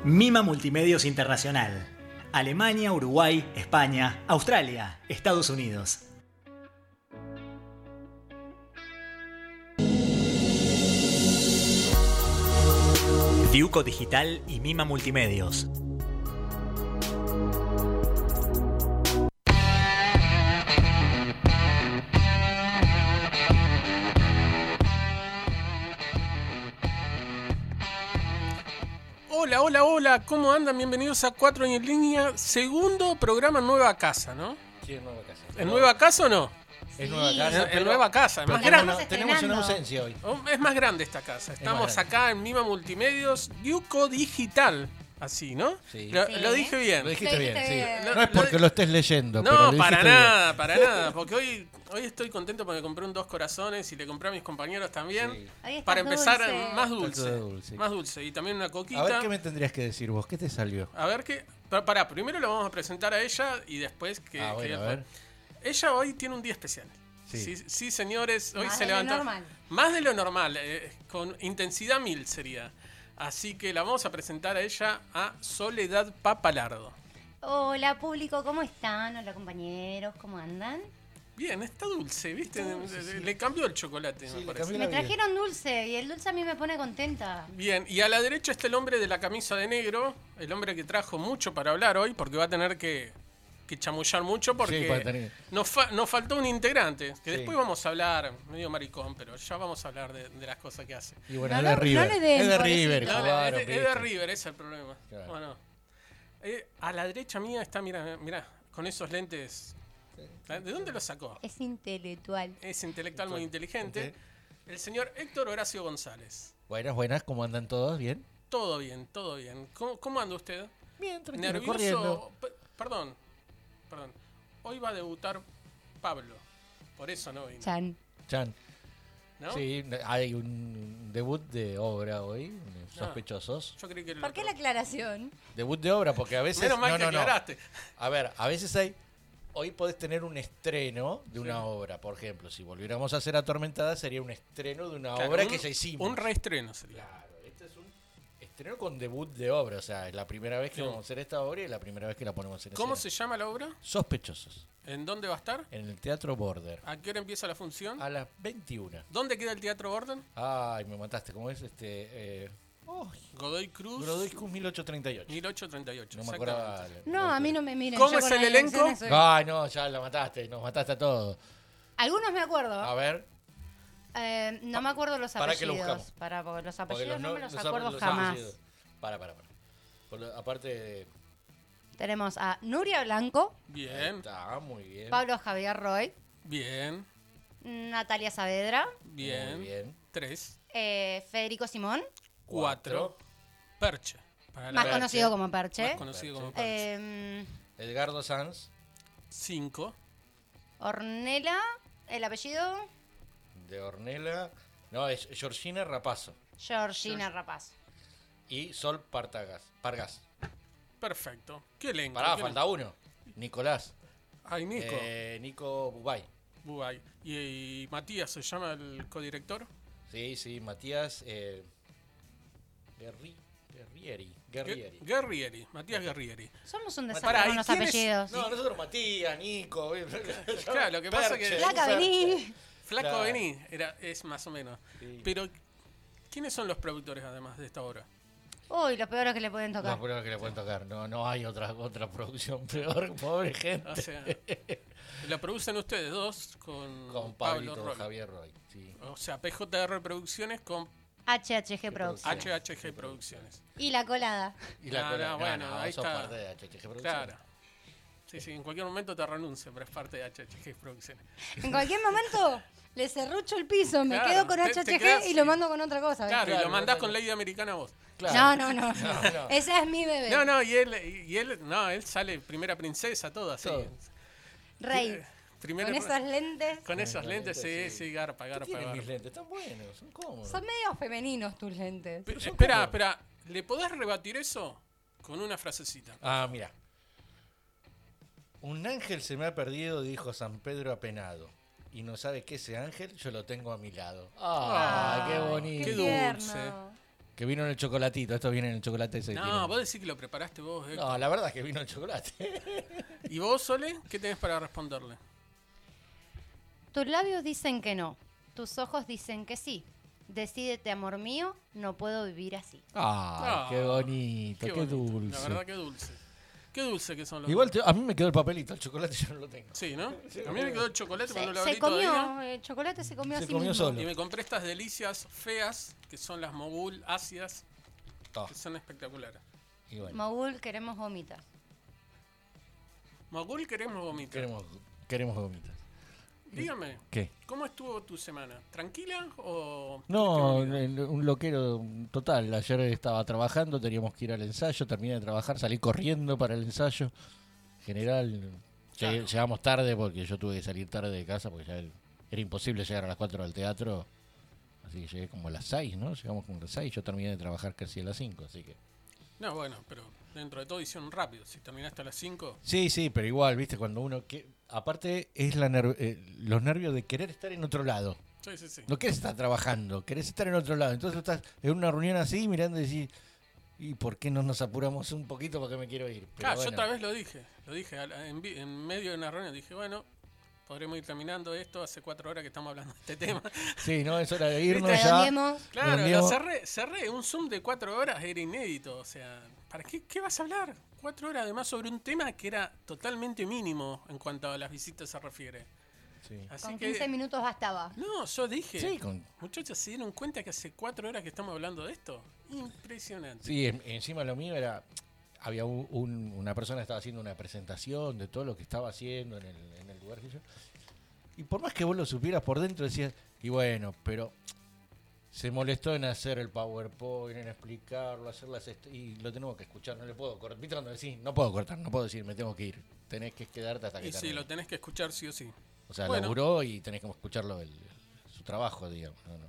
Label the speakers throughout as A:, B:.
A: Ecosistema Multimedios Internacional. Alemania, Uruguay, España, Australia, Estados Unidos. Diuco Digital y Mima Multimedios.
B: Hola, hola, hola, ¿cómo andan? Bienvenidos a 4 en línea, segundo programa Nueva Casa, ¿no?
C: Sí, es nueva casa.
B: ¿En Nueva Casa o no?
C: Es nueva
D: Sí.
C: casa.
B: En-
C: pero-
B: en Nueva Casa, es
C: pero
B: más
D: Porque
C: tenemos,
B: grande.
D: no-
C: una, tenemos una ausencia hoy.
B: Oh, Es más grande esta casa. Estamos
C: grande.
B: acá en Mima Multimedios, Diuco Digital. Así, ¿no?
C: Sí.
B: Lo,
D: Sí.
B: lo dije bien.
C: Lo dijiste
D: Lo
C: bien,
D: dijiste
C: sí.
D: bien.
C: No es porque lo estés leyendo, pero
B: No,
C: lo
B: para
C: dijiste bien.
B: nada, para nada. Porque hoy, hoy estoy contento porque compré un dos corazones y le compré a mis compañeros también.
C: Sí.
D: Ahí está,
B: Para empezar,
D: dulce.
B: más
C: Está
B: dulce,
C: todo dulce.
B: Más dulce. Y también una coquita.
C: A ver qué me tendrías que decir vos, ¿qué te salió?
B: A ver qué. pa- Pará, primero lo vamos a presentar a ella y después que.
C: ah,
B: que-
C: bueno, a ver.
B: Ella hoy tiene un día especial.
C: Sí.
B: Sí, sí, señores, hoy
D: Más
B: se
D: de lo
B: levantó.
D: normal.
B: Más de lo normal, eh, con intensidad mil sería. Así que la vamos a presentar a ella a Soledad Papalardo.
D: Hola público, ¿cómo están? Hola compañeros, ¿cómo andan?
B: Bien, está dulce, ¿viste? Le cambió el chocolate,
C: Sí,
B: me
C: le
B: parece.
C: cambió.
D: Me
C: bien.
D: trajeron dulce y el dulce a mí me pone contenta.
B: Bien, y a la derecha está el hombre de la camisa de negro, el hombre que trajo mucho para hablar hoy, porque va a tener que, que chamullar mucho porque
C: va a tener.
B: Nos, fa- nos faltó un integrante, que
C: Sí.
B: después vamos a hablar, medio maricón, pero ya vamos a hablar de, de las cosas que hace.
C: Y bueno,
D: No
C: es de
D: lo- no
C: River.
D: le den,
C: es de
D: pobrecito.
C: River,
B: No, la-
C: jugaron,
B: es, de, es de
C: viste.
B: River, ese es el problema.
C: Claro.
B: Bueno. Eh, a la derecha mía está, mira, mira, con esos lentes. ¿Eh? ¿De dónde los sacó?
D: Es intelectual.
B: Es intelectual muy inteligente. El señor Héctor Horacio González.
C: Buenas, buenas, ¿cómo andan todos? ¿Bien?
B: Todo bien, todo bien. ¿Cómo, cómo anda usted?
C: Bien, tranquilo, corriendo.
B: Nervioso. P- perdón, perdón. Hoy va a debutar Pablo. Por eso no vino.
D: Chan.
C: Chan,
B: ¿no?
C: sí, hay un debut de obra hoy,
B: Ah.
C: sospechosos.
B: Yo creí que era el
D: ¿Por qué
B: otro.
D: la aclaración?
C: Debut de obra, porque a veces...
B: Menos mal
C: no,
B: que
C: no, no.
B: aclaraste.
C: A ver, a veces hay. Hoy podés tener un estreno de una obra, por ejemplo. Si volviéramos a hacer Atormentada, sería un estreno de una
B: Claro,
C: obra
B: un-
C: que ya hicimos.
B: Un reestreno sería.
C: Claro, este es un estreno con debut de obra. O sea, es la primera vez que
B: Sí.
C: vamos a hacer esta obra y es la primera vez que la ponemos en
B: ¿Cómo se
C: escena.
B: llama la obra?
C: Sospechosos.
B: ¿En dónde va a estar?
C: En el Teatro Border.
B: ¿A qué hora empieza la función?
C: A las 21.
B: ¿Dónde queda el Teatro Orden?
C: Ay, me mataste. ¿Cómo es este? Eh,
B: Godoy Cruz,
C: Godoy Cruz 1838.
B: 1838.
C: No me
B: exactamente.
C: acordaba. la-
D: No,
C: la-
D: a mí no me miren.
B: ¿Cómo
D: yo
B: es
D: con
B: el
D: las
B: elenco?
D: direcciones soy-
C: Ay, no, ya la mataste. Nos mataste a todos.
D: Algunos me
C: A
D: acuerdo.
C: ver.
D: eh, no me acuerdo los
C: Ah. ¿para
D: apellidos.
C: qué lo buscamos?
D: Para, porque los
C: Porque
D: apellidos no,
C: no-
D: me los,
C: los
D: acuerdo
C: apre- los
D: jamás.
C: apellidos. Para, para, para. Por lo- aparte de.
D: Tenemos a Nuria Blanco,
C: Ahí
B: Bien,
C: Está muy bien.
D: Pablo Javier Roy,
B: bien,
D: Natalia Saavedra,
B: bien.
C: Muy bien.
B: Tres,
D: eh, Federico Simón,
B: cuatro, percha. Para la-
D: más
C: Perche.
D: conocido como Perche.
B: más conocido como percha.
D: Eh,
C: Edgardo Sanz,
B: Cinco,
D: Ornela, el apellido
C: de Ornella. No, es Georgina Rapazo.
D: Georgina Rapaz.
C: Y Sol Partagas, Pargas.
B: perfecto. ¿Qué elenco?
C: Pará,
B: ¿Qué
C: falta uno. Nicolás.
B: elenco? Ay, Nico.
C: Eh, Nico Bubay.
B: Bubay. Y, y Matías se llama el codirector.
C: Sí, sí, Matías. Eh, Guerri- Guerrieri. Guerrieri.
B: Gue- Guerrieri. Matías Guerrieri.
D: Somos un
B: Pará,
D: desastre con
B: ¿y
D: los
B: quién es?
D: apellidos.
C: No, nosotros Matías, Nico. eh,
B: Claro, lo que pasa que-
C: Perche,
D: Placa,
C: Perche.
D: vení.
B: Flaco
C: Claro.
B: Bení era, es más o menos.
C: Sí.
B: Pero, ¿quiénes son los productores además de esta obra?
D: Uy, los peores que le pueden
C: Las
D: tocar.
C: pruebas que le pueden tocar. No, no hay otra, otra producción peor, pobre gente.
B: O sea, la producen ustedes dos con,
C: Con
B: Pablo
C: Pablito
B: Roy.
C: Javier Roy. Sí.
B: O sea, PJR Producciones con
D: HHG Productions.
C: Sí.
B: HHG Producciones.
D: Y la colada.
C: Y la
B: No,
C: cola-
B: no, bueno, ahí
C: eso
B: está.
C: parte de HHG Producciones.
B: Claro. Sí, sí, en cualquier momento te renuncio, pero es parte de HHG Producciones.
D: En cualquier momento le cerrucho el piso, me
B: Claro,
D: quedo con
B: te- te quedás
D: HHG y
B: sin-
D: lo mando con otra cosa. ¿ves?
B: Claro, y
C: Claro,
B: lo mandás
C: bueno.
B: con Ley Americana vos.
D: No,
C: Claro.
D: no,
C: No,
D: no.
C: no.
D: Esa es mi bebé.
B: No, no, y él, y él, no, él sale primera princesa, todo así.
C: Todo.
D: Rey.
B: Eh, primera
D: Con esos lentes.
B: Con esos lentes, sí,
C: lentes,
B: sí, garpa,
C: ¿Qué
B: garpa.
C: tienen
B: garpa.
C: mis lentes? Están buenos, son cómodos.
D: Son medio femeninos tus lentes.
B: Pe-
C: son
B: espera,
C: cómodos.
B: espera, ¿le podés rebatir eso con una frasecita?
C: Ah, mira. Un ángel se me ha perdido, dijo San Pedro apenado. Y no sabe qué ese ángel, yo lo tengo a mi lado. Ah,
B: Ah,
C: qué
B: qué
C: bonito.
B: dulce.
D: tierno.
C: Que vino en el chocolatito. Esto viene en el chocolate ese que tiene.
B: No, vos decís que lo preparaste vos. eh.
C: No, la verdad es que vino el chocolate.
B: ¿Y vos, Sole? ¿Qué tenés para responderle?
D: Tus labios dicen que no. Tus ojos dicen que sí. Decídete, amor mío, no puedo vivir así.
B: Ah,
C: Ah, qué bonito, qué,
B: bonito.
C: dulce.
B: La verdad, qué dulce. Qué dulce que son los.
C: Igual te- a mí me quedó el papelito, el chocolate yo no lo tengo.
B: Sí, ¿no? A mí me quedó el chocolate cuando
D: Se,
B: lo
D: se
B: abrí
D: comió, eh,
B: todavía.
D: el chocolate se comió
C: Se
D: así
C: comió
D: mismo.
C: solo.
B: Y me compré estas delicias feas, que son las mogul ácidas,
C: Ah,
B: que son espectaculares.
C: y bueno,
D: Mogul, queremos vomitar.
B: Mogul queremos vomitar.
C: queremos, queremos gomitas.
B: Dígame,
C: ¿Qué?
B: ¿cómo estuvo tu semana? ¿Tranquila o.?
C: No,
B: tuviste movida?
C: en- un loquero total. Ayer estaba trabajando, teníamos que ir al ensayo, terminé de trabajar, salí corriendo para el ensayo. General, lle-
B: Claro.
C: llegamos tarde porque yo tuve que salir tarde de casa porque ya el- era imposible llegar a las 4 al teatro. Así que llegué como a las 6, ¿no? Llegamos como a las 6, yo terminé de trabajar casi a las 5, así que...
B: No, bueno, pero dentro de todo hicieron rápido. Si terminaste a las 5.
C: Sí, sí, pero igual, viste, cuando uno... Que, aparte es la nerv- eh, los nervios de querer estar en otro lado.
B: Sí, sí, sí.
C: No querés estar trabajando, querés estar en otro lado. Entonces estás en una reunión así mirando y decís, ¿y por qué no nos apuramos un poquito porque me quiero ir? Pero
B: Claro, yo
C: bueno.
B: otra vez lo dije. Lo dije al- en, vi- en medio de una reunión. Dije, bueno, podremos ir terminando esto. Hace cuatro horas que estamos hablando de este tema.
C: Sí, no, es hora de
B: Este
C: irnos
D: Pero
C: ya.
D: Diemos,
B: Claro,
C: Nos
B: lo
C: vemos.
B: cerré, cerré. Un Zoom de cuatro horas era inédito. O sea, ¿para qué, qué vas a hablar? Cuatro horas además sobre un tema que era totalmente mínimo en cuanto a las visitas se refiere.
C: Sí.
B: Así
D: con
B: que.
D: 15 minutos bastaba.
B: No, yo dije.
C: Sí, con-
B: Muchachos, ¿se dieron cuenta que hace cuatro horas que estamos hablando de esto? Impresionante.
C: Sí, en- encima lo mío era, había un- un- una persona que estaba haciendo una presentación de todo lo que estaba haciendo en el, en el lugar que yo. Y por más que vos lo supieras por dentro, decías, y bueno, pero se molestó en hacer el PowerPoint, en explicarlo, hacer las... est- Y lo tenemos que escuchar, no le puedo cortar. ¿Viste cuando decís, no puedo cortar, no puedo decir, me tengo que ir. Tenés que quedarte hasta que
B: Y sí,
C: termine.
B: lo tenés que escuchar sí o sí.
C: O sea,
B: Bueno.
C: laburó y tenés que escucharlo, el- el- su trabajo, digamos. No, no,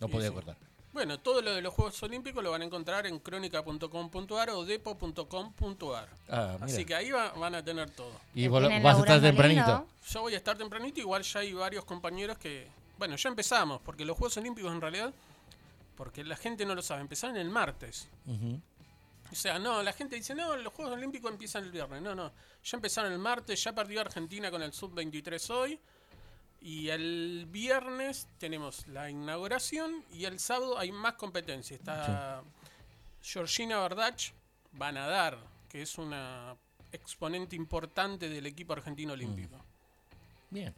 C: no
B: Y
C: podía
B: sí.
C: cortar.
B: Bueno, todo lo de los Juegos Olímpicos lo van a encontrar en crónica.com.ar o depo.com.ar.
C: Ah,
B: Así
C: mira.
B: que ahí va- van a tener todo.
C: Y
D: Que
C: vos lo-
D: tienen
C: vas a estar
D: laburando
C: tempranito.
D: lindo.
B: Yo voy a estar tempranito, igual ya hay varios compañeros que... Bueno, ya empezamos, porque los Juegos Olímpicos en realidad, porque la gente no lo sabe, empezaron el martes.
C: Ujú.
B: O sea, no, la gente dice, no, los Juegos Olímpicos empiezan el viernes. No, no, ya empezaron el martes, ya perdió Argentina con el sub-23 hoy. Y el viernes tenemos la inauguración y el sábado hay más competencia. Está Georgina Bardach, va a nadar, que es una exponente importante del equipo argentino olímpico.
C: Bien.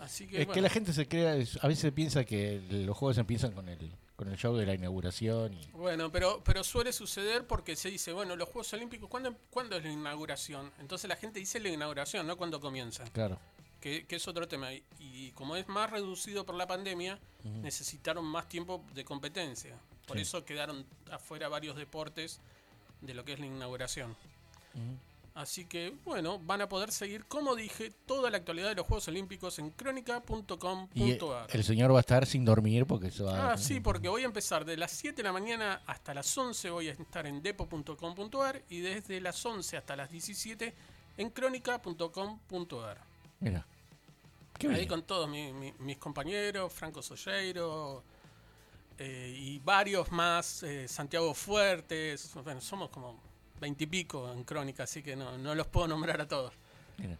B: Así que,
C: Mm. Es que
B: bueno,
C: la gente se crea, es- a veces piensa que el- los juegos empiezan con el, con el show de la inauguración y
B: bueno, pero, pero suele suceder porque se dice, bueno, los Juegos Olímpicos, ¿cuándo, em-, ¿cuándo es la inauguración? Entonces la gente dice la inauguración, no cuándo comienza.
C: claro.
B: que, que es otro tema. Y, y como es más reducido por la pandemia, necesitaron más tiempo de competencia. Por
C: Sí.
B: eso quedaron afuera varios deportes de lo que es la inauguración. Así que, bueno, van a poder seguir, como dije, toda la actualidad de los Juegos Olímpicos en
C: Y eh,
B: crónica.com.ar.
C: el señor va a estar sin dormir porque eso va
B: Ah, sí, porque voy a empezar de las 7 de la mañana hasta las 11 voy a estar en depo.com.ar y desde las 11 hasta las 17 en crónica.com.ar.
C: Mira. Qué
B: Ahí
C: bien.
B: con todos mi- mi- mis compañeros, Franco Solleiro eh, y varios más, eh, Santiago Fuertes, bueno, somos como veintipico en Crónica, así que no, no los puedo nombrar a todos.
C: Mira.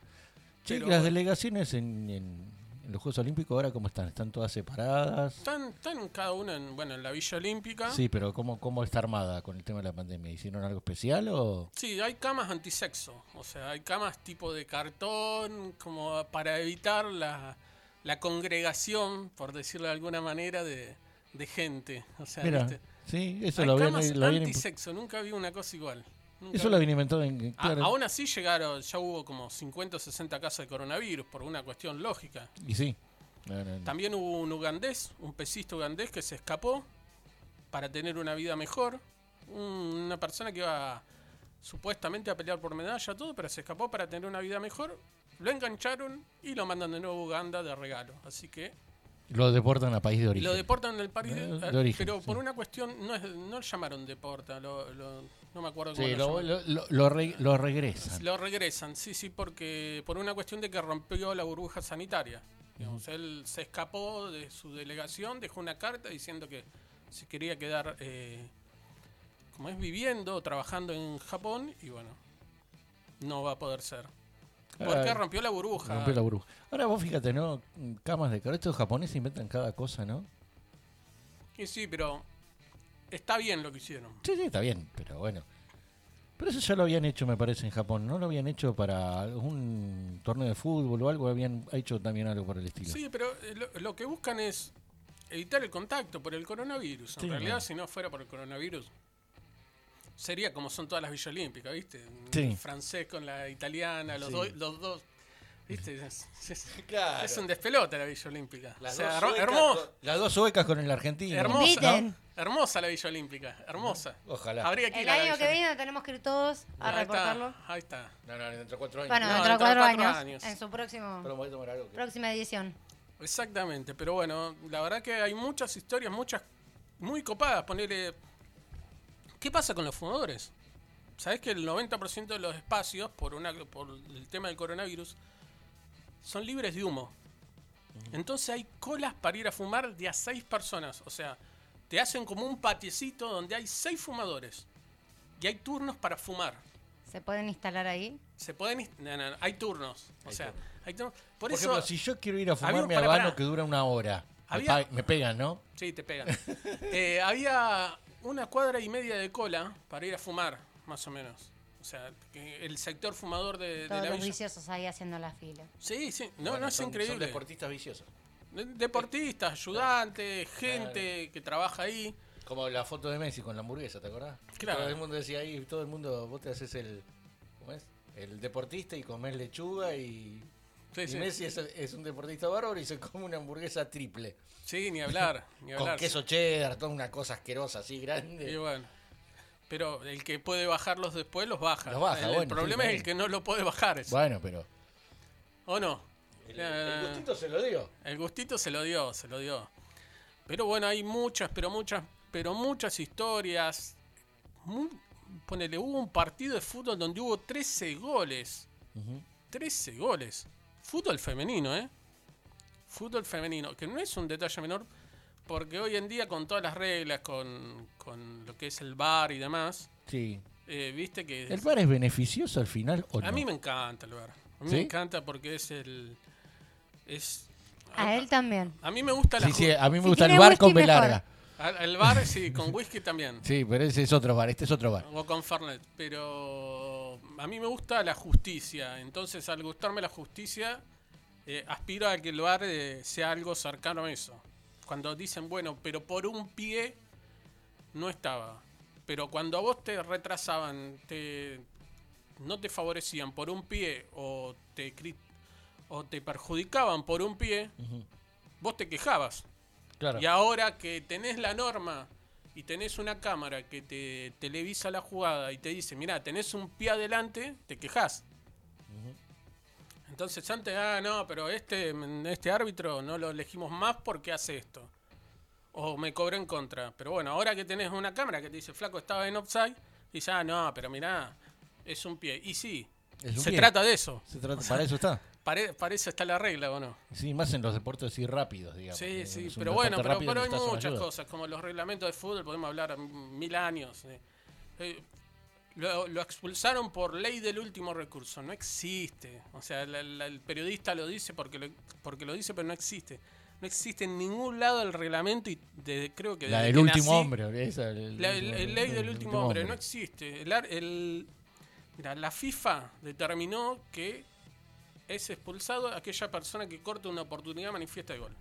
C: Che,
B: Pero-
C: las delegaciones en, en- en los Juegos Olímpicos ahora cómo están? ¿Están todas separadas?
B: Están, están cada uno en, bueno, en la Villa Olímpica.
C: Sí, pero ¿cómo, ¿cómo está armada con el tema de la pandemia? ¿Hicieron algo especial o...?
B: Sí, hay camas antisexo, o sea, hay camas tipo de cartón, como para evitar la, la congregación, por decirlo de alguna manera, de, de gente. O sea,
C: Mira,
B: Ah, ¿viste?
C: sí, eso
B: hay
C: lo habían,
B: camas
C: lo habían impu-
B: antisexo, nunca vi una cosa igual. Nunca
C: eso
B: vi-
C: lo habían inventado en...
B: A-
C: claro.
B: Ah, aún así llegaron, ya hubo como 50 o 60 casos de coronavirus por una cuestión lógica.
C: Y sí. No, no, no.
B: También hubo un ugandés, un pesista ugandés que se escapó para tener una vida mejor. Un- Una persona que iba supuestamente a pelear por medalla, todo, pero se escapó para tener una vida mejor. Lo engancharon y lo mandan de nuevo a Uganda de regalo. Así que
C: Lo deportan a país de origen.
B: lo deportan del país,
C: De-
B: de-
C: de origen,
B: pero por
C: sí.
B: una cuestión, no, es- no lo llamaron deporta, lo- lo- no me acuerdo cómo
C: Sí,
B: lo
C: lo,
B: llamaron.
C: lo- lo- lo re- lo regresan.
B: Lo regresan, sí, sí, porque por una cuestión de que rompió la burbuja sanitaria. Digamos, él se escapó de su delegación, dejó una carta diciendo que se quería quedar eh, como es viviendo o trabajando en Japón y bueno, no va a poder ser. Porque
C: Ah,
B: rompió la burbuja.
C: Rompió la burbuja. Ahora vos fíjate, ¿no? Camas de calor. Estos japoneses inventan cada cosa, ¿no?
B: Y sí, pero está bien lo que hicieron.
C: Sí, sí, está bien, pero bueno. Pero eso ya lo habían hecho, me parece, en Japón. ¿No lo habían hecho para algún torneo de fútbol o algo? Habían hecho también algo por el estilo.
B: Sí, pero eh, lo, lo que buscan es evitar el contacto por el coronavirus. En
C: Sí,
B: realidad,
C: claro.
B: si no fuera por el coronavirus, sería como son todas las villas olímpicas, ¿viste?
C: Sí.
B: El francés con la italiana, los,
C: Sí.
B: do- los dos. ¿Viste? Es, es-
C: Claro.
B: es un despelote la villa olímpica.
C: Las,
B: o sea,
C: dos
B: her-
C: suecas
B: hermo-
C: con- las dos suecas con el argentino.
B: hermosa.
D: Inviten.
B: Hermosa la villa olímpica. Hermosa.
C: Ojalá.
B: Habría que ir
D: El
B: a la
D: año que
B: Villa
D: viene tenemos que ir todos a
B: Olímpica. Ahí está,
D: reportarlo.
B: Ahí está.
C: No, no, dentro de cuatro años.
D: Bueno,
B: No,
D: dentro
B: dentro
D: de
B: de
D: cuatro
B: cuatro
D: años,
B: años.
D: en su próximo,
C: Pero voy a tomar algo que-
D: próxima edición.
B: Exactamente, pero bueno, la verdad que hay muchas historias, muchas muy copadas. Ponerle. ¿Qué pasa con los fumadores? Sabés que el 90% de los espacios, por, una, por el tema del coronavirus, son libres de humo. Entonces hay colas para ir a fumar de a seis personas. O sea, te hacen como un patiecito donde hay seis fumadores. Y hay turnos para fumar.
D: ¿Se pueden instalar ahí?
B: Se pueden. inst- no, no, no, hay turnos. O
C: Hay
B: sea,
C: turnos.
B: hay turnos. Por,
C: Por
B: eso.
C: ejemplo, si yo quiero ir a
B: Había un-
C: fumarme
B: pará,
C: habano
B: pará.
C: que dura una hora, me
B: Había-
C: pa- me pegan, ¿no?
B: Sí, te pegan. Eh, había una cuadra y media de cola para ir a fumar, más o menos. O sea, que el sector fumador de, de
D: Todos
B: la
D: los
B: villa.
D: viciosos ahí haciendo la fila.
B: Sí, sí, no,
C: Bueno,
B: no es
C: son- Son
B: increíble.
C: deportistas Eh, viciosos.
B: De- Deportistas, ayudantes, gente que trabaja ahí.
C: Como la foto de Messi con la hamburguesa, ¿te acordás?
B: Claro.
C: Todo el mundo decía ahí, todo el mundo, vos te haces el. ¿Cómo es? El deportista y comer lechuga y.
B: Sí,
C: y
B: sí.
C: Messi es, es un deportista bárbaro y se come una hamburguesa triple.
B: Sí, ni hablar, ni
C: Con
B: hablar.
C: queso cheddar, toda una cosa asquerosa así
B: Y
C: grande.
B: bueno. Pero el que puede bajarlos después los baja.
C: Los baja,
B: el, el
C: bueno, sí,
B: problema es el
C: también.
B: que no lo puede bajar. ese.
C: Bueno, pero.
B: ¿O no?
C: El,
B: Eh,
C: el gustito se lo dio.
B: El gustito se lo dio, se lo dio. Pero bueno, hay muchas, pero muchas, pero muchas historias. Mu- ponele, hubo un partido de fútbol donde hubo 13 goles. 13 goles. Fútbol femenino, ¿eh? Fútbol femenino, que no es un detalle menor, porque hoy en día con todas las reglas, con, con lo que es el bar y demás,
C: Sí.
B: eh, viste que...
C: ¿El bar es beneficioso al final o no?
B: a mí me encanta el bar. A mí
C: ¿Sí?
B: me encanta porque es el... Es, Ah,
D: A él también.
B: a mí me gusta la
C: Sí, sí, a mí me
D: Si
C: gusta el
D: tiene
C: bar
D: whisky,
C: con
D: mejor.
C: velarga.
B: Al, al bar, sí, con whisky también.
C: Sí, pero ese es otro bar, este es otro bar.
B: O con Fernet. Pero a mí me gusta la justicia. Entonces, al gustarme la justicia, eh, aspiro a que el bar eh, sea algo cercano a eso. Cuando dicen, bueno, pero por un pie no estaba. Pero cuando a vos te retrasaban, te, no te favorecían por un pie o te, cri- o te perjudicaban por un pie, vos te quejabas.
C: Claro.
B: Y ahora que tenés la norma y tenés una cámara que te televisa la jugada y te dice, mirá, tenés un pie adelante, te quejas. Entonces antes, ah, no, pero este, este árbitro no lo elegimos más porque hace esto. O me cobró en contra. Pero bueno, ahora que tenés una cámara que te dice, flaco, estaba en offside, dices, ah, no, pero mirá, es un pie. Y sí,
C: Es un
B: se
C: pie.
B: trata de eso.
C: Se trata- para eso está.
B: Pare- para eso está la regla, ¿o no?
C: Sí, más en los deportes así rápidos, digamos.
B: Sí,
C: que
B: sí,
C: es un
B: pero
C: deporte
B: bueno, pero,
C: rápido
B: pero
C: que
B: hay
C: necesitas una
B: muchas
C: ayuda.
B: cosas, como los reglamentos de fútbol, podemos hablar m- mil años. eh. Eh, lo, lo expulsaron por ley del último recurso, no existe. O sea, la- la- el periodista lo dice porque lo, porque lo dice, pero no existe. No existe en ningún lado el reglamento y desde- creo que...
C: La
B: desde
C: del
B: que
C: último
B: nací-
C: hombre. Esa, el,
B: La
C: el-
B: el-
C: el-
B: el ley
C: el
B: del último hombre, no existe. El, ar- el- mira, la FIFA determinó que es expulsado aquella persona que corta una oportunidad manifiesta de gol.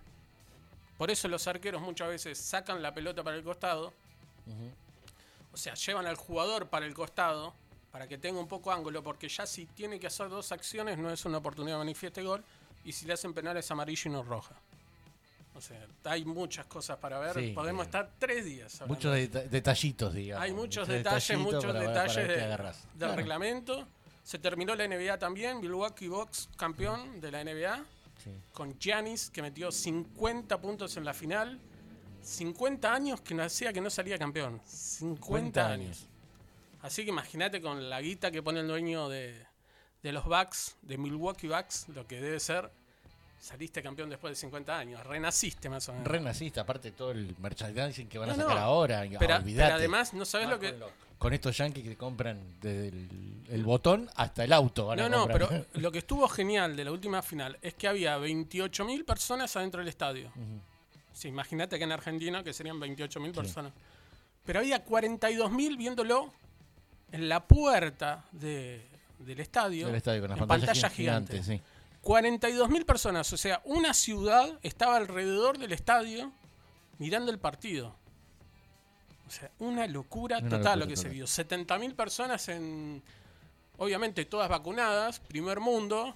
B: Por eso los arqueros muchas veces sacan la pelota para el costado. O sea, llevan al jugador para el costado para que tenga un poco ángulo, porque ya si tiene que hacer dos acciones no es una oportunidad manifiesta de gol. Y si le hacen penal es amarillo y no roja. O sea, hay muchas cosas para ver.
C: Sí,
B: Podemos
C: eh,
B: estar tres días. hablando
C: Muchos deta- detallitos, digamos.
B: hay muchos detalles,
C: detallitos
B: muchos
C: para ver- para
B: detalles
C: ver qué
B: de-
C: agarrás.
B: del
C: Claro.
B: reglamento. Se terminó la NBA también, Milwaukee Bucks campeón de la NBA,
C: Sí.
B: con Giannis que metió 50 puntos en la final. 50 años que no hacía que no salía campeón. 50 años. Así que imagínate con la guita que pone el dueño de, de los Bucks, de Milwaukee Bucks, lo que debe ser Saliste campeón después de 50 años, renaciste más o menos.
C: Renaciste, aparte todo el merchandising que van a
B: Ah. No, no.
C: sacar ahora.
B: pero,
C: Pero,
B: pero además, no sabes lo que.
C: Ah, Con estos yankees que compran desde el, el botón hasta el auto. van a
B: No, no,
C: comprar.
B: pero lo que estuvo genial de la última final es que había 28.000 personas adentro del estadio. Sí, imagínate que en Argentina que serían 28.000 personas. Pero había 42.000 viéndolo en la puerta de- del estadio.
C: Del estadio con las
B: en
C: pantallas,
B: pantalla
C: gigantes,
B: gigante.
C: sí.
B: 42.000 personas, o sea, una ciudad estaba alrededor del estadio mirando el partido. O sea, una locura
C: Una
B: total
C: locura
B: lo que se
C: total.
B: vio. 70.000 personas en. Obviamente todas vacunadas, primer mundo. O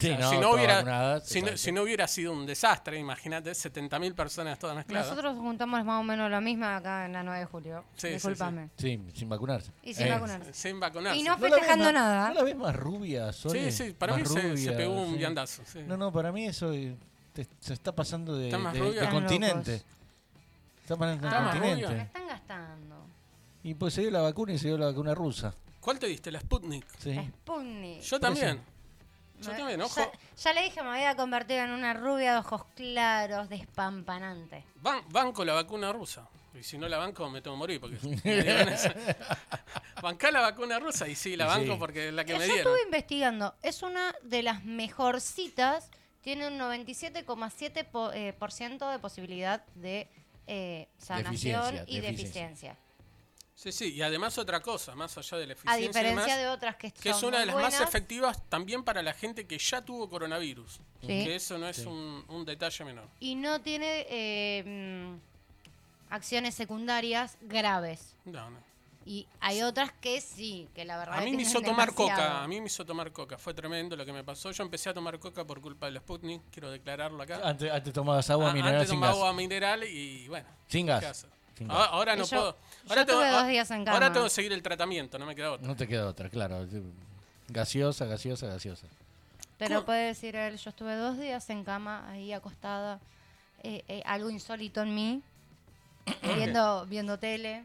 C: Sí,
B: sea,
C: no,
B: si, no
C: todas
B: hubiera,
C: vacunadas,
B: si, no,
C: totalmente.
B: si no hubiera sido un desastre, imagínate, 70.000 personas todas mezcladas.
D: Nosotros juntamos más o menos lo mismo acá en la 9 de julio.
B: Sí, sí,
D: Disculpame.
C: Sí, sin vacunarse. Eh,
D: Y sin vacunar.
B: Sin vacunarse.
D: Y no-
C: la ves
D: festejando
C: más-
D: nada.
C: ¿No la ves más rubia, Sole?
B: Sí, sí, para mí
C: Más
B: se- se
C: rubia,
B: pegó un viandazo, sí.
C: No, no, para mí eso eh, te- se está pasando de,
B: Está más
C: de-
B: rubia.
C: de
B: Están
C: continente.
D: locos.
C: Está pasando de
D: Ah,
B: más
C: continente.
B: rubia.
D: La están gastando.
C: Y pues se dio la vacuna y se dio la vacuna rusa.
B: ¿Cuál te diste? La Sputnik.
C: Sí.
D: La Sputnik.
B: Yo también. Yo
D: Me-
B: también,
D: ya-
B: ojo.
D: Ya, le dije, me había convertido en una rubia de ojos claros, despampanante.
B: Ban- banco la vacuna rusa. Y si no la banco, me tengo que morir. Porque me dieron esa. Bancá la vacuna rusa y sí, la
C: Y sí.
B: banco porque es la que
D: Yo
B: me dieron.
D: estuve investigando. Es una de las mejorcitas. Tiene un 97,7% po- eh, por ciento de posibilidad de eh, sanación
C: Deficiencia,
D: y
C: deficiencia.
D: deficiencia.
B: Sí, sí. Y además, otra cosa, más allá de la
D: A
B: eficiencia. y
D: diferencia
B: demás,
D: de otras que,
B: Que es
D: son
B: una de las
D: muy
B: más
D: buenas.
B: efectivas también para la gente que ya tuvo coronavirus.
D: Sí.
B: Que eso no es un, un detalle menor.
D: Y no tiene eh, mm, acciones secundarias graves.
B: No, no.
D: Y hay otras que sí, que la verdad
B: A
D: que
B: mí me
D: tienen
B: hizo tomar
D: demasiado.
B: coca. A mí me hizo tomar coca. Fue tremendo lo que me pasó. Yo empecé a tomar coca por culpa de los Sputnik. Quiero declararlo acá.
C: Antes, antes tomabas agua
B: Ah,
C: mineral
B: antes
C: sin
B: tomaba
C: gas.
B: agua Ah. mineral y bueno.
C: Sin gas.
B: ¿qué haces?
C: Sin
B: Ahora,
C: gas.
B: ahora no
D: Yo-
B: puedo.
D: yo
B: Ahora
D: tuve
B: ah,
D: dos días en
B: Ahora
D: cama.
B: tengo que seguir el tratamiento, no me queda otra.
C: No te queda otra, claro. Gaseosa, gaseosa, gaseosa.
D: Pero
B: ¿Cómo?
D: puede decir él, yo estuve dos días en cama, ahí acostada, eh, eh, algo insólito en mí, viendo, viendo tele.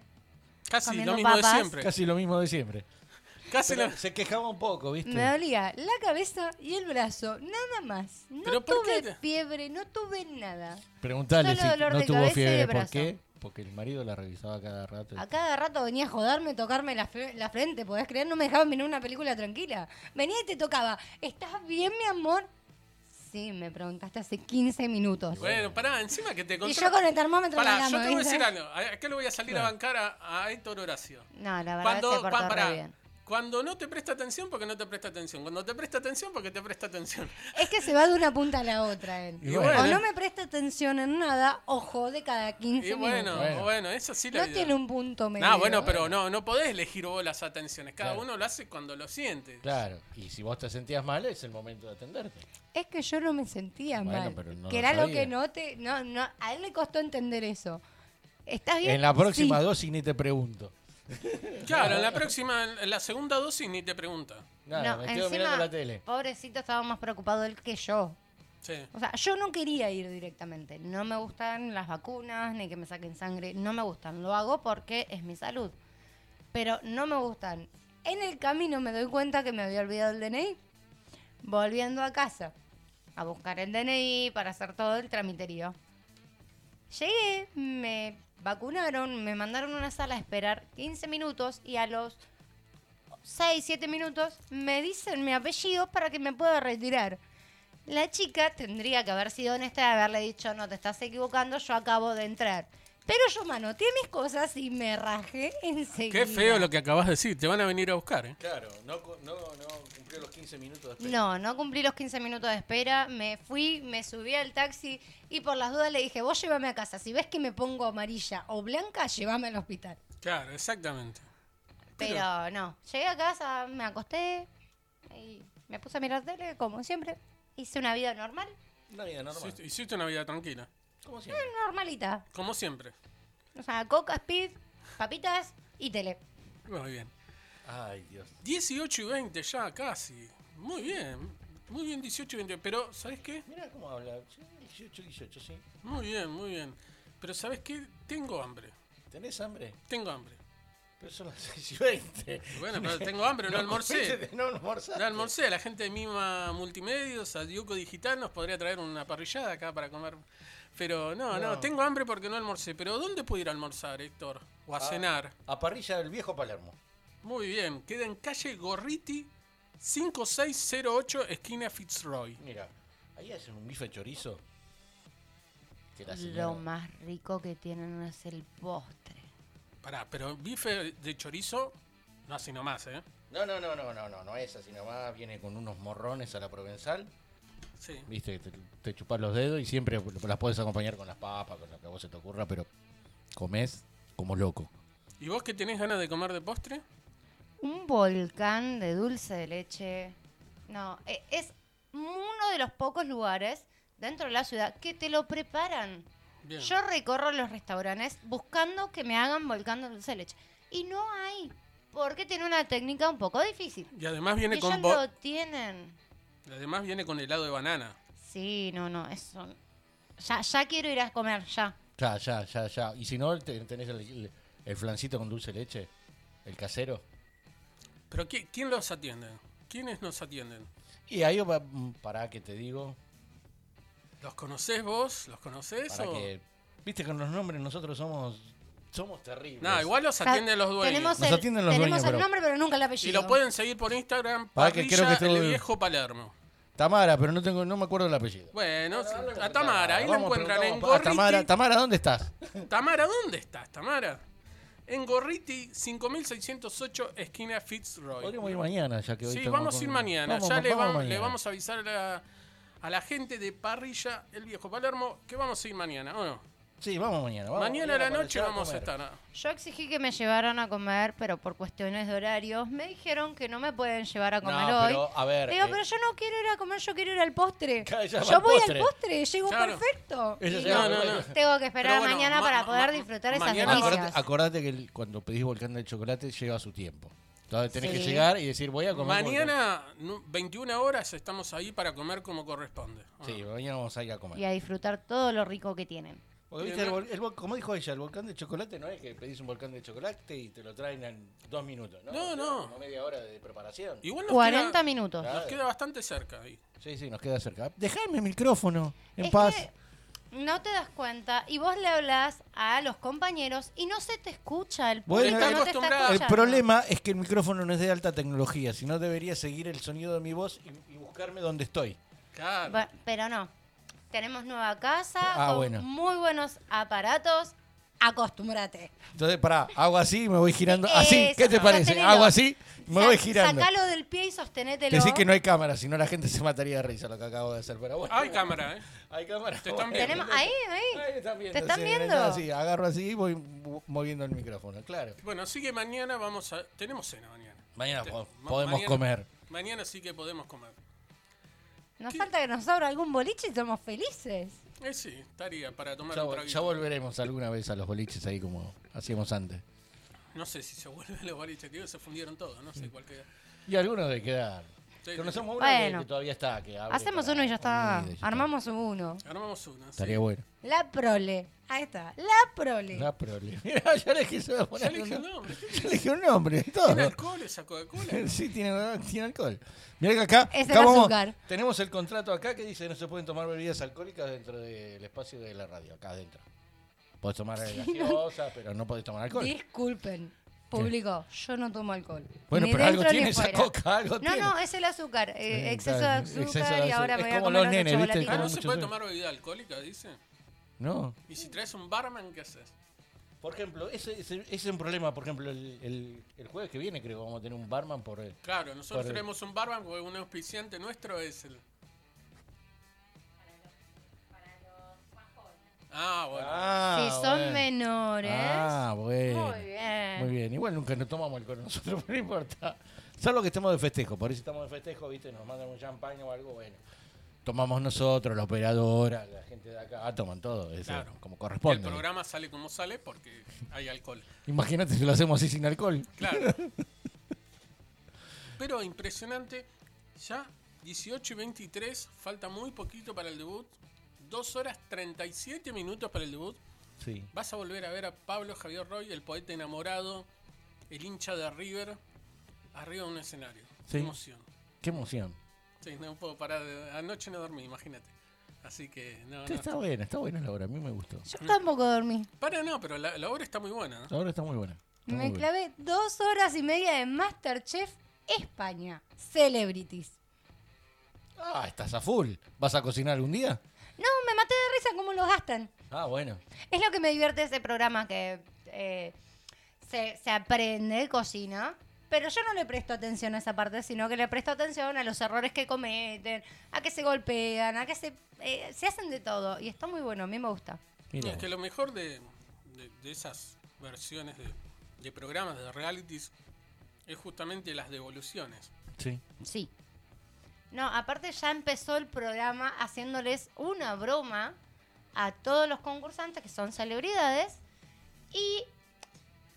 B: Casi
D: Mm. comiendo
B: lo mismo
D: papas.
B: de siempre. Casi,
C: Casi lo mismo de siempre.
B: lo-
C: Pero se quejaba un poco, ¿viste?
D: Me dolía la cabeza y el brazo, nada más. No
B: ¿Pero por
D: tuve
B: qué?
D: fiebre, no tuve nada.
C: Preguntale
D: Solo
C: si
D: dolor
C: no
D: de
C: tuvo
D: cabeza y
C: fiebre.
D: de
C: ¿Por
D: brazo.
C: qué? Porque el marido la revisaba cada rato.
D: A cada rato venía a jodarme, a tocarme la, fre- la frente, ¿podés creer? No me dejaban mirar una película tranquila. Venía y te tocaba, ¿estás bien, mi amor? Sí, me preguntaste hace 15 minutos.
B: Bueno, pará, encima que te
D: y
B: controla-
D: yo con el termómetro en la
B: Pará, yo
D: cama,
B: te voy a
D: ¿viste?
B: decir algo. A- Acá lo voy a salir a bancar a, a Héctor Horacio.
D: No, la verdad se
B: Cuando,
D: portó
B: pa-
D: re
B: pará.
D: bien.
B: Cuando no te presta atención, porque no te presta atención. Cuando te presta atención, porque te presta atención.
D: Es que se va de una punta a la otra él.
C: Y
B: bueno.
D: O no me presta atención en nada o jode cada 15
B: Y bueno,
D: minutos.
B: bueno,
C: Bueno.
B: eso sí la
D: No
B: vida.
D: tiene un punto medio. ¿eh?
B: Nah, bueno, pero no, no podés elegir vos las atenciones. Cada
C: Claro.
B: uno lo hace cuando lo siente.
C: Claro. Y si vos te sentías mal, es el momento de atenderte.
D: Es que yo no me sentía
C: Bueno,
D: mal.
C: pero no
D: que
C: lo
D: era lo
C: sabía.
D: que no te. No, no, a él le costó entender eso. ¿Estás bien?
C: En la próxima
D: Sí.
C: dosis ni te pregunto.
B: Claro, en la próxima, en la segunda dosis ni te pregunta.
C: Nada,
D: No,
C: me quedo
D: encima,
C: mirando la tele.
D: Pobrecito estaba más preocupado él que yo.
B: Sí.
D: O sea, yo no quería ir directamente. No me gustan las vacunas, ni que me saquen sangre. No me gustan. Lo hago porque es mi salud. Pero no me gustan. En el camino me doy cuenta que me había olvidado el DNI. Volviendo a casa a buscar el DNI para hacer todo el tramiterío. Llegué, me vacunaron, me mandaron a una sala a esperar 15 minutos y a los 6, 7 minutos me dicen mi apellido para que me pueda retirar. La chica tendría que haber sido honesta y haberle dicho, no, te estás equivocando, yo acabo de entrar. Pero yo manoteé mis cosas y me rajé enseguida.
B: Qué feo lo que acabas de decir. Te van a venir a buscar, ¿eh?
C: Claro, no, no, no cumplió los 15 minutos después.
D: No, no cumplí los 15 minutos de espera, me fui, me subí al taxi y por las dudas le dije, vos llévame a casa, si ves que me pongo amarilla o blanca, llévame al hospital.
B: Claro, exactamente.
D: Pero no, llegué a casa, me acosté y me puse a mirar tele, como siempre, hice una vida normal,
C: Una vida normal.
B: Hiciste- Hiciste una vida tranquila.
C: ¿Cómo siempre?
D: normalita,
B: Como siempre.
D: o sea, coca, speed, papitas y tele.
B: Muy bien.
C: Ay, Dios.
B: 18 y 20 ya casi. Muy bien. Muy bien 18 y 20. Pero, ¿sabes qué?
C: Mira cómo habla. Sí, 18, 18, sí.
B: Muy bien, muy bien. Pero, ¿sabes qué? Tengo hambre.
C: ¿Tenés hambre?
B: Tengo hambre.
C: Pero son las 6 y 20.
B: Bueno, pero tengo hambre, no almorcé.
C: No almorzaste.
B: Ya almorcé, la gente de Mima Multimedios, a Diuco Digital nos podría traer una parrillada acá para comer. Pero no, no,
C: No.
B: tengo hambre porque no almorcé. Pero ¿dónde puedo ir a almorzar, Héctor? O a
C: Ah.
B: cenar.
C: A parrilla del viejo Palermo.
B: Muy bien, queda en calle Gorriti 5608, esquina Fitzroy.
C: Mira, ahí hacen un bife chorizo. Que la señora-
D: Lo más rico que tienen es el postre.
B: Pará, pero bife de chorizo, no así nomás, ¿eh?
C: No, no, no, no, no, no, no es así nomás. Viene con unos morrones a la provenzal.
B: Sí.
C: Viste, que te, te chupas los dedos y siempre las puedes acompañar con las papas, con lo que a vos se te ocurra, pero comés como loco.
B: ¿Y vos qué tenés ganas de comer de postre?
D: Un volcán de dulce de leche. No, e- es uno de los pocos lugares dentro de la ciudad que te lo preparan.
B: Bien.
D: Yo recorro los restaurantes buscando que me hagan volcán de dulce de leche. Y no hay, porque tiene una técnica un poco difícil.
B: Y además viene
D: Ellos
B: con bo-
D: lo tienen.
B: además viene con helado de banana.
D: Sí, no, no, eso. Ya, ya quiero ir a comer, ya.
C: Ya, ya, ya, ya. Y si no, te- tenés el, el- el flancito con dulce de leche, el casero.
B: Pero ¿qui- ¿quién los atiende? ¿Quiénes nos atienden?
C: Y ahí va, para que te digo,
B: ¿Los conocés vos? ¿Los conocés
C: para
B: o...?
C: que... Viste, con los nombres nosotros somos somos terribles.
B: No, igual los
D: O sea,
B: atienden los dueños.
D: Tenemos
C: Nos
D: el,
C: atienden los
D: tenemos
C: dueños,
D: el
C: pero-
D: nombre, pero nunca el apellido.
B: Y lo pueden seguir por Instagram,
C: Pará que
B: parrilla
C: creo que estoy-
B: el viejo Palermo.
C: Tamara, pero no tengo no me acuerdo el apellido.
B: Bueno, a Tamara, ahí la
C: Vamos,
B: encuentran en
C: preguntamos, ah,
B: Gorriti.
C: Tamara, Tamara, ¿dónde estás?
B: Tamara, ¿dónde estás, Tamara? En Gorriti 5608, esquina Fitzroy.
C: Podríamos ir mañana, ya que hoy
B: Sí,
C: estamos
B: vamos a ir
C: con-
B: mañana.
C: Vamos,
B: ya le,
C: vamos
B: vam-
C: mañana.
B: le vamos a avisar a la, a la gente de Parrilla, el viejo Palermo, que vamos a ir mañana, ¿o no?
C: Sí, vamos mañana. vamos
B: mañana a la
C: para
B: noche
C: allá
B: vamos a
C: comer.
B: estar. ¿no?
D: Yo exigí que me llevaran a comer, pero por cuestiones de horarios me dijeron que no me pueden llevar a
C: No,
D: comer hoy.
C: pero, a ver,
D: Le digo,
C: eh,
D: pero yo no quiero ir a comer, yo quiero ir al postre.
C: Claro, ya va
D: yo
C: al
D: voy
C: postre.
D: al postre, llego
B: Claro.
D: perfecto.
C: Eso
D: Y
C: ya va
D: no,
C: al
D: no,
C: postre.
D: no. tengo que esperar
B: Pero
D: a
B: bueno,
D: mañana
B: ma-
D: para
B: ma-
D: poder
B: ma-
D: disfrutar esas
B: mañana- ah,
D: delicias.
C: Acordate, acordate que el- cuando pedís volcán de chocolate lleva su tiempo. Entonces tenés que
D: Sí.
C: llegar y decir, voy a comer.
B: Mañana, nu- 21 horas, estamos ahí para comer como corresponde. ¿o no?
C: volcán. Sí, mañana vamos a ir a comer.
D: Y a disfrutar todo lo rico que tienen.
C: Porque, viste, el vol- el vol- como dijo ella, el volcán de chocolate no es que pedís un volcán de chocolate y te lo traen en dos minutos. No,
B: No,
C: Lleva
B: no.
C: Como media hora de preparación.
B: Igual nos
D: 40
B: queda,
D: minutos.
B: nos queda bastante cerca ahí.
C: Sí, sí, nos queda cerca. Dejadme el micrófono, en
D: Es
C: paz.
D: que no te das cuenta y vos le hablas a los compañeros y no se te escucha el
C: Bueno,
D: público
C: Está
D: no te está
B: acostumbrada.
D: escuchando.
C: El problema es que el micrófono no es de alta tecnología, si no debería seguir el sonido de mi voz y, y buscarme donde estoy.
B: Claro.
D: Bueno, pero no. Tenemos nueva casa
C: Ah,
D: con
C: bueno.
D: muy buenos aparatos. Acostúmbrate.
C: Entonces, pará, hago así y me voy girando.
D: Eso,
C: Así, ¿qué te parece?
D: sostenelo.
C: Hago así y me
D: Sa-
C: voy girando.
D: Sacalo del pie y sostenételo.
C: Decí que no hay cámara, si no la gente se mataría de risa lo que acabo de hacer. Pero bueno,
B: Hay cámara, ¿eh?
C: hay cámara.
B: Te están
C: bueno.
D: Tenemos, ahí, ahí.
C: Ahí están viendo,
D: ¿Te están
C: sí,
D: viendo?
C: así, agarro así y voy mu- moviendo el micrófono, claro.
B: Bueno, así que mañana vamos a... Tenemos cena mañana.
C: Mañana
B: Te-
C: po-
B: Este, ma-
C: podemos
B: mañana-
C: comer.
B: Mañana sí que podemos comer.
D: Nos falta que nos abra algún boliche y somos felices.
C: Ah,
B: Eh, sí, estaría para tomar
C: Ya,
B: un
C: vol- ya
B: traguito.
C: volveremos alguna vez a los boliches ahí como hacíamos antes.
B: No sé si se vuelven los boliches, tío, se fundieron todos, no sé cuál queda.
C: Y algunos de quedar.
B: Sí,
C: Conocemos uno
D: Bueno.
C: que, que todavía está. Que abre
D: Hacemos
C: para-
D: uno y ya está.
C: Sí, ya está.
D: Armamos uno.
B: Armamos uno. sí.
C: Estaría bueno.
D: La prole. Ahí está. La prole.
C: No, pero le- Mirá, yo le quise
B: Ya
C: poner
B: le dije,
C: un nombre.
B: no, ¿qué
C: Yo le dije un nombre, todo.
B: tiene alcohol esa Coca-Cola? Ah,
C: Sí, tiene, tiene alcohol. Mirá que acá,
D: Es el
C: acá vamos-
D: azúcar.
C: tenemos el contrato acá que dice que no se pueden tomar bebidas alcohólicas dentro del espacio de la radio, acá adentro. Podés tomar gaseosa, pero no podés tomar alcohol.
D: Disculpen, público, yo no tomo alcohol.
C: Bueno,
D: Ni
C: pero algo
D: dentro ni
C: tiene esa
D: fuera.
C: coca, algo
D: no,
C: tiene.
D: no, es el azúcar. eh,
C: Sí,
D: exceso de
C: claro,
D: azúcar
C: exceso de
D: y ahora
C: azu-
D: me
C: es
D: voy a
C: como
D: comer
C: los
D: otro
C: nenes, ¿viste?
D: chocolatito.
B: Ah, no
C: mucho
B: se puede
C: sueño.
B: tomar bebida alcohólica, dice.
C: No.
B: Y si traes un barman, ¿qué haces?
C: Por ejemplo, ese, ese- ese es un problema. Por ejemplo, el, el- el jueves que viene creo que vamos a tener un barman por el...
B: Claro, nosotros
C: Por-
B: tenemos un barman porque un auspiciante nuestro es el. Ah, bueno.
C: Ah,
D: Si son
C: bueno.
D: menores.
C: Ah, bueno.
D: Muy bien.
C: Muy bien, igual nunca nos tomamos alcohol nosotros, pero no importa. Salvo que estemos de festejo, por eso estamos de festejo, viste, nos mandan un champaña o algo, bueno. Tomamos nosotros, la operadora, la gente de acá, Ah, toman todo, eso,
B: Claro.
C: como
B: El
C: corresponde.
B: programa sale como sale porque hay alcohol.
C: Imagínate si lo hacemos así sin alcohol.
B: Claro. Pero impresionante, ya 18 y 23, falta muy poquito para el debut. 2 horas 37 minutos para el debut.
C: Sí.
B: Vas a volver a ver a Pablo Javier Roy, el poeta enamorado, el hincha de River arriba de un escenario.
C: Sí.
B: Qué emoción.
C: Qué emoción.
B: Sí, no puedo parar. de- Anoche no dormí, imagínate. Así que, no,
C: Sí,
B: no.
C: está buena, está buena la obra, a mí me gustó.
D: Yo tampoco dormí.
B: Para, no, pero la, la obra está muy buena. ¿no?
C: La obra está muy buena. está muy
D: Me
C: buena.
D: clavé dos horas y media de Masterchef España. Celebrities.
C: Ah, estás a full. ¿Vas a cocinar algún día?
D: No, me maté de risa cómo los gastan.
C: Ah, bueno.
D: Es lo que me divierte de ese programa que eh, se, se aprende de cocina. Pero yo no le presto atención a esa parte, sino que le presto atención a los errores que cometen, a que se golpean, a que se, eh, se hacen de todo. Y está muy bueno, a mí me gusta.
C: Mira.
B: Es que lo mejor de, de- de esas versiones de, de programas, de realities, es justamente las devoluciones.
C: Sí.
D: Sí. No, aparte ya empezó el programa haciéndoles una broma a todos los concursantes que son celebridades y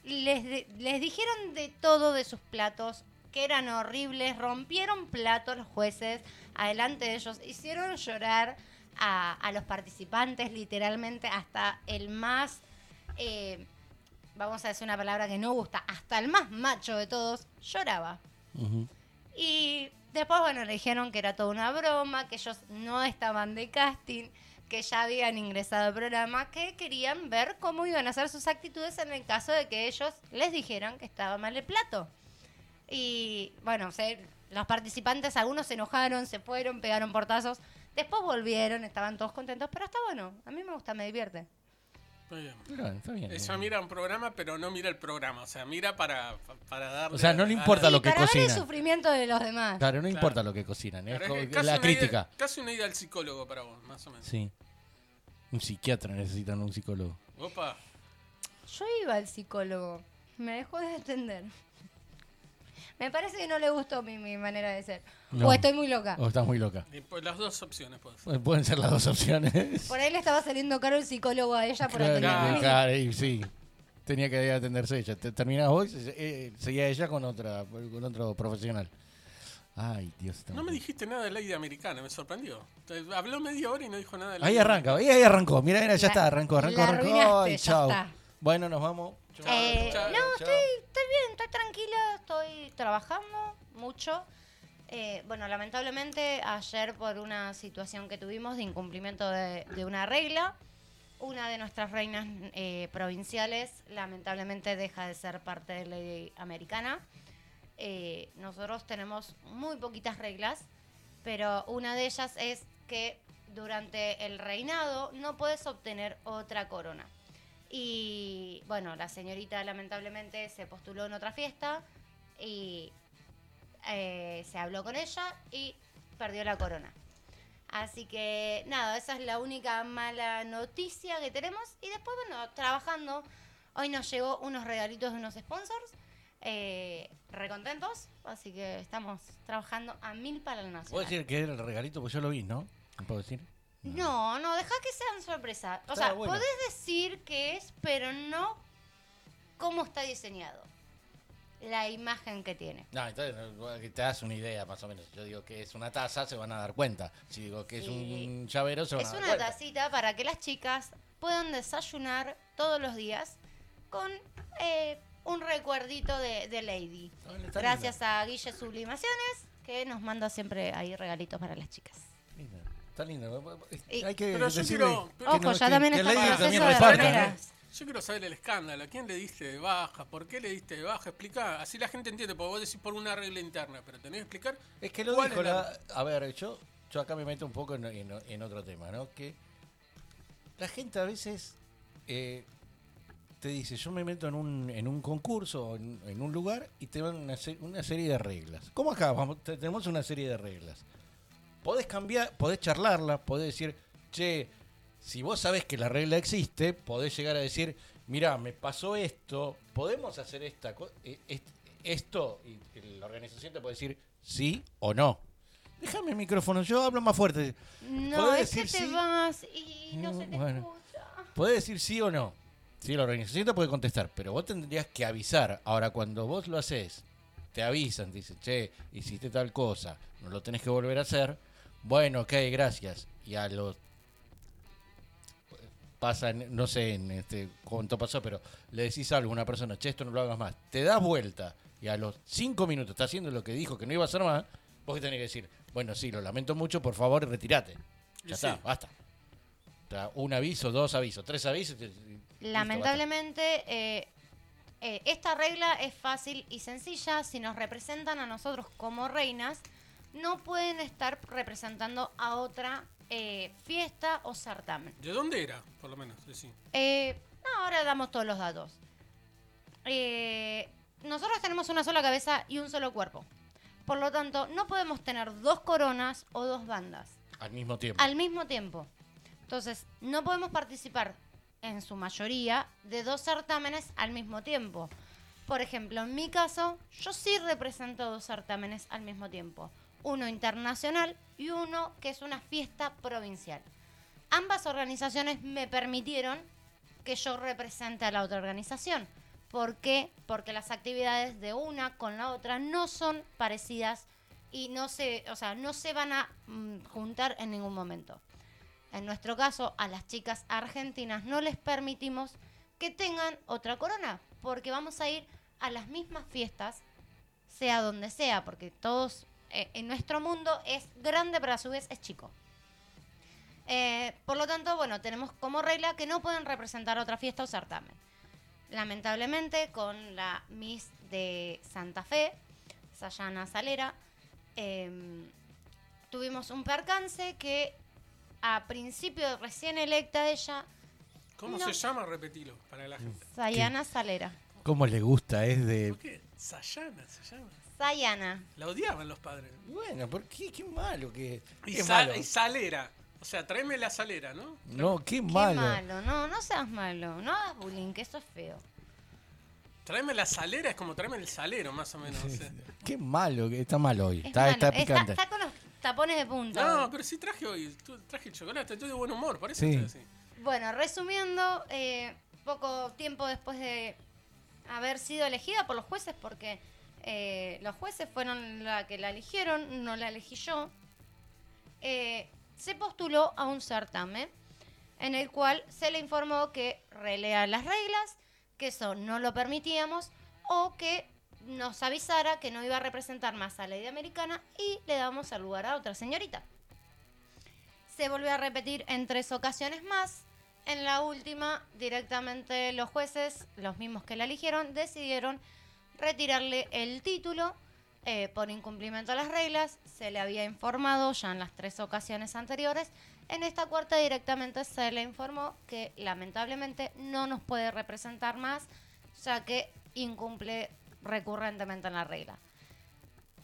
D: les, de- les dijeron de todo de sus platos, que eran horribles, rompieron platos los jueces, adelante de ellos, hicieron llorar a, a los participantes literalmente hasta el más... eh, Vamos a decir una palabra que no gusta, hasta el más macho de todos lloraba.
C: Ujú.
D: Y después, bueno, le dijeron que era toda una broma, que ellos no estaban de casting, que ya habían ingresado al programa, que querían ver cómo iban a hacer sus actitudes en el caso de que ellos les dijeran que estaba mal el plato. Y bueno, se- los participantes, algunos se enojaron, se fueron, pegaron portazos. Después volvieron, estaban todos contentos, pero está bueno. A mí me gusta, me divierte.
B: Muy bien.
C: Mirá, está bien.
B: Ella mira un programa, pero no mira el programa. O sea, mira para, pa- para darle.
C: O sea, no le
B: a-
C: importa
B: a-
C: lo que
D: para ver el
C: cocinan.
D: sufrimiento de los demás.
C: Claro, no importa lo que cocinan, es
B: Pero
C: como
B: es
C: la
B: una ida-
C: crítica.
B: casi una ida al psicólogo para vos, más o menos.
C: Sí. Un psiquiatra necesitan un psicólogo.
B: Opa.
D: Yo iba al psicólogo. Me dejó de atender. Me parece que no le gustó mi, mi manera de ser.
C: No.
D: O estoy muy loca.
C: O estás Oh, muy loca.
B: Y pues las dos opciones, pues.
C: Bueno, Pueden ser las dos opciones.
D: Por ahí le estaba saliendo caro el psicólogo a ella por
C: Claro,
D: atenderme a mí.
C: claro, y sí. Tenía que atenderse ella. Te- Terminás vos, se- eh, seguía ella con otra, con otro profesional. Ay, Dios. está
B: No me
C: mal.
B: dijiste nada de la idea americana, me sorprendió. Te- Habló media hora y no dijo nada de la
C: Ahí
B: idea.
C: arranca, ahí, ahí arrancó. Mira, mira, ya
D: La-
C: está, arrancó, arrancó,
D: la
C: arrancó.
D: arruinaste,
C: Ay,
D: ya
C: chau.
D: está.
C: Bueno, nos vamos.
B: Chao,
D: Eh,
B: chao,
D: no,
B: chao.
D: estoy, estoy bien, estoy tranquila, estoy trabajando mucho. Eh, bueno, lamentablemente ayer por una situación que tuvimos de incumplimiento de, de una regla, una de nuestras reinas eh, provinciales lamentablemente deja de ser parte de la ley americana. Eh, nosotros tenemos muy poquitas reglas, pero una de ellas es que durante el reinado no puedes obtener otra corona. Y bueno, la señorita lamentablemente se postuló en otra fiesta y eh, se habló con ella y perdió la corona. Así que nada, esa es la única mala noticia que tenemos. Y después, bueno, trabajando, hoy nos llegó unos regalitos de unos sponsors, eh, recontentos. Así que estamos trabajando a mil para el
C: ¿Puedo
D: nacional.
C: decir que era el regalito? Pues yo lo vi, ¿no? ¿Puedo decir?
D: No, no, deja que sean sorpresa. O
C: Está
D: sea,
C: bueno.
D: podés decir qué es, pero no cómo está diseñado. La imagen que tiene.
C: No, entonces no, que te das una idea más o menos. Yo digo que es una taza, se van a dar cuenta. Si digo que es
D: Sí.
C: un llavero, se van
D: es
C: a dar
D: una
C: cuenta.
D: tacita para que las chicas puedan desayunar todos los días con eh, un recuerdito de, de Lady.
C: Ah, bueno, está
D: Gracias a Guille Sublimaciones, que nos manda siempre ahí regalitos para las chicas.
C: Linda, Está lindo.
D: Y-
C: Hay que
B: Pero yo
C: decirle
B: quiero-
C: que
D: Ojo,
C: no-
D: ya
C: que-
D: también
C: que
D: está
C: Lady
D: el proceso
C: también
D: de
C: reparta, ¿no?
D: barreras.
B: Yo quiero saber el escándalo. ¿A quién le diste de baja? ¿Por qué le diste de baja? Explica. Así la gente entiende, porque vos decís por una regla interna, pero tenés que explicar.
C: Es que lo
B: cuál
C: dijo
B: es la-
C: la... A ver, yo, yo acá me meto un poco en, en- en otro tema, ¿no? Que la gente a veces eh, te dice, yo me meto en un, en un concurso, o en, en un lugar, y te dan una, se- una serie de reglas. ¿Cómo acá? Vamos, te- tenemos una serie de reglas. Podés cambiar, podés charlarla, podés decir, che, si vos sabés que la regla existe, podés llegar a decir, mirá, me pasó esto, podemos hacer esta co- e- est- esto, y la organización te puede decir sí o no. Déjame el micrófono, yo hablo más fuerte.
D: No,
C: ¿Podés
D: es que te
C: decir sí?
D: vas y no,
C: No,
D: se te
C: bueno.
D: escucha.
C: Podés decir sí o no. Sí, la organización te puede contestar, pero vos tendrías que avisar. Ahora, cuando vos lo haces, te avisan, te dicen, che, hiciste tal cosa, no lo tenés que volver a hacer. Bueno, ok, gracias. Y a los pasa, en- no sé en este cuánto pasó, pero le decís algo a una persona, che, esto no lo hagas más, te das vuelta y a los cinco minutos está haciendo lo que dijo que no iba a hacer más, vos que tenés que decir, bueno, sí, lo lamento mucho, por favor, retirate.
B: Y
C: Ya está,
B: sí.
C: basta. O sea, un aviso, dos avisos, tres avisos. y te- y-
D: Lamentablemente, eh, eh, esta regla es fácil y sencilla. Si nos representan a nosotros como reinas, no pueden estar representando a otra eh, fiesta o certamen.
B: ¿De dónde era? Por lo menos, decí.
D: Eh, no, ahora damos todos los datos. Eh, nosotros tenemos una sola cabeza y un solo cuerpo. Basta. Por lo tanto, no podemos tener dos coronas o dos bandas
C: basta. Al mismo tiempo.
D: al mismo tiempo. Entonces, no podemos participar en su mayoría de dos certámenes al mismo tiempo. Por ejemplo, en mi caso, yo sí represento dos certámenes al mismo tiempo. Uno internacional y uno que es una fiesta provincial. Ambas organizaciones me permitieron que yo represente a la otra organización. ¿Por qué? Porque las actividades de una con la otra no son parecidas y no se, o sea, no se van a mm, juntar en ningún momento. En nuestro caso, a las chicas argentinas no les permitimos que tengan otra corona, porque vamos a ir a las mismas fiestas, sea donde sea, porque todos eh, en nuestro mundo es grande, pero a su vez es chico. Eh, por lo tanto, bueno, tenemos como regla que no pueden representar otra fiesta o certamen. Lamentablemente, con la Miss de Santa Fe, Sayana Salera, em, tuvimos un percance que a principio recién electa ella,
B: ¿Cómo
D: No.
B: se llama? Repetilo para la gente.
D: Sayana Salera.
C: ¿Cómo le gusta? Es de.
B: ¿Por qué? Sayana se llama.
D: Sayana.
B: La odiaban los padres.
C: Bueno, ¿por qué? Qué malo que.
B: Y,
C: qué
B: sal-
C: malo.
B: y salera. O sea, tráeme la salera, ¿no?
C: No, qué
D: Qué
C: malo.
D: malo. no, no seas malo. No hagas bullying, que eso es feo.
B: Tráeme la salera es como tráeme el salero, más o menos. o sea.
C: Qué malo, que está mal hoy.
D: Es
C: Está,
D: malo.
C: está picante.
D: está con los tapones de punta.
B: No, pero sí traje hoy. tú- Traje chocolate, estoy de buen humor, parece
C: Sí.
B: que estoy así.
D: Bueno, resumiendo, eh, poco tiempo después de haber sido elegida por los jueces, porque eh, los jueces fueron la que la eligieron, no la elegí yo, eh, se postuló a un certamen en el cual se le informó que relea las reglas, que eso no lo permitíamos, o que nos avisara que no iba a representar más a la idea americana y le damos el lugar a otra señorita se volvió a repetir en tres ocasiones más. En la última, directamente los jueces, los mismos que la eligieron, decidieron retirarle el título eh, por incumplimiento a las reglas. Se le había informado ya en las tres ocasiones anteriores. En esta cuarta directamente se le informó que lamentablemente no nos puede representar más, ya que incumple recurrentemente en la regla.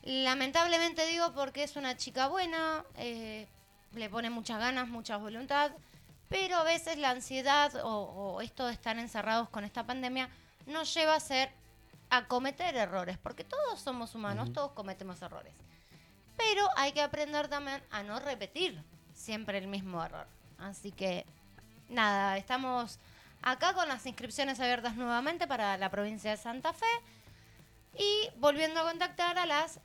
D: Lamentablemente digo porque es una chica buena, eh, le pone muchas ganas, mucha voluntad, pero a veces la ansiedad o, o esto de estar encerrados con esta pandemia nos lleva a ser a cometer errores, porque todos somos humanos, todos cometemos errores. Pero hay que aprender también a no repetir siempre el mismo error. Así que nada, estamos acá con las inscripciones abiertas nuevamente para la provincia de Santa Fe y volviendo a contactar a las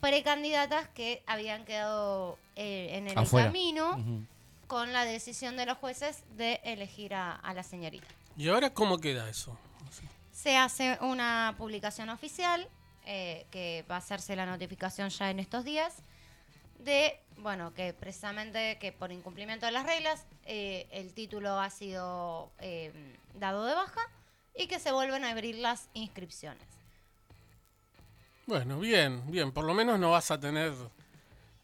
D: precandidatas que habían quedado eh, en el
C: Afuera.
D: camino
C: Ujú.
D: con la decisión de los jueces de elegir a, a la señorita.
B: ¿Y ahora cómo queda eso?
D: Se hace una publicación oficial, eh, que va a hacerse la notificación ya en estos días, de, bueno, que precisamente que por incumplimiento de las reglas eh, el título ha sido eh, dado de baja y que se vuelven a abrir las inscripciones.
B: Bueno, bien, bien. Por lo menos no vas a tener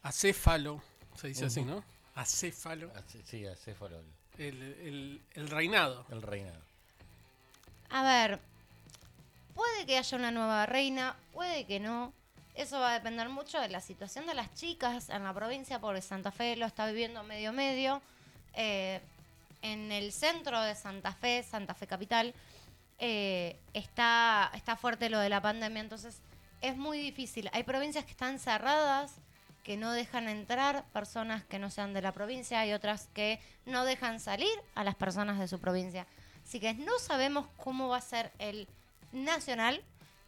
B: acéfalo, se dice así, ¿no? Acéfalo.
C: Ah, sí, Sí, acéfalo,
B: El, el- el reinado.
C: el reinado.
D: A ver, puede que haya una nueva reina, puede que no. Eso va a depender mucho de la situación de las chicas en la provincia, porque Santa Fe lo está viviendo medio medio. Eh, en el centro de Santa Fe, Santa Fe Capital, eh, está, está fuerte lo de la pandemia, entonces es muy difícil. Hay provincias que están cerradas, que no dejan entrar personas que no sean de la provincia, hay otras que no dejan salir a las personas de su provincia. Así que no sabemos cómo va a ser el nacional,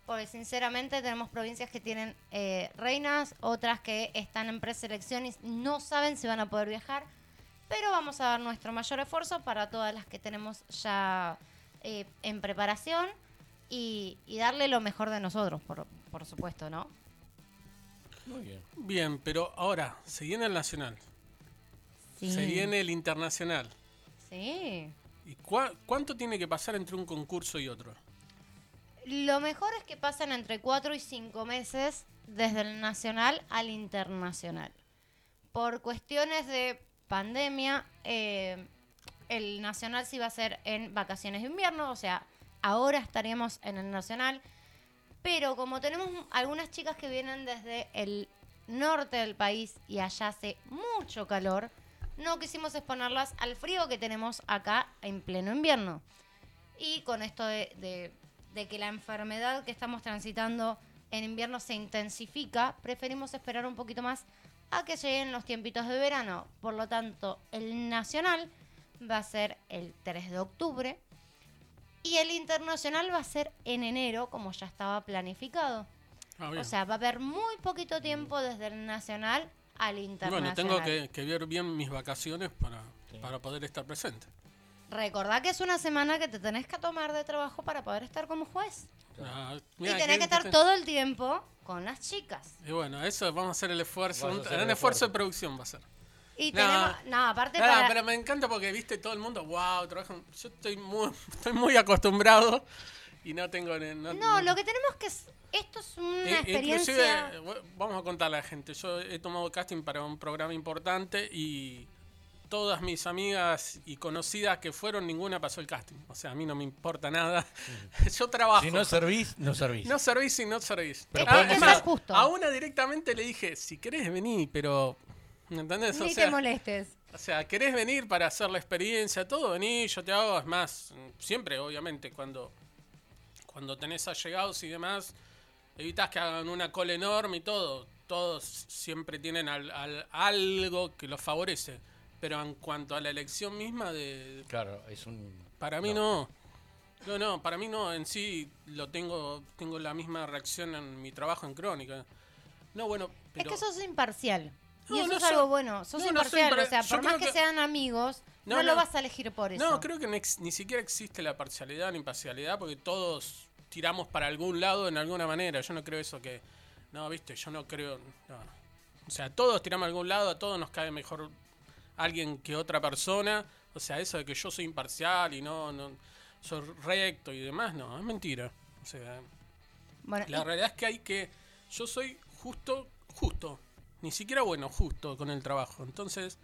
D: porque sinceramente tenemos provincias que tienen eh, reinas, otras que están en preselección y no saben si van a poder viajar. pero vamos a dar nuestro mayor esfuerzo para todas las que tenemos ya eh, en preparación y, y darle lo mejor de nosotros, por, por supuesto, ¿no?
C: Muy bien.
B: Bien, pero ahora se viene el nacional,
D: Sí.
B: se viene el internacional.
D: Sí.
B: ¿Y cua- cuánto tiene que pasar entre un concurso y otro?
D: Lo mejor es que pasan entre 4 y 5 meses desde el nacional al internacional. Por cuestiones de pandemia, eh, el nacional sí va a ser en vacaciones de invierno, o sea, ahora estaríamos en el nacional. Pero como tenemos algunas chicas que vienen desde el norte del país y allá hace mucho calor, no quisimos exponerlas al frío que tenemos acá en pleno invierno. Y con esto de, de- de que la enfermedad que estamos transitando en invierno se intensifica, preferimos esperar un poquito más a que lleguen los tiempitos de verano. Por lo tanto, el nacional va a ser el 3 de octubre y el internacional va a ser en enero, como ya estaba planificado.
B: Ah, bien.
D: O sea, va a haber muy poquito tiempo desde el nacional al
B: bueno,
D: internacional.
B: tengo que, que ver bien mis vacaciones para, para poder estar presente.
D: Recordá que es una semana que te tenés que tomar de trabajo para poder estar como juez.
B: Ah,
D: y
B: mirá,
D: tenés que estar
B: te-
D: todo el tiempo con las chicas.
B: Y bueno, eso vamos a hacer el esfuerzo.
C: Vas a
B: Un,
C: hacer el
B: un esfuerzo
C: esfuerzo.
B: de producción va a ser.
D: Y
B: No.
D: tenemos. No, aparte
B: Nada,
D: para-
B: pero me encanta porque viste todo el mundo, wow, trabajan. Yo estoy muy, estoy muy acostumbrado y no tengo. ni- No,
D: No, lo que tenemos que. es- Esto es una
B: Eh,
D: experiencia.
B: Inclusive, eh, vamos a contarle a la gente. Yo he tomado casting para un programa importante y todas mis amigas y conocidas que fueron, ninguna pasó el casting. O sea, a mí no me importa nada. Yo trabajo.
C: Si no servís, no servís.
B: No servís y no servís.
C: Pero
B: Ah,
C: podemos
B: es
C: ir-
B: más,
D: Eso es justo.
B: A una directamente le dije, si querés vení, pero... ¿Me entendés?
D: Ni
B: o, sea,
D: te molestes.
B: o sea, querés venir para hacer la experiencia, todo, vení, yo te hago, es más, siempre, obviamente, cuando, cuando tenés allegados y demás, evitas que hagan una cola enorme y todo. Todos siempre tienen al- al- algo que los favorece. Pero en cuanto a la elección misma de,
C: Claro, es un.
B: para mí no. No, no, para mí no. En sí lo tengo, tengo la misma reacción en mi trabajo en Crónica. No, bueno, pero...
D: Es que sos imparcial. Y
B: No,
D: eso
B: no
D: es algo
B: soy-
D: bueno. Sos
B: no, no soy
D: imparcial.
B: impar-
D: o sea,
B: yo
D: por más
B: creo
D: que,
B: que-
D: sean amigos, no,
B: No,
D: lo
B: no.
D: vas a elegir por eso.
B: No, creo que no ex- ni siquiera existe la parcialidad ni imparcialidad porque todos tiramos para algún lado en alguna manera. Yo no creo eso que... No, viste, yo no creo... no. O sea, todos tiramos a algún lado, a todos nos cae mejor alguien que otra persona. O sea, eso de que yo soy imparcial y no, no soy recto y demás, no, es mentira. O sea,
D: Bueno,
B: La
D: y-
B: realidad es que hay que. Yo soy justo, justo. Ni siquiera bueno, justo con el trabajo. Entonces,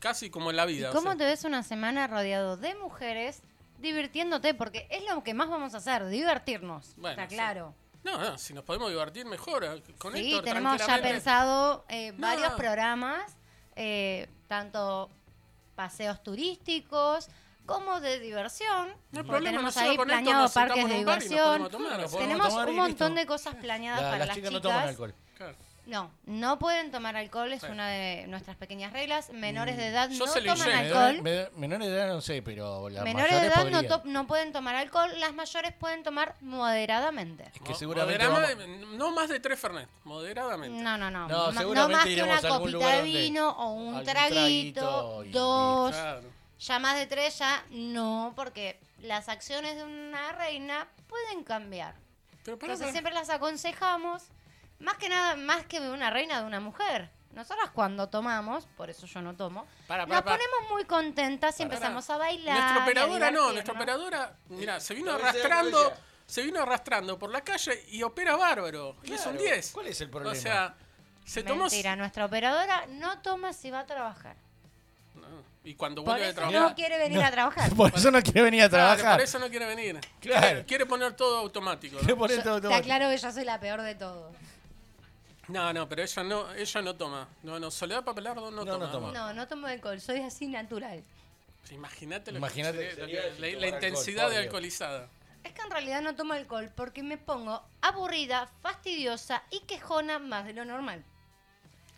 B: casi como en la
D: ¿y
B: vida. o
D: cómo
B: sea.
D: te ves una semana rodeado de mujeres divirtiéndote? Porque es lo que más vamos a hacer, divertirnos.
B: Bueno,
D: está
B: sí.
D: claro.
B: No, no, si nos podemos divertir mejor. eh, Con
D: Sí,
B: Héctor,
D: tenemos ya
B: tranquilamente.
D: pensado eh,
B: No.
D: varios programas, eh, tanto paseos turísticos como de
B: No
D: diversión.
B: hay
D: Porque
B: problema,
D: tenemos
B: nosotros
D: ahí
B: con Héctor
D: planeados
B: nos sentamos
D: parques
B: en
D: de
B: un bar y nos
D: diversión.
B: ponemos a tomar, nos ponemos a
D: Tenemos
C: tomar y
D: un montón
C: listo.
D: de cosas planeadas
C: La-
D: para
C: las
D: las,
C: chicas no toman alcohol.
B: Claro.
D: No, no pueden tomar alcohol, es
B: Sí.
D: una de nuestras pequeñas reglas. Menores
C: Mm.
D: de edad
B: Yo
D: no
B: se lo
D: toman
B: hice.
C: Me da-
D: alcohol.
C: me da- menores de edad no sé, pero ¿eh? la
D: Menores de
C: mayores
D: edad no,
C: podrían.
D: to- no pueden tomar alcohol, las mayores pueden tomar moderadamente.
C: Es que
B: Mo-
C: seguramente.
B: moderadamente-
C: vamos-
B: No más de tres Fernet, moderadamente.
D: No, no, no.
C: No,
D: Ma- No,
C: seguramente
D: más que
C: iremos
D: una
C: a algún
D: copita
C: lugar
D: de
C: donde
D: vino o un
C: algún
D: traguito,
C: traguito y-
D: dos.
B: Claro.
D: Ya más de tres, ya no, porque las acciones de una reina pueden cambiar.
B: Pero pará,
D: Entonces
B: pará.
D: siempre las aconsejamos, más que nada, más que de una reina, de una mujer. Nosotras cuando tomamos, por eso yo no tomo,
B: Para, para,
D: nos
B: para.
D: ponemos muy contentas y
B: Pará.
D: empezamos a bailar.
B: Nuestra
D: y a
B: operadora no,
D: divertirnos.
B: nuestra operadora, mira, se vino
C: La policía, la
B: arrastrando,
C: policía.
B: se vino arrastrando por la calle y opera bárbaro. Y es un
C: Claro,
B: 10.
C: ¿Cuál es el problema?
B: O sea, se tomó.
D: Mentira, nuestra operadora no toma si va a trabajar.
B: No, Y cuando
D: Por
B: vuelve de
D: eso
B: trabajar.
D: no quiere venir a trabajar.
C: Por eso no quiere venir a
B: Claro,
C: trabajar.
B: por eso no quiere venir.
C: Claro.
B: Quiere, quiere poner todo automático.
C: Quiere
B: ¿no?
C: poner
D: Yo-
C: todo-
D: Te
C: todo-
D: aclaro que yo soy la peor de todos.
B: no, no, pero ella no, ella no toma. No, no, Soledad Papelardo no,
C: No,
B: toma.
C: no toma.
D: No, no tomo alcohol, soy así natural.
B: Imagínate lo que
C: Imagínate
B: sería-
C: sería
B: lo que- Pues la-
C: si
B: la,
C: tomara alcohol,
B: intensidad de
C: por Dios.
B: alcoholizada.
D: Es que en realidad no tomo alcohol porque me pongo aburrida, fastidiosa y quejona más de lo normal.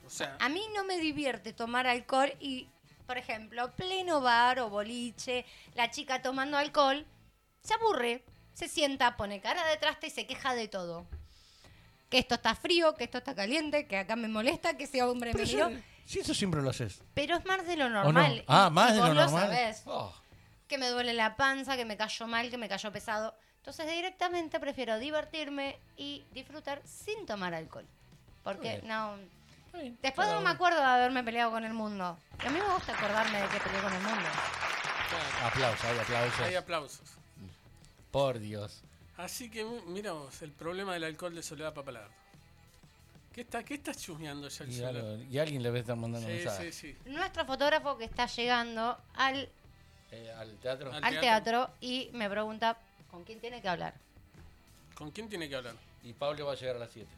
B: O
C: Ah.
B: sea,
D: A mí no me divierte tomar alcohol y, por ejemplo, pleno bar o boliche, la chica tomando alcohol, se aburre, se sienta, pone cara de traste y se queja de todo. Que esto está frío, que esto está caliente, que acá me molesta, que ese hombre me miró.
C: Sí, eso siempre lo haces.
D: Pero es más de lo
C: ¿O no?
D: normal.
C: Ah,
D: y-
C: más
D: y
C: de
D: vos
C: lo normal.
D: sabés.
C: Oh.
D: que me duele la panza, que me cayó mal, que me cayó pesado. Entonces directamente prefiero divertirme y disfrutar sin tomar alcohol. Porque
C: Está
D: no... Después no me acuerdo de haberme peleado con el mundo. A mí me gusta acordarme de que peleé con el mundo.
B: Claro,
C: Aplausos, hay aplausos.
B: Hay aplausos.
C: Por Dios.
B: Así que mi- mira vos, el problema del alcohol de Soledad Papalardo. ¿Qué, está, ¿Qué estás chusmeando ya el
C: Y,
B: Soledad?
C: algo- y alguien le debe estar mandando
B: Sí, sí,
C: mensajes.
B: sí.
D: Nuestro fotógrafo que está llegando al,
C: Eh, al teatro.
B: Al-
D: al
B: teatro.
D: teatro y me pregunta con quién tiene que hablar.
B: ¿Con quién tiene que hablar?
C: Y Pablo va a llegar a las 7.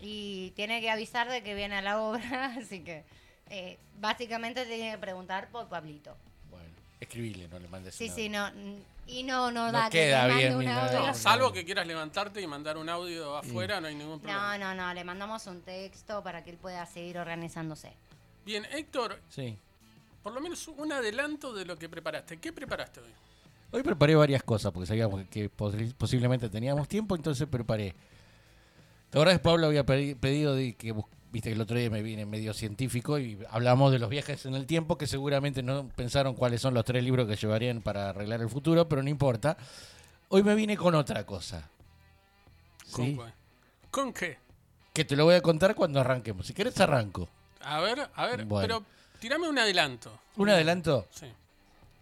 D: Y tiene que avisar de que viene a la obra, así que eh, básicamente tiene que preguntar por Pablito.
C: Bueno, escribile, no le mandes
D: Sí,
C: una-
D: sí, no. n- Y no, no,
C: No
D: da que
C: queda
D: le mande
C: bien
D: un
C: ni nada.
D: audio.
B: No,
C: no.
B: salvo que quieras levantarte y mandar un audio afuera, no hay ningún problema.
D: No, no, no, le mandamos un texto para que él pueda seguir organizándose.
B: Bien, Héctor,
C: Sí.
B: por lo menos un adelanto de lo que preparaste. ¿Qué preparaste hoy?
C: Hoy preparé varias cosas porque sabíamos que pos- posiblemente teníamos tiempo, entonces preparé. La verdad es que Pablo había pedi- pedido de que bus- viste que el otro día me vine medio científico y hablamos de los viajes en el tiempo que seguramente no pensaron cuáles son los tres libros que llevarían para arreglar el futuro, pero no importa. Hoy me vine con otra cosa.
B: ¿Con,
C: ¿Sí?
B: cuál? ¿Con qué?
C: Que te lo voy a contar cuando arranquemos. Si querés arranco.
B: A ver, a ver,
C: Bueno.
B: pero tirame un adelanto.
C: Un adelanto.
B: Sí.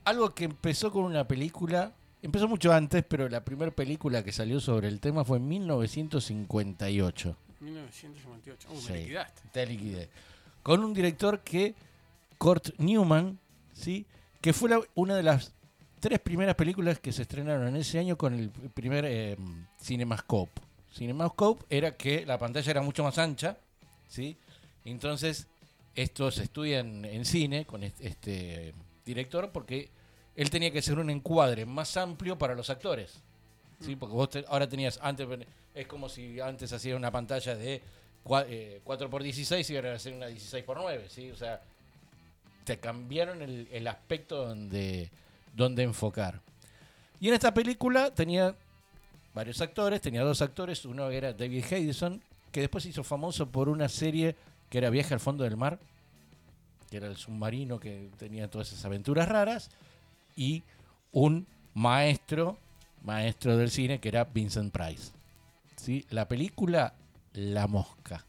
C: Algo que empezó con una película, empezó mucho antes, pero la primera película que salió sobre el tema fue en 1958.
B: 1958. Uh,
C: Sí,
B: me liquidaste.
C: Te liquidé. Con un director que, Kurt Newman, ¿sí? que fue la- una de las tres primeras películas que se estrenaron en ese año con el primer eh, Cinemascope. Cinemascope era que la pantalla era mucho más ancha, ¿sí? Entonces, esto se estudia en, en cine con est- este, director porque él tenía que hacer un encuadre más amplio para los actores.
B: Mm.
C: ¿sí? Porque vos te- ahora tenías, antes es como si antes hacía una pantalla de eh, 4x16 y ahora hacer una 16x9, ¿sí? O sea, te cambiaron el, el aspecto donde, donde enfocar. Y en esta película tenía varios actores, tenía dos actores, uno era David Hayson, que después se hizo famoso por una serie que era Viaje al fondo del mar, que era el submarino que tenía todas esas aventuras raras, y un maestro, maestro del cine, que era Vincent Price. ¿Sí? La película La Mosca,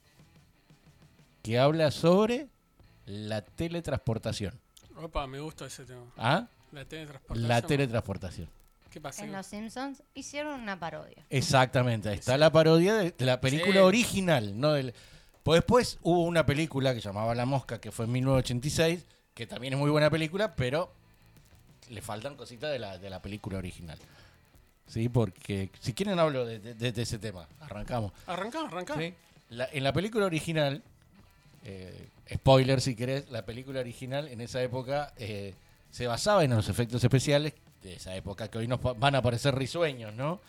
C: que habla sobre la teletransportación.
B: Opa, me gusta ese tema.
C: ¿Ah?
B: La teletransportación.
C: La teletransportación.
B: ¿Qué pasa?
D: En Los Simpsons hicieron una parodia.
C: Exactamente, ahí está la parodia de la película
B: Sí.
C: original, ¿no? Del, pues después hubo una película que llamaba La Mosca, que fue en 1986, que también es muy buena película, pero le faltan cositas de la, de la película original. Sí, porque si quieren hablo de, de- de ese tema, arrancamos.
B: Arrancá, arrancá.
C: Sí. La- en la película original, eh, spoiler si querés, la película original en esa época eh, se basaba en los efectos especiales de esa época que hoy nos pa- van a parecer risueños, ¿no?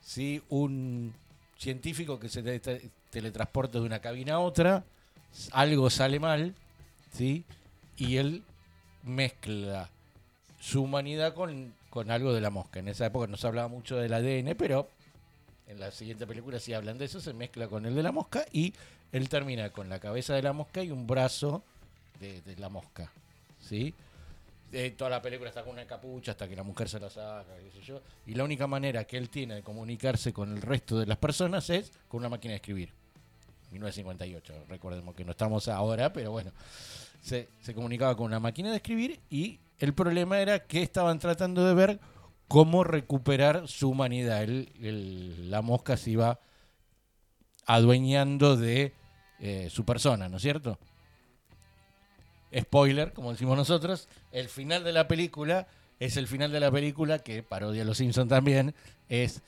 C: Sí, un científico que se te- te- teletransporta de una cabina a otra, s- algo sale mal, ¿sí? Y él mezcla su humanidad con, con algo de la mosca. En esa época no se hablaba mucho del ADN, pero en la siguiente película sí hablan de eso, se mezcla con el de la mosca y él termina con la cabeza de la mosca y un brazo de, de la mosca. ¿Sí? Eh, toda la película está con una capucha hasta que la mujer se la saca, qué sé yo. Y la única manera que él tiene de comunicarse con el resto de las personas es con una máquina de escribir. 1958, recordemos que no estamos ahora, pero bueno. Se, se comunicaba con una máquina de escribir y el problema era que estaban tratando de ver cómo recuperar su humanidad. El- el- la mosca se iba adueñando de eh, su persona, ¿no es cierto? Spoiler, como decimos nosotros, el final de la película es el final de la película que parodia a Los Simpson también, es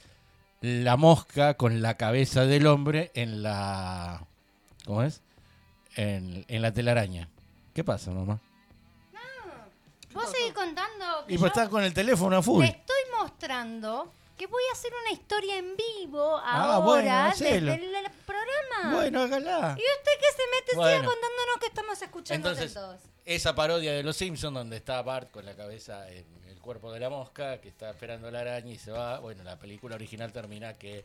C: la mosca con la cabeza del hombre en la ¿cómo es? En, en la telaraña. ¿Qué pasa, mamá?
D: Vos seguís contando. que
C: Y pues
D: yo
C: está con el teléfono a full.
D: te estoy mostrando que voy a hacer una historia en vivo
C: Ah,
D: ahora
C: bueno,
D: desde
C: hacelo.
D: el, el programa.
C: Bueno, hágala.
D: Y usted que se mete sigue
C: Bueno.
D: contándonos que estamos escuchando
C: Entonces,
D: todos.
C: esa parodia de Los Simpsons donde está Bart con la cabeza en el cuerpo de la mosca, que está esperando la araña y se va. Bueno, la película original termina que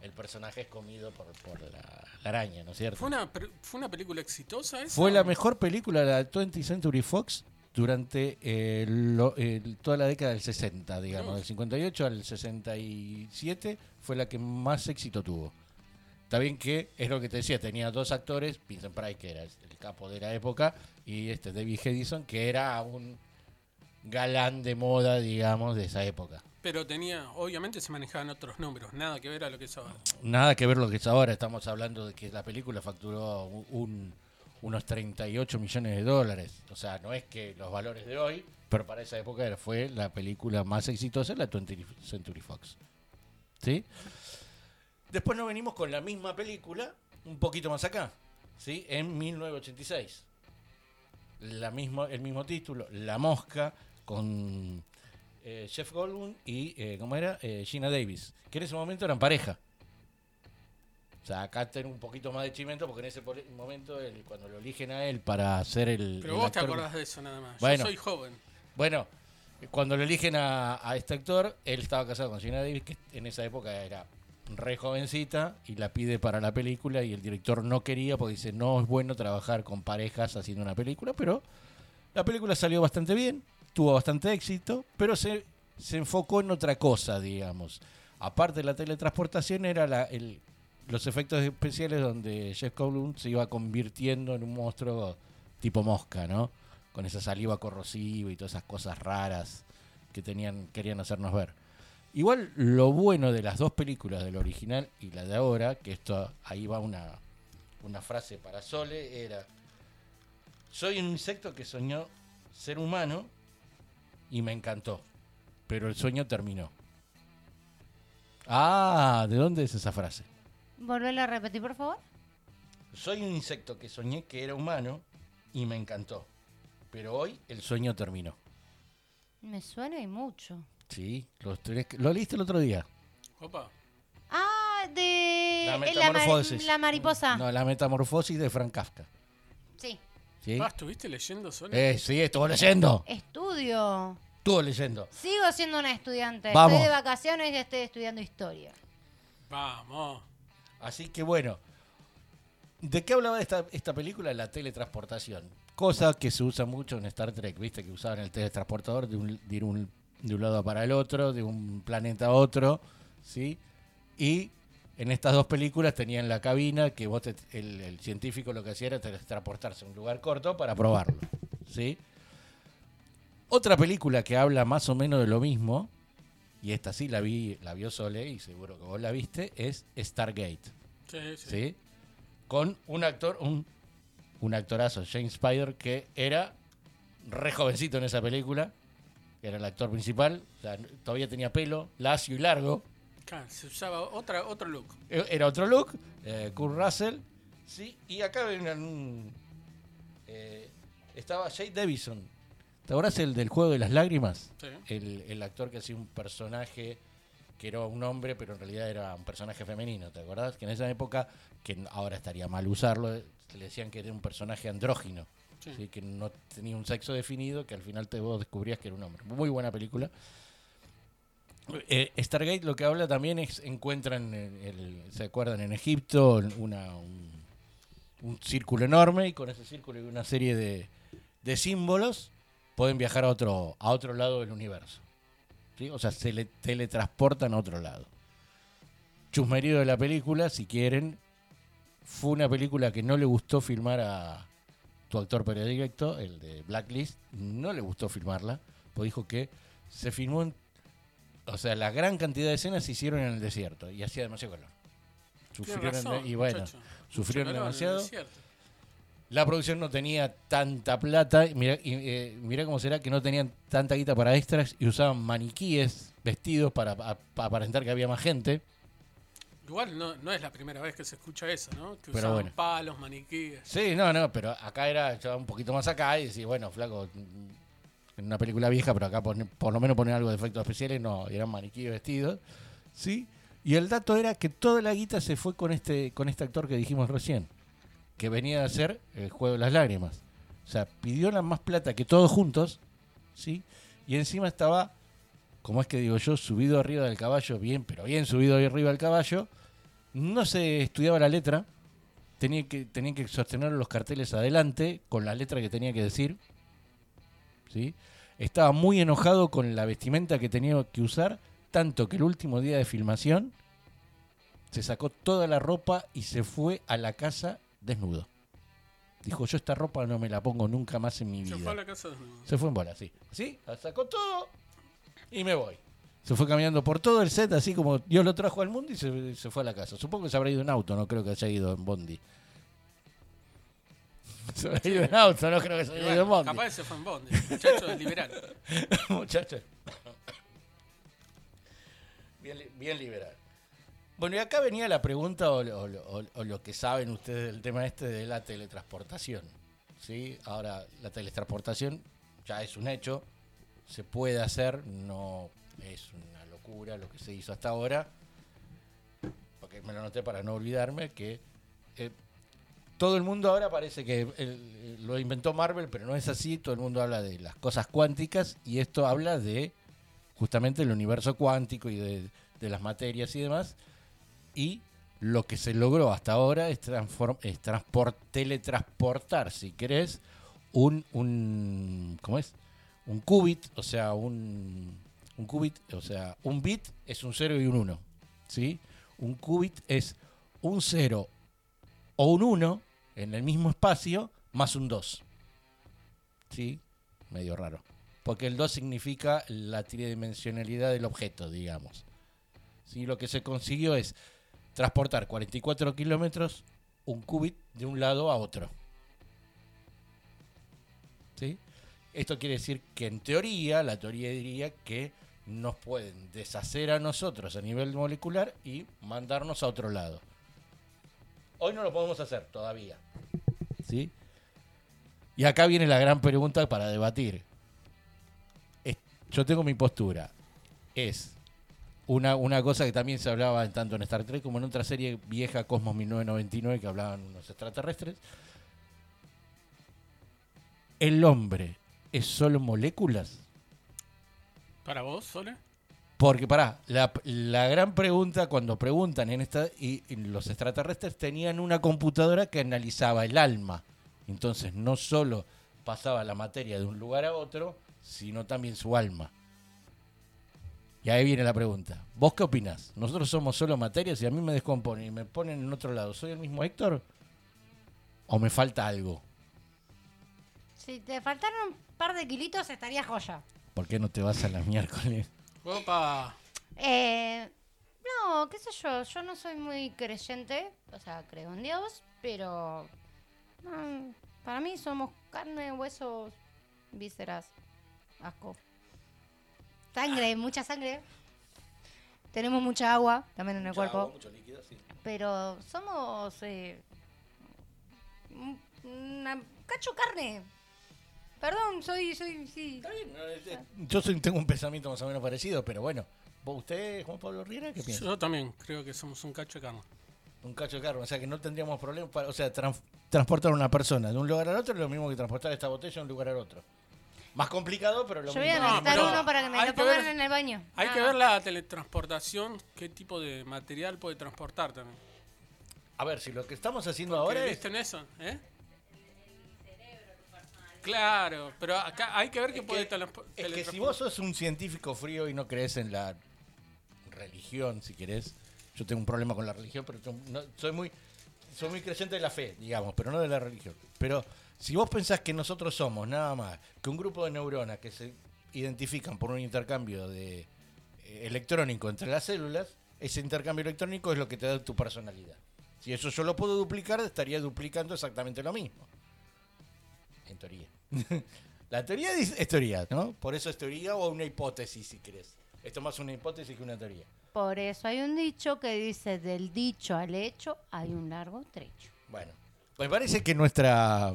C: el personaje es comido por, por la, la araña, ¿no es cierto?
B: ¿Fue una, pre- ¿Fue una película exitosa esa?
C: Fue la mejor película de la 20th Century Fox durante eh, lo- el- toda la década del 60, digamos, del 58 al 67 fue la que más éxito tuvo. Está bien que es lo que te decía, tenía dos actores, Vincent Price, que era el capo de la época, y este David Hedison, que era un galán de moda, digamos, de esa época.
B: Pero tenía, obviamente se manejaban otros números, nada que ver a lo que es ahora.
C: Nada que ver lo que es ahora, estamos hablando de que la película facturó un- un- unos 38 millones de dólares. O sea, no es que los valores de hoy, pero para esa época era- fue la película más exitosa, la 20th Century Fox. ¿Sí? Después nos venimos con la misma película, un poquito más acá, ¿sí? En 1986. La mismo, el mismo título, La Mosca, con eh, Jeff Goldblum y, eh, ¿cómo era? Eh, Gina Davis, que en ese momento eran pareja. O sea, acá ten un poquito más de chimento porque en ese poli- momento, él- cuando lo eligen a él para hacer el.
B: Pero
C: el
B: vos te
C: actor-
B: acordás de eso nada más.
C: Bueno.
B: Yo soy joven.
C: Bueno, cuando lo eligen a, a este actor, él estaba casado con Gina Davis, que en esa época era re jovencita, y la pide para la película, y el director no quería porque dice, no es bueno trabajar con parejas haciendo una película, pero la película salió bastante bien, tuvo bastante éxito, pero se, se enfocó en otra cosa, digamos. Aparte de la teletransportación, era la- el- los efectos especiales donde Jeff Goldblum se iba convirtiendo en un monstruo tipo mosca, ¿no? Con esa saliva corrosiva y todas esas cosas raras que tenían, querían hacernos ver. Igual lo bueno de las dos películas, del original y la de ahora, que esto ahí va una, una frase para Sole, era soy un insecto que soñó ser humano y me encantó. Pero el sueño terminó. Ah, ¿de dónde es esa frase?
D: Volverla a repetir, por favor.
C: Soy un insecto que soñé que era humano y me encantó. Pero hoy el sueño terminó.
D: Me suena y mucho.
C: Sí, los tres- lo leíste el otro día.
B: Opa.
D: Ah, de
C: La
D: eh, ma-
C: metamorfosis.
D: la mariposa.
C: No, la metamorfosis de Frank Kafka.
D: Sí.
C: ¿Sí?
B: Ah, ¿Estuviste leyendo solo?
C: Eh, sí, estuvo leyendo.
D: Estudio.
C: Estuvo leyendo.
D: Sigo siendo una estudiante.
C: Vamos.
D: Estoy de vacaciones y estoy estudiando historia.
B: Vamos.
C: Así que bueno, ¿de qué hablaba esta, esta película? La teletransportación. Cosa que se usa mucho en Star Trek, ¿viste? Que usaban el teletransportador de un, de ir un- de un lado para el otro, de un planeta a otro, ¿sí? Y en estas dos películas tenían la cabina que vos te- el, el científico lo que hacía era teletransportarse a un lugar corto para probarlo, ¿sí? Otra película que habla más o menos de lo mismo, y esta sí la vi, la vio Sole y seguro que vos la viste, es Stargate.
B: Sí, sí.
C: ¿sí? Con un actor, un, un actorazo, James Spider, que era re jovencito en esa película, que era el actor principal, o sea, n- todavía tenía pelo, lacio y largo,
B: Claro, se usaba otra, otro look.
C: e- era otro look, eh, Kurt Russell, ¿sí? Y acá ven en un- eh, estaba Jay Davison, ¿te acuerdas el del Juego de las Lágrimas?
B: Sí.
C: El, el actor que hacía un personaje que era un hombre, pero en realidad era un personaje femenino, ¿te acordás? Que en esa época, que ahora estaría mal usarlo, eh, le decían que era un personaje andrógino,
B: Sí.
C: ¿sí? que no tenía un sexo definido, que al final te vos descubrías que era un hombre. Muy buena película. Eh, Stargate lo que habla también es, encuentran, en el- se acuerdan, en Egipto, una, un, un círculo enorme y con ese círculo y una serie de, de símbolos pueden viajar a otro, a otro lado del universo. ¿sí? O sea, se le teletransportan a otro lado. Chusmerío de la película, si quieren, fue una película que no le gustó filmar a tu actor predilecto, el de Blacklist, no le gustó filmarla, pues dijo que se filmó en... O sea, la gran cantidad de escenas se hicieron en el desierto y hacía demasiado calor.
B: Tiene
C: Sufrieron,
B: razón,
C: y bueno,
B: muchacho.
C: sufrieron
B: Mucho calor,
C: demasiado.
B: es cierto.
C: La producción no tenía tanta plata. Mirá, y, eh, mirá cómo será que no tenían tanta guita para extras y usaban maniquíes vestidos para, pa- pa- aparentar que había más gente.
B: Igual no, no es la primera vez que se escucha eso, ¿no? Que
C: Pero
B: usaban
C: bueno.
B: palos, maniquíes.
C: Sí, no, no, pero acá era ya un poquito más acá y decís, bueno, flaco, mm, en una película vieja, pero acá pone- por lo menos poner algo de efectos especiales, no, eran maniquíes vestidos. Sí, y el dato era que toda la guita se fue con este, con este actor que dijimos recién, que venía a hacer el juego de las lágrimas. O sea, pidió la más plata que todos juntos, ¿sí? Y encima estaba, como es que digo yo, subido arriba del caballo, bien, pero bien subido ahí arriba del caballo, no se estudiaba la letra, tenía que, tenía que sostener los carteles adelante con la letra que tenía que decir. ¿sí? Estaba muy enojado con la vestimenta que tenía que usar, tanto que el último día de filmación se sacó toda la ropa y se fue a la casa desnudo. Dijo, yo esta ropa no me la pongo nunca más en mi vida.
B: Se fue a la casa desnudo.
C: Se fue en bola, sí. ¿Sí? La sacó todo y me voy. Se fue caminando por todo el set, así como Dios lo trajo al mundo y se, se fue a la casa. Supongo que se habrá ido en auto, no creo que haya ido en bondi. Se habrá ido en auto, no creo que se haya ido en
B: Bueno,
C: bondi.
B: capaz se fue en Bondi. Muchacho es liberal.
C: Muchachos. Bien, li- bien liberal. Bueno, y acá venía la pregunta o, lo- o lo- o lo- o lo que saben ustedes del tema este de la teletransportación. ¿sí? Ahora, la teletransportación ya es un hecho, se puede hacer, no es una locura lo que se hizo hasta ahora, porque me lo noté para no olvidarme, que eh, todo el mundo ahora parece que el- el- lo inventó Marvel, pero no es así. Todo el mundo habla de las cosas cuánticas y esto habla de justamente el universo cuántico y de, de las materias y demás. Y lo que se logró hasta ahora es, transform, es transpor- teletransportar, si querés, un, un. ¿Cómo es? Un qubit, o sea, un. Un qubit, o sea, un bit es un 0 y un 1. ¿Sí? Un qubit es un 0 o un 1 en el mismo espacio más un 2. ¿Sí? Medio raro. Porque el 2 significa la tridimensionalidad del objeto, digamos. ¿Sí? Lo que se consiguió es transportar 44 kilómetros, un qubit, de un lado a otro. ¿Sí? Esto quiere decir que en teoría, la teoría diría que nos pueden deshacer a nosotros a nivel molecular y mandarnos a otro lado. Hoy no lo podemos hacer todavía. ¿Sí? Y acá viene la gran pregunta para debatir. Es- yo tengo mi postura. Es una, una cosa que también se hablaba en- tanto en Star Trek como en otra serie vieja, Cosmos 1999, que hablaban unos extraterrestres. ¿El hombre es solo moléculas?
B: ¿Para vos, Sole?
C: Porque, pará, la, la gran pregunta cuando preguntan en esta. Y, y los extraterrestres tenían una computadora que analizaba el alma. Entonces, no solo pasaba la materia de un lugar a otro, sino también su alma. Y ahí viene la pregunta. ¿Vos qué opinás? ¿Nosotros somos solo materia? Si a mí me descomponen y me ponen en otro lado, ¿soy el mismo Héctor? ¿O me falta algo?
D: Si te faltaron un par de kilitos, estaría joya.
C: ¿Por qué no te vas a la miércoles?
B: Opa.
D: Eh, no, qué sé yo, yo no soy muy creyente, o sea, creo en Dios, pero mm, para mí somos carne, huesos, vísceras, asco. Sangre, mucha sangre. Tenemos mucha agua también en el cuerpo, pero somos eh, un- una cacho carne. Perdón, soy, soy, sí.
C: Está bien, no, es- es- Yo soy- tengo un pensamiento más o menos parecido, pero bueno. ¿Vos, ¿Usted, Juan Pablo Riera, qué piensa?
B: Yo también creo que somos un cacho de carne.
C: Un cacho de carne, o sea que no tendríamos problema para, o sea, trans- transportar una persona de un lugar al otro es lo mismo que transportar esta botella de un lugar al otro. Más complicado, pero lo
D: Yo
C: mismo.
D: voy a
B: No,
D: necesitar
B: pero
D: uno para que me
B: hay
D: lo
B: que
D: pongan
B: ver-
D: en el baño. Ah.
B: Hay que
D: Nada
B: ver
D: más.
B: la teletransportación, qué tipo de material puede transportar también.
C: A ver, si lo que estamos haciendo
B: ¿Que
C: ahora es
B: ¿Viste en eso? ¿Eh? Claro, pero acá hay que ver qué puede
C: que-
B: teletransportar.
C: Es que si vos sos un científico frío y no crees en la religión, si querés, yo tengo un problema con la religión, pero tengo- no- soy muy soy muy creyente de la fe, digamos, pero no de la religión. Pero si vos pensás que nosotros somos nada más que un grupo de neuronas que se identifican por un intercambio de eh, electrónico entre las células, ese intercambio electrónico es lo que te da tu personalidad. Si eso yo lo puedo duplicar, estaría duplicando exactamente lo mismo. En teoría. La teoría dice- es teoría, ¿no? Por eso es teoría o una hipótesis, si querés. Esto más una hipótesis que una teoría.
D: Por eso hay un dicho que dice, del dicho al hecho hay un largo trecho.
C: Bueno, pues parece que nuestra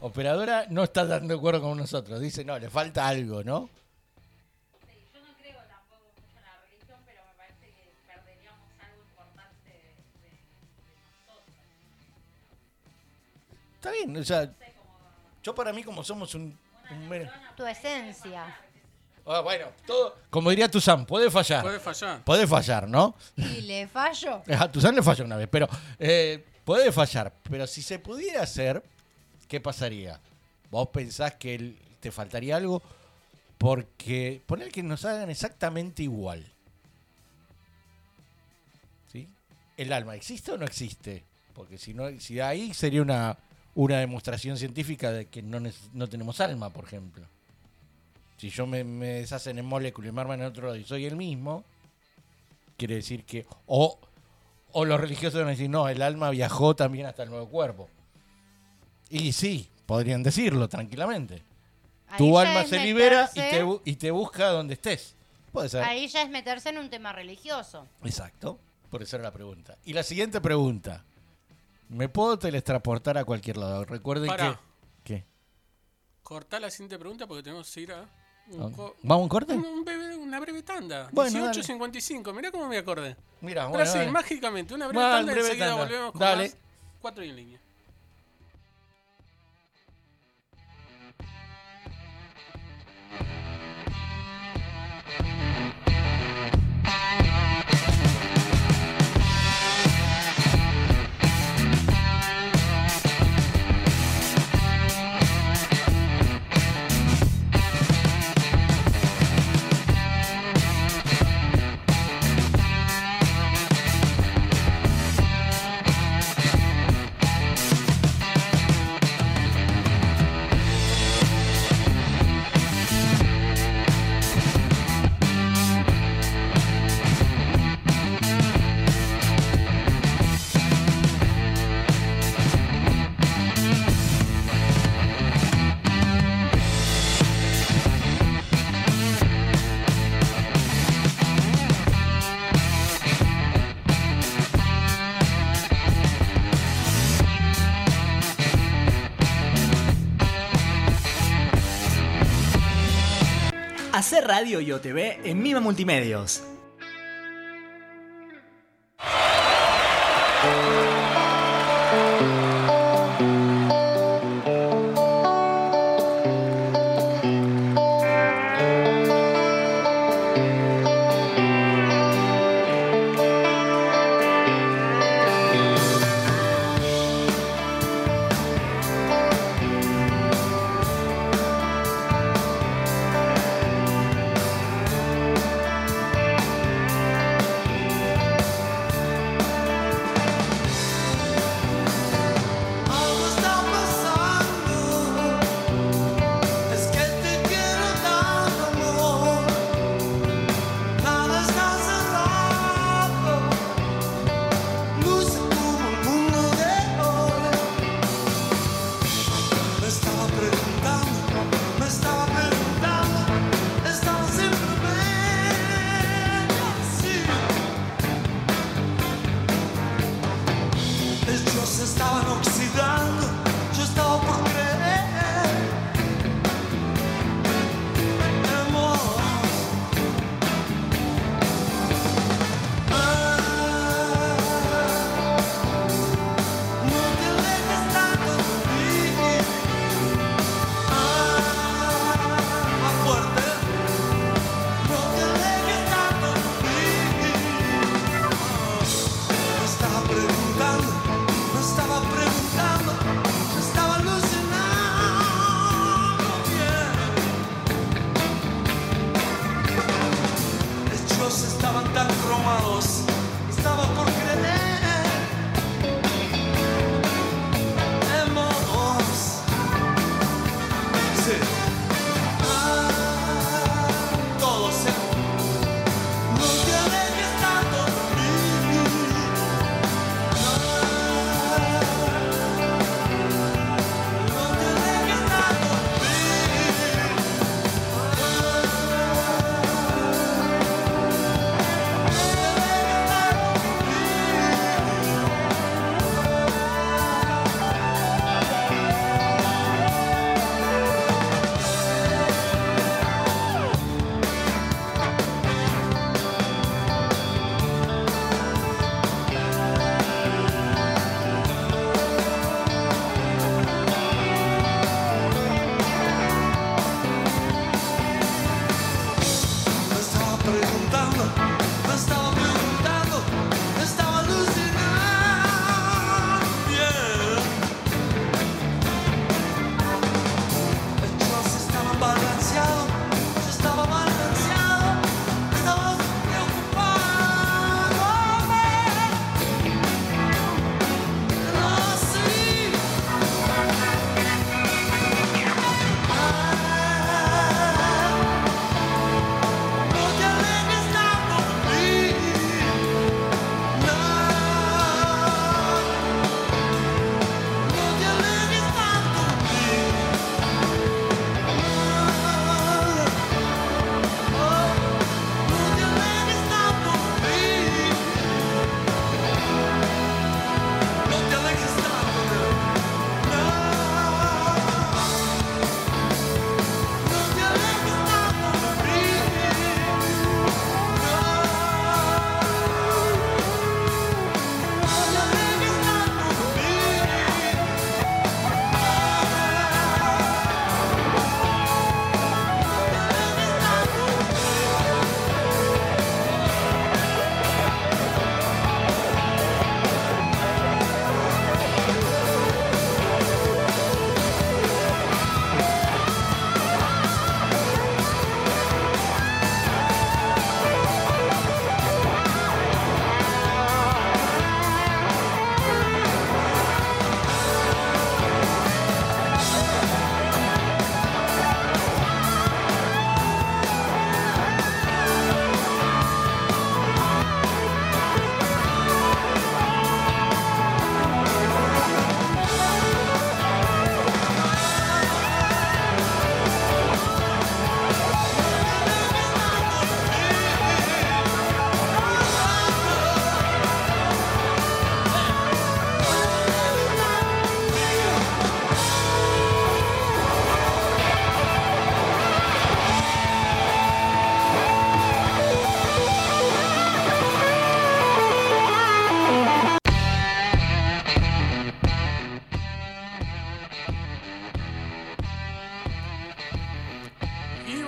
C: operadora no está tan de acuerdo con nosotros. Dice, no, le falta algo, ¿no?
E: Yo no creo tampoco mucho en la religión, pero me parece que perderíamos algo importante de, de- de nosotros.
C: Está bien, o sea, yo para mí como somos un... un mero-
D: Tu esencia.
C: o Ah, bueno, todo. Como diría Tuzán, puede fallar.
B: Puede fallar.
C: Puede fallar, ¿no?
D: Y le fallo.
C: Eh, A Tuzán le falló una vez, pero eh, puede fallar. Pero si se pudiera hacer, ¿qué pasaría? ¿Vos pensás que el- te faltaría algo? Porque poner que nos hagan exactamente igual. ¿Sí? ¿El alma existe o no existe? Porque si no, si ahí sería una, una demostración científica de que no, neces- no tenemos alma, por ejemplo. Si yo me, me deshacen en moléculas y me arman en otro lado y soy el mismo, quiere decir que. O, o los religiosos van a decir, no, el alma viajó también hasta el nuevo cuerpo. Y sí, podrían decirlo tranquilamente.
D: Ahí
C: tu
D: ya
C: alma
D: es
C: se libera y
D: meterse-
C: te, bu- y te busca donde estés. Puede ser.
D: Ahí ya es meterse en un tema religioso.
C: Exacto. Por eso era la pregunta. Y la siguiente pregunta. ¿Me puedo teletransportar a cualquier lado? Recuerden
B: Pará.
C: que... ¿Qué?
B: Cortá la siguiente pregunta porque tenemos que ir a un co-
C: ¿Vamos a un corte?
B: un- un breve- una breve tanda.
C: Ah. Bueno,
B: 18.55. Mirá cómo me acordé.
C: Mira,
B: Ahora sí, mágicamente. Una breve
C: Mal,
B: tanda y
C: breve
B: enseguida
C: tanda.
B: volvemos con
C: Dale.
B: más. Cuatro y en línea.
A: Hacer radio y OTV en Mima Multimedios.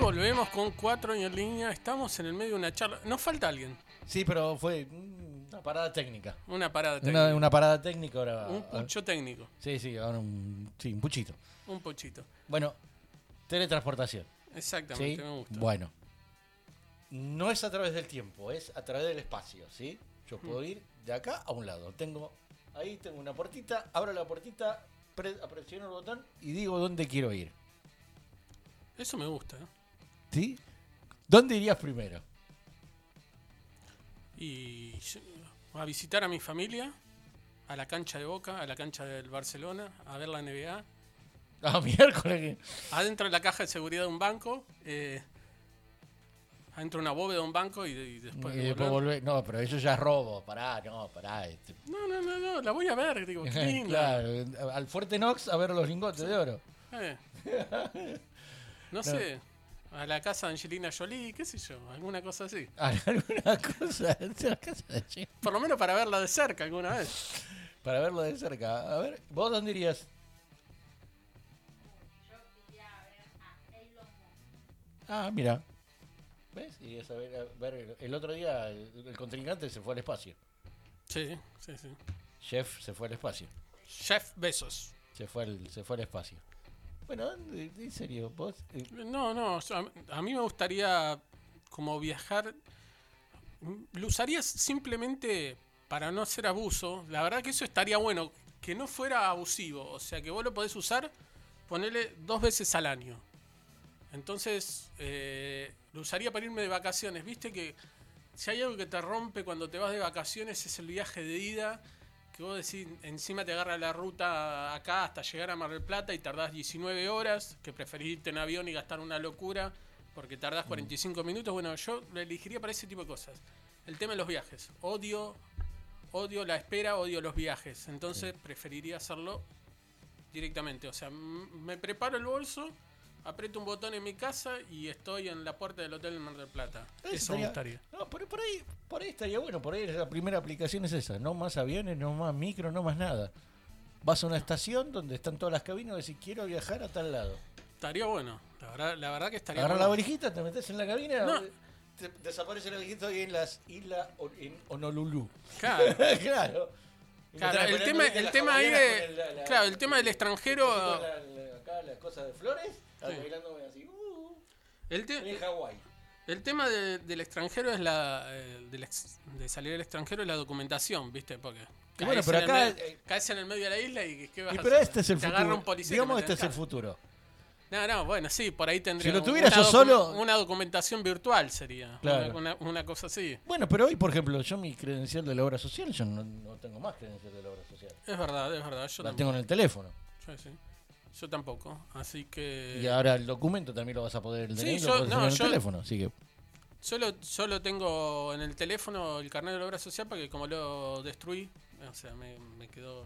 B: volvemos con cuatro en línea. Estamos en el medio de una charla. Nos falta alguien.
C: Sí, pero fue mm, una parada técnica.
B: Una parada técnica.
C: Una, una parada técnica ahora.
B: Un pucho técnico.
C: Sí, sí, ahora un, sí, un puchito.
B: Un pochito.
C: Bueno, teletransportación. ¿sí?
B: Exactamente, me gusta.
C: Bueno, no es a través del tiempo, es a través del espacio, ¿sí?
B: Mm.
C: Yo puedo ir de acá a un lado. Tengo, ahí tengo una puertita, abro la puertita, pre- presiono el botón y digo dónde quiero ir.
B: Eso me gusta. ¿eh?
C: ¿Sí? ¿Dónde irías primero?
B: Y yo- a visitar a mi familia, a la cancha de Boca, a la cancha del Barcelona, a ver la NBA,
C: Ah, miércoles.
B: adentro de la caja de seguridad de un banco, eh, adentro de una bóveda de un banco y, y después...
C: Y
B: de
C: después
B: volver.
C: volver- No, pero eso ya es robo. Pará, no, pará. este.
B: No, no, no, no, la voy a ver, digo, qué linda.
C: claro, al Fuerte Knox a ver los lingotes de oro.
B: Eh. No sé, a la casa de Angelina Jolie, qué sé yo, alguna cosa así.
C: Alguna cosa.
B: Por lo menos para verla de cerca alguna vez.
C: Para verlo de cerca. A ver, ¿vos dónde irías? Ah, mira. ¿Ves? Irías a ver, a ver- El otro día el, el contrincante se fue al espacio.
B: Sí, sí, sí.
C: Jeff se fue al espacio.
B: Chef Besos.
C: Se fue al, se fue al espacio. Bueno, ¿dónde- en serio, vos. eh,
B: No, no, yo- a, a mí me gustaría como viajar. Lo usaría simplemente para no hacer abuso. La verdad que eso estaría bueno, que no fuera abusivo. O sea, que vos lo podés usar, ponele dos veces al año. Entonces, eh, lo usaría para irme de vacaciones. Viste que si hay algo que te rompe cuando te vas de vacaciones es el viaje de ida. Que vos decís, encima te agarra la ruta acá hasta llegar a Mar del Plata y tardás 19 horas, que preferís irte en avión y gastar una locura porque tardás 45 minutos. Bueno, yo lo elegiría para ese tipo de cosas. El tema de los viajes. Odio, odio la espera, odio los viajes. Entonces preferiría hacerlo directamente. O sea, m- me preparo el bolso, aprieto un botón en mi casa y estoy en la puerta del hotel en Mar del Plata. Eso me gustaría.
C: No, pero por ahí, por ahí estaría bueno. Por ahí la primera aplicación es esa. No más aviones, no más micro, no más nada. Vas a una estación donde están todas las cabinas y decís, quiero viajar a tal lado.
B: Estaría bueno. La verdad, la verdad que estaría
C: Agarras la
B: bueno.
C: varijita, te metes en la cabina,
B: No.
C: te- desaparece la varijita y en las islas o- en Honolulu.
B: Claro.
C: claro. Y
B: Claro,
C: te
B: el
C: pones
B: tema,
C: metes
B: el
C: las
B: tema ahí
C: hawaianas
B: de-
C: con el- la- la-
B: claro, el tema del
C: la-
B: extranjero,
C: la- la- acá las cosas de flores, estás
B: Sí.
C: bailando así, uh,
B: el,
C: estoy en
B: te-
C: Hawái.
B: el tema de- del extranjero es la, eh, del ex- de salir al extranjero es la documentación, ¿viste? Porque caes,
C: bueno, pero
B: en el
C: acá-
B: medio- eh, caes en el medio de la isla y ¿qué vas
C: Y
B: a
C: pero
B: hacer?
C: este es el
B: Te agarra
C: futuro.
B: un policía. y te
C: Digamos,
B: mete
C: este
B: en
C: es el
B: cana.
C: futuro.
B: No, no, bueno, sí, por ahí tendría
C: Si lo
B: como
C: tuviera
B: una
C: yo
B: docu-
C: solo-
B: Una documentación virtual sería.
C: Claro.
B: Una, una- una cosa así.
C: Bueno, pero hoy, por ejemplo, yo mi credencial de la obra social, yo no, no tengo más credencial de la obra social.
B: Es verdad, es verdad. Yo
C: la
B: tampoco.
C: tengo en el teléfono.
B: Yo, sí. Yo tampoco. Así que.
C: y ahora el documento también lo vas a poder el
B: Sí,
C: DNI lo
B: yo-
C: podés tener
B: no,
C: en el
B: yo-
C: teléfono. Así que,
B: Solo, solo tengo en el teléfono el carnet de la obra social porque como lo destruí, o sea, me, me quedó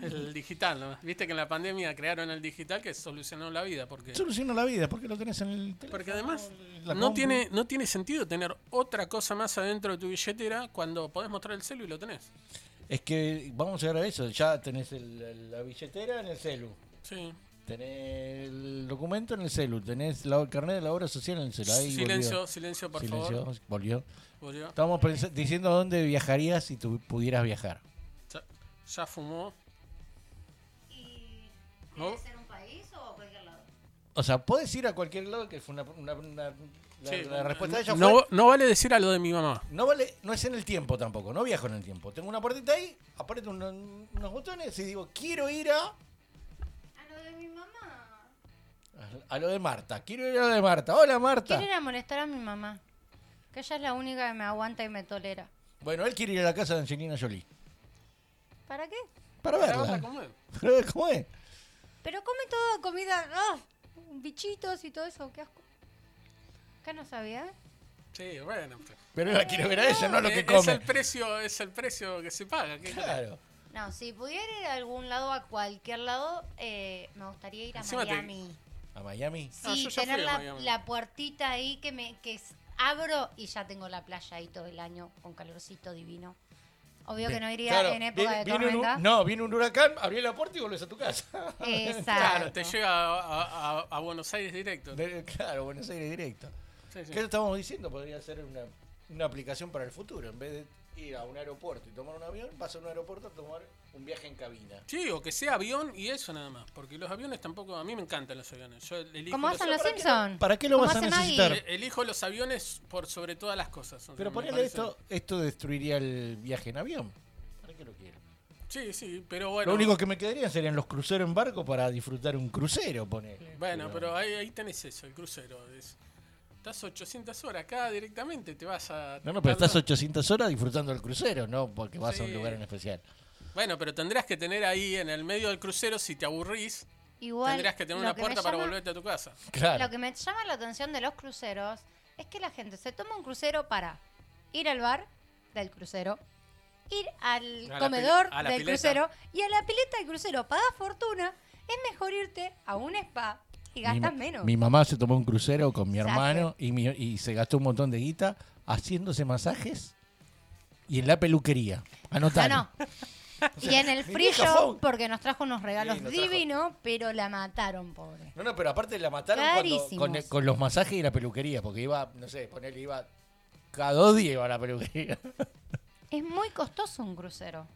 B: el digital. ¿no? Viste que en la pandemia crearon el digital que solucionó la vida. Porque,
C: soluciona la vida, porque lo tenés en el teléfono.
B: porque además
C: en la
B: no
C: compu.
B: tiene, no tiene sentido tener otra cosa más adentro de tu billetera cuando podés mostrar el celu y lo tenés.
C: Es que vamos a llegar a eso. Ya tenés el- el- la billetera en el celu.
B: Sí.
C: Tenés el documento en el celu. Tenés la, el carnet de la obra social en el celu. Ahí
B: silencio,
C: volvió.
B: silencio, por
C: Silencio,
B: favor.
C: volvió.
B: Volvió.
C: Estamos pens- diciendo dónde viajarías si tú pudieras viajar.
B: Ya, ya fumó.
E: ¿Y
B: No.
E: quiere ser un país o a cualquier lado?
C: O sea, puedes ir a cualquier lado que fue una, una- una- la,
B: Sí,
C: la respuesta de ella
B: no,
C: fue
B: no vale decir algo de mi mamá.
C: No vale, no es en el tiempo tampoco, no viajo en el tiempo. Tengo una puertita ahí, aprieto uno- unos botones y digo, quiero ir a,
D: Ah,
E: A lo de mi mamá.
C: a lo de Marta, quiero ir a lo de Marta. Hola Marta.
D: Quiero ir a molestar a mi mamá. Que ella es la única que me aguanta y me tolera.
C: Bueno, él quiere ir a la casa de Angelina Jolie.
D: ¿Para qué?
C: Para
B: Ahora vas a
C: verla.
B: comer.
C: Para ver cómo es.
D: Pero come toda comida, ¡ah! bichitos y todo eso, qué asco. Acá no sabía.
B: Sí, bueno. pero-
C: Pero la quiero ver a ella, no a lo
B: Eh,
C: que
B: Es el
C: come.
B: precio, es el precio que se paga. ¿qué querés?
C: Claro.
D: No, si pudiera ir a algún lado, a cualquier lado, eh, me gustaría ir a
B: Encima te-
D: Miami.
C: A Miami.
D: Sí,
B: Ah, yo ya
D: tener
B: fui a
D: la,
B: Miami.
D: la puertita ahí que me que s- abro y ya tengo la playa ahí todo el año con calorcito divino. Obvio que no iría
C: Claro,
D: en época
C: viene-
D: de
C: viene un hu-
D: tormenta.
C: no, viene un huracán, abrí la puerta y volvés a tu casa.
D: Exacto.
B: Claro, te llega a, a- a- a Buenos Aires directo.
C: De- claro, Buenos Aires directo.
B: Sí, sí.
C: ¿Qué estábamos diciendo? Podría ser una, una aplicación para el futuro. En vez de ir a un aeropuerto y tomar un avión, vas a un aeropuerto a tomar un viaje en cabina.
B: Sí, o que sea avión y eso nada más. Porque los aviones tampoco. A mí me encantan los aviones. Yo elijo,
D: Como
B: los,
D: hacen los Simpsons.
C: para qué lo vas a necesitar?
B: eh, elijo los aviones por sobre todas las cosas. O sea,
C: Pero
B: me
C: ponerle
B: parece-
C: esto, esto destruiría el viaje en avión. ¿Para qué lo quiero?
B: Sí, sí, pero bueno.
C: Lo único que me quedaría serían los cruceros en barco para disfrutar un crucero, poner.
B: Bueno, pero ahí, ahí tenés eso, el crucero. Es, estás 800 horas acá directamente, te vas a.
C: No, no, pero estás
B: Perdón.
C: 800 horas disfrutando el crucero, no porque vas a un
B: Sí.
C: lugar en especial.
B: Bueno, pero tendrás que tener ahí en el medio del crucero, si te aburrís,
D: Igual,
B: tendrás que tener
D: lo
B: una
D: me
B: puerta para
D: llama-
B: volverte a tu casa.
C: Claro.
D: Lo que me llama la atención de los cruceros es que la gente se toma un crucero para ir al bar del crucero, ir al
B: A la
D: comedor
B: pile- a la
D: del
B: pileta.
D: crucero y a la pileta del crucero. Pagas fortuna, es mejor irte a un spa y gastas
C: mi,
D: menos. Ah,
C: mi mamá se tomó un crucero con mi
D: Se
C: hermano y, mi- y se gastó un montón de guita haciéndose masajes y en la peluquería. Anotá.
D: Ah, No, no. y en el
C: mi vieja fue
D: frío,
C: un-
D: porque nos trajo unos regalos
C: Sí, nos trajo.
D: divinos, pero la mataron, pobre.
C: No, no, pero aparte la mataron cuando-
D: Carísimos.
C: con, con los masajes y la peluquería, porque iba, no sé, ponerle iba cada dos días iba a la peluquería.
D: Es muy costoso un crucero.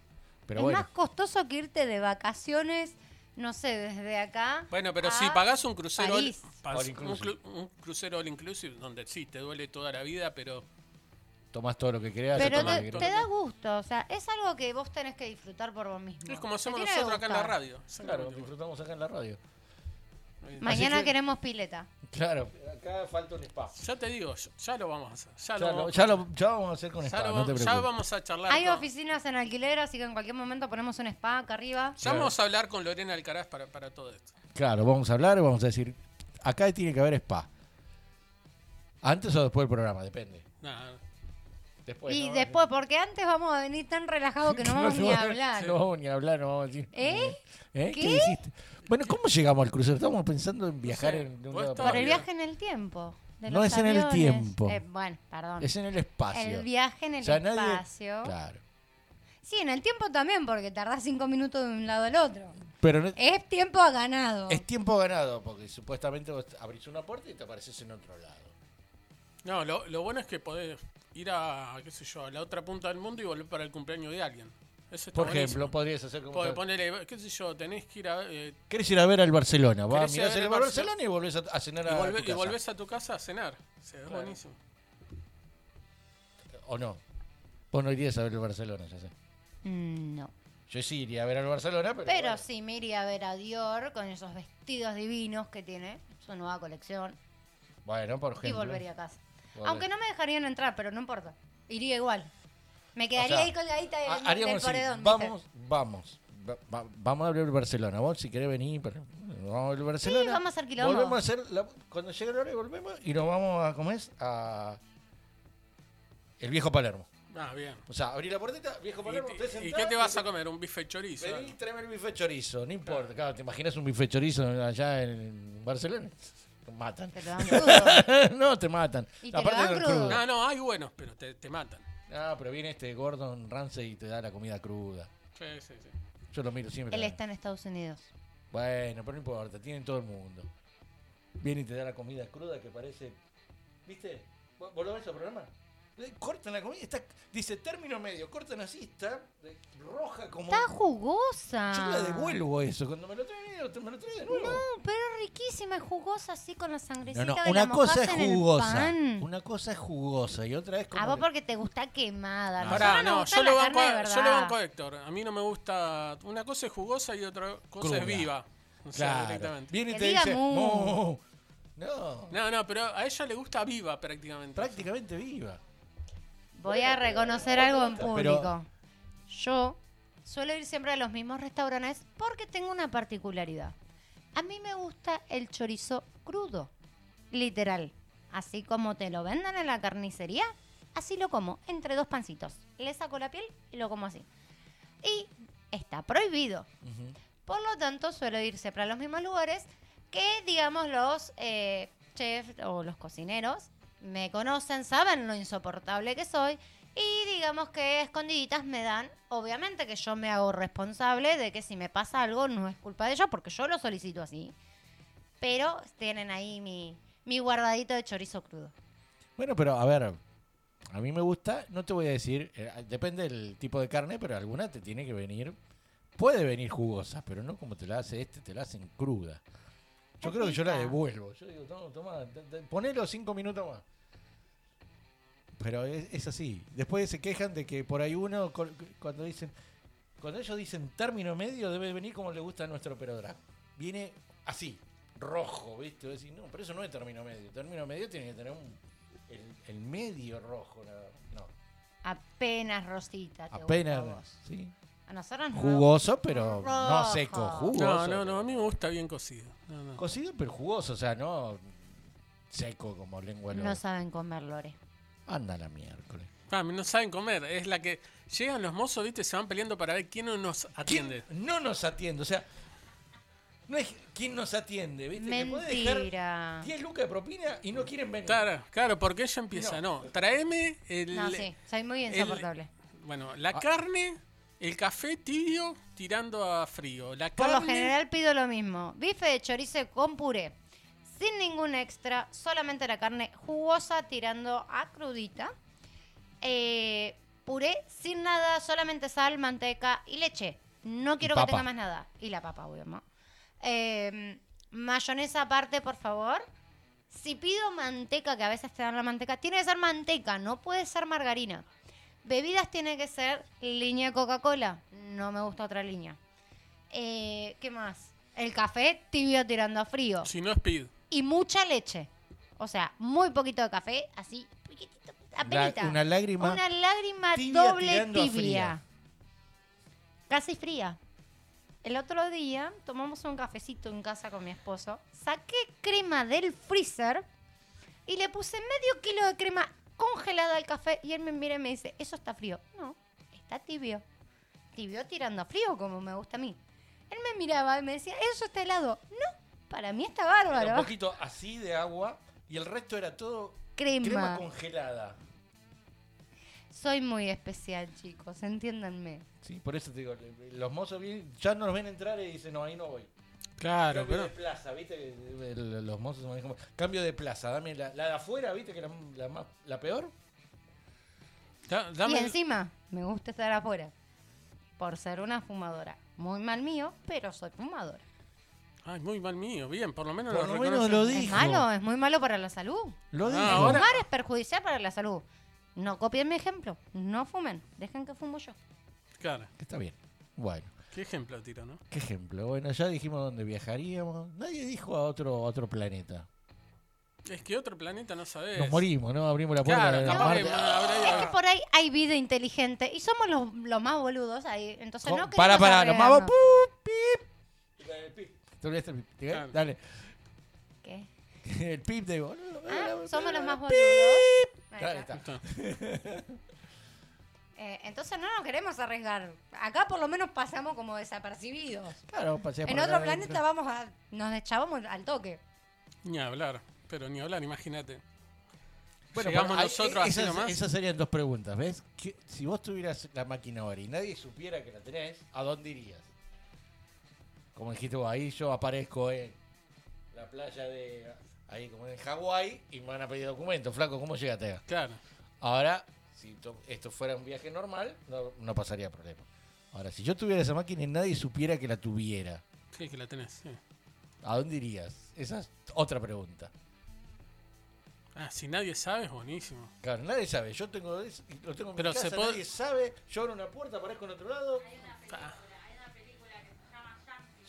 C: Pero
D: es
C: bueno,
D: más costoso que irte de vacaciones, no sé, desde acá.
B: Bueno, pero
D: a
B: si pagás un crucero all,
D: París.
B: pas-
C: All
B: un,
C: inclusive.
B: cru- un crucero all inclusive, donde sí, te duele toda la vida, pero
C: tomás todo lo que querás.
D: Pero
C: tomás lo que
D: te,
B: directo.
D: te
C: querés.
D: da gusto, o sea, es algo que vos tenés que disfrutar por vos mismo.
B: es como
D: Te
B: hacemos
D: tiene que
B: nosotros acá en la
D: gustar.
B: radio.
C: Claro,
B: Exactamente.
C: disfrutamos acá en la radio.
D: Mañana
C: que-
D: queremos pileta.
C: Claro. Acá falta un spa.
B: Ya te digo, ya- ya lo vamos a hacer. Ya,
C: Ya,
B: lo,
C: lo,
B: vamos-
C: ya lo- ya vamos a hacer con
B: ya
C: spa,
B: lo
C: no te
B: vamos,
C: preocupes.
B: ya vamos a charlar.
D: Hay
B: con-
D: oficinas en alquiler, así que en cualquier momento ponemos un spa acá arriba.
B: ya vamos a hablar con Lorena Alcaraz para, para todo esto.
C: Claro, vamos a hablar, vamos a decir, acá tiene que haber spa. Antes o después del programa, depende.
B: Nada, nada.
C: Después.
D: y
C: ¿no?
D: después, porque antes vamos a venir tan relajados que no vamos ni a hablar.
C: No vamos ni a hablar, no vamos a decir.
D: ¿Eh?
C: ¿Eh? ¿Qué?
D: ¿Qué?
C: dijiste? Bueno, ¿cómo llegamos al crucero? Estábamos pensando en viajar
B: sé,
C: en un
B: vos
C: lado
B: estabas-
D: Por
C: para
D: el
C: otro.
D: viaje en el tiempo. de
C: No
D: los
C: es en el
D: aviones.
C: tiempo.
D: Eh, bueno, perdón.
C: Es en el espacio.
D: El viaje en el
C: O sea, nadie-
D: espacio.
C: Claro.
D: Sí, en el tiempo también, porque tardás cinco minutos de un lado al otro.
C: Pero no-
D: Es tiempo ganado.
C: es tiempo ganado, porque supuestamente vos abrís una puerta y te apareces en otro lado.
B: No, lo, lo bueno es que podés ir a, qué sé yo, a la otra punta del mundo y volver para el cumpleaños de alguien. Eso está
C: Por
B: buenísimo.
C: ejemplo, podrías hacer como.
B: Podés ponerle, qué sé yo, tenés que ir a... eh,
C: ¿Querés ir a ver al Barcelona? Vas,
B: ¿Querés ir a
C: mirás
B: ver
C: el
B: al
C: Barcelona y volvés a, a cenar
B: y,
C: a tu
B: volve- y
C: casa.
B: volvés a tu casa a cenar. O sea, es
C: Claro.
B: buenísimo.
C: ¿O no? Vos no irías a ver el Barcelona, ya sé.
D: Mm, No.
C: Yo sí iría a ver al Barcelona, pero.
D: Pero
C: bueno.
D: sí me iría a ver a Dior con esos vestidos divinos que tiene, su nueva colección,
C: Bueno, por ejemplo.
D: y volvería a casa.
C: Volver.
D: Aunque no me dejarían entrar, pero no importa. Iría igual. Me quedaría
C: sea,
D: ahí colgadita
C: Ha-
D: Eh, del,
C: Ah, haríamos
D: del
C: así,
D: paredón. ¿viste?
C: Vamos, vamos. Va- va- vamos a ver el Barcelona. Vos, si querés venir, pero vamos a ver el Barcelona.
D: vamos a hacer quilombo.
C: Volvemos a hacer. la- cuando llegue la hora, volvemos y nos vamos a comer a. El viejo Palermo.
B: Ah, bien.
C: O sea, abrí la puertita, viejo
B: ¿Y,
C: Palermo.
B: te-
C: tres
B: y
C: entradas,
B: qué te vas a comer? ¿Un bife chorizo?
C: Vení, tráeme el bife chorizo, no importa. Claro, ¿te imaginas un bife chorizo allá en Barcelona? Te matan.
D: Te lo dan crudo.
C: no, te matan.
D: Y te lo dan
C: del
D: crudo.
B: No, Ah, no, hay buenos, pero te, te matan.
C: Ah, pero viene este Gordon Ramsay y te da la comida cruda.
B: Sí, sí, sí.
C: Yo lo miro siempre.
D: Él está en Estados Unidos.
C: Bueno, pero no importa, tienen todo el mundo. Viene y te da la comida cruda que parece. ¿Viste? ¿Vos vos lo ves al programa? Le Cortan la comida, está, dice término medio, cortan así, está de- roja como.
D: Está jugosa.
C: Yo la devuelvo eso. Cuando me lo traen, me lo traen de nuevo.
D: No, pero es riquísima, es jugosa así con la sangrecita
C: No, no,
D: de la
C: una cosa es
D: mostaza en el
C: jugosa.
D: pan.
C: Una cosa es jugosa y otra es como.
D: A vos
C: que-
D: porque te gusta quemada.
C: No.
D: Ah, No,
B: Pará,
D: no,
B: no,
D: gusta
B: yo
D: la
B: lo,
D: carne
B: banco
D: de
B: a, yo lo
D: verdad.
B: banco a Héctor. A mí no me gusta. Una cosa es jugosa y otra cosa
C: Cruda.
B: es viva. O sea,
C: Claro.
B: directamente.
C: Viene y
D: Que
C: te
D: diga
C: dice.
D: mu.
C: "Mu". No.
B: No, no, pero a ella le gusta viva prácticamente.
C: Prácticamente viva.
D: Voy a reconocer algo en
C: pero-
D: público. Yo suelo ir siempre a los mismos restaurantes porque tengo una particularidad. A mí me gusta el chorizo crudo, literal. Así como te lo vendan en la carnicería, así lo como, entre dos pancitos. Le saco la piel y lo como así. Y está prohibido. Por lo tanto, suelo ir siempre a los mismos lugares que, digamos, los eh, chefs o los cocineros me conocen, saben lo insoportable que soy Y digamos que escondiditas me dan, obviamente que yo me hago responsable de que si me pasa algo no es culpa de ellos porque yo lo solicito así. Pero tienen ahí mi, mi guardadito de chorizo crudo.
C: Bueno, pero a ver, a mí me gusta, no te voy a decir, eh, depende del tipo de carne, pero alguna te tiene que venir, puede venir jugosa, pero no como te la hace este, te la hacen cruda. Yo creo que yo la
D: Rica.
C: devuelvo. Yo digo, no, toma, te- te- ponelo cinco minutos más. Pero es, es así. Después se quejan de que por ahí uno, col- cuando dicen, cuando ellos dicen término medio, debe venir como le gusta a nuestro perodrag. Viene así, rojo, ¿viste? Vos decís, no, pero eso no es término medio. Término medio tiene que tener un, el, el medio rojo. nada más. No,
D: Apenas rosita. te gusta a
C: apenas.
D: vos.
C: ¿sí.
D: A nosotros no.
C: Jugoso, pero no
D: Rojo.
C: seco. Jugoso.
B: No, no, no, a mí me gusta bien cocido. No, no.
C: Cocido, pero jugoso, o sea, no seco como lengua. de
D: No
C: lobo.
D: saben comer, Lore.
C: Anda la miércoles.
B: Ah, no saben comer, es la que llegan los mozos, viste, se van peleando para ver quién nos atiende.
C: ¿Quién no nos atiende? O sea, no es quién nos atiende, ¿viste? Te puede dejar
D: Mentira.
C: 10 lucas de propina y no quieren venir.
B: Claro, claro, porque ella empieza, no, traeme el...
D: No, sí, soy muy
B: el-
D: insoportable.
B: bueno, la carne, el café tibio tirando a frío. La
D: Por lo
B: carne,
D: general pido lo mismo. Bife de chorizo con puré. Sin ningún extra, solamente la carne jugosa tirando a crudita. Eh, puré sin nada, solamente sal, manteca y leche. No quiero que
C: papa.
D: tenga más nada. Y la papa, obvio, ¿no? Eh, mayonesa aparte, por favor. Si pido manteca, que a veces te dan la manteca, tiene que ser manteca, no puede ser margarina. Bebidas tiene que ser línea de Coca-Cola. No me gusta otra línea. Eh, ¿Qué más? El café tibio tirando a frío.
B: si no es pid.
D: Y mucha leche. O sea, muy poquito de café, así, poquitito, apenita.
C: La- una lágrima
D: Una lágrima
C: tibia
D: doble
C: tirando a
D: tibia.
C: fría.
D: Casi fría. El otro día tomamos un cafecito en casa con mi esposo. Saqué crema del freezer y le puse medio kilo de crema congelada al café. Y él me mira y me dice, eso está frío. No, está tibio. Tibio tirando a frío, como me gusta a mí. Él me miraba y me decía, eso está helado. No, para mí está
C: Era
D: bárbaro.
C: un poquito así de agua y el resto era todo
D: Crema.
C: crema congelada.
D: Soy muy especial, chicos, entiéndanme.
C: Sí, por eso te digo, los mozos vienen- ya no nos ven entrar y dicen, no, ahí no voy.
B: Claro,
C: Cambio
B: pero...
C: de plaza, viste que el- los mozos se manejan como, Cambio de plaza, dame la, la de afuera, viste que la, la, más- la peor.
B: da- dame-
D: Y encima, me gusta estar afuera. Por ser una fumadora. Muy mal mío, pero soy fumadora.
B: Ay, muy mal mío, bien, por lo menos
C: Por
B: lo
C: lo menos
B: reconocen.
C: lo
D: Es
C: dijo.
D: malo, es muy malo para la salud.
C: Lo
B: Ah,
C: dijo.
B: ahora-
D: Fumar es perjudicial para la salud. No copien mi ejemplo. No fumen. Dejen que fumo yo.
B: Claro,
C: Que Está bien. Bueno,
B: qué ejemplo tiro, ¿no?
C: qué ejemplo. Bueno, ya dijimos dónde viajaríamos. Nadie dijo a otro, a otro planeta.
B: Es que otro planeta no sabes.
C: Nos morimos, ¿no? Abrimos la puerta.
B: Claro,
C: a
B: capaz que
C: Marte.
B: habrá-
D: Es que por ahí hay vida inteligente y somos los, los más boludos ahí. Entonces no
C: Con- para,
D: queremos
C: para, nos vamos.
D: arriesgarnos.
C: ¡Pup! ¡Pip! El pip. Te olvidaste el pip. ¿eh?
B: Claro.
C: Dale.
D: ¿Qué?
C: El pip de boludo.
D: Ah, somos los más boludos. Ahí
C: Dale,
D: está.
C: está.
B: Está.
D: Eh, entonces no nos queremos arriesgar. Acá por lo menos pasamos como desapercibidos.
C: Claro, pasé por
D: En
C: acá
D: otro
C: adentro.
D: planeta vamos a. Nos deschavamos al toque.
B: Ni hablar, pero ni hablar, imagínate.
C: Bueno,
B: Llegamos
C: pero hay-
B: nosotros así
C: esas,
B: nomás.
C: esas serían dos preguntas, ¿ves? ¿Qué- si vos tuvieras la máquina ahora y nadie supiera que la tenés, ¿a dónde irías? Como dijiste vos, ahí yo aparezco en la playa de ahí como en Hawái y me van a pedir documentos, flaco, ¿cómo llegaste acá?
B: Claro.
C: Ahora, si to- esto fuera un viaje normal, no, no pasaría problema. Ahora, si yo tuviera esa máquina y nadie supiera que la tuviera,
B: Sí, que la tenés. sí.
C: ¿a dónde irías? Esa es otra pregunta.
B: Ah, si nadie sabe, es buenísimo.
C: Claro, nadie sabe. Yo tengo, es- lo tengo en
B: Pero
C: mi casa,
B: se puede-
C: nadie sabe. Yo abro una puerta, aparezco en otro lado.
B: Ah,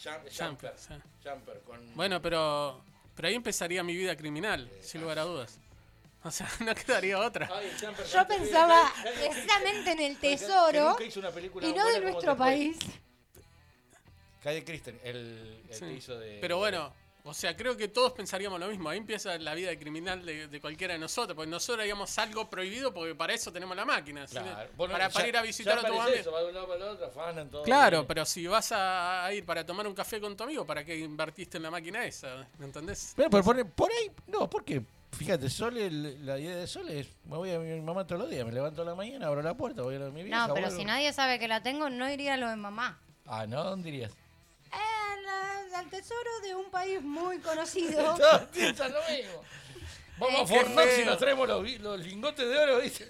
C: Jam-
B: Jumper,
C: Jumper.
B: sí.
C: Jumper con...
B: Bueno, pero, pero ahí empezaría mi vida criminal, sin lugar a dudas. O sea, no quedaría otra.
C: Ay, el Jumper
D: Yo
C: antes de-
D: pensaba
C: que- que-
D: precisamente en el
C: que
D: tesoro
C: nunca hizo una película
D: y no
C: buena
D: de
C: como
D: nuestro
C: después.
D: país.
C: Calle Kristen, el, el
B: Sí.
C: que hizo este de...
B: Mm. Pero bueno, o sea, creo que todos pensaríamos lo mismo. Ahí empieza la vida criminal de, de cualquiera de nosotros, porque nosotros haríamos algo prohibido porque para eso tenemos la máquina. ¿sí?
C: Claro. Bueno,
B: para,
C: ya-
B: para ir a
C: ya
B: visitar a tu
C: aparece
B: amigo.
C: eso, va de un lado para el otro, afanan todo.
B: Claro, pero si vas a, a ir para tomar un café con tu amigo, ¿para qué invertiste en la máquina esa? ¿Me entendés?
C: Bueno, pero por, por ahí, no, ¿por qué? Fíjate, Sole, la idea de Sole es, me voy a mi mamá todos los días, me levanto a la mañana, abro la puerta, voy a lo de mi vieja.
D: No, pero
C: vuelvo.
D: si nadie sabe que la tengo, no iría a lo de mamá.
C: Ah, ¿no? ¿Dónde irías?
D: Eh, al tesoro de un país muy conocido.
C: No, piensa lo mismo. Vamos a
D: Eh,
C: fornar
B: qué
C: si
B: feo.
C: nos traemos los, vi- los lingotes de oro, ¿viste?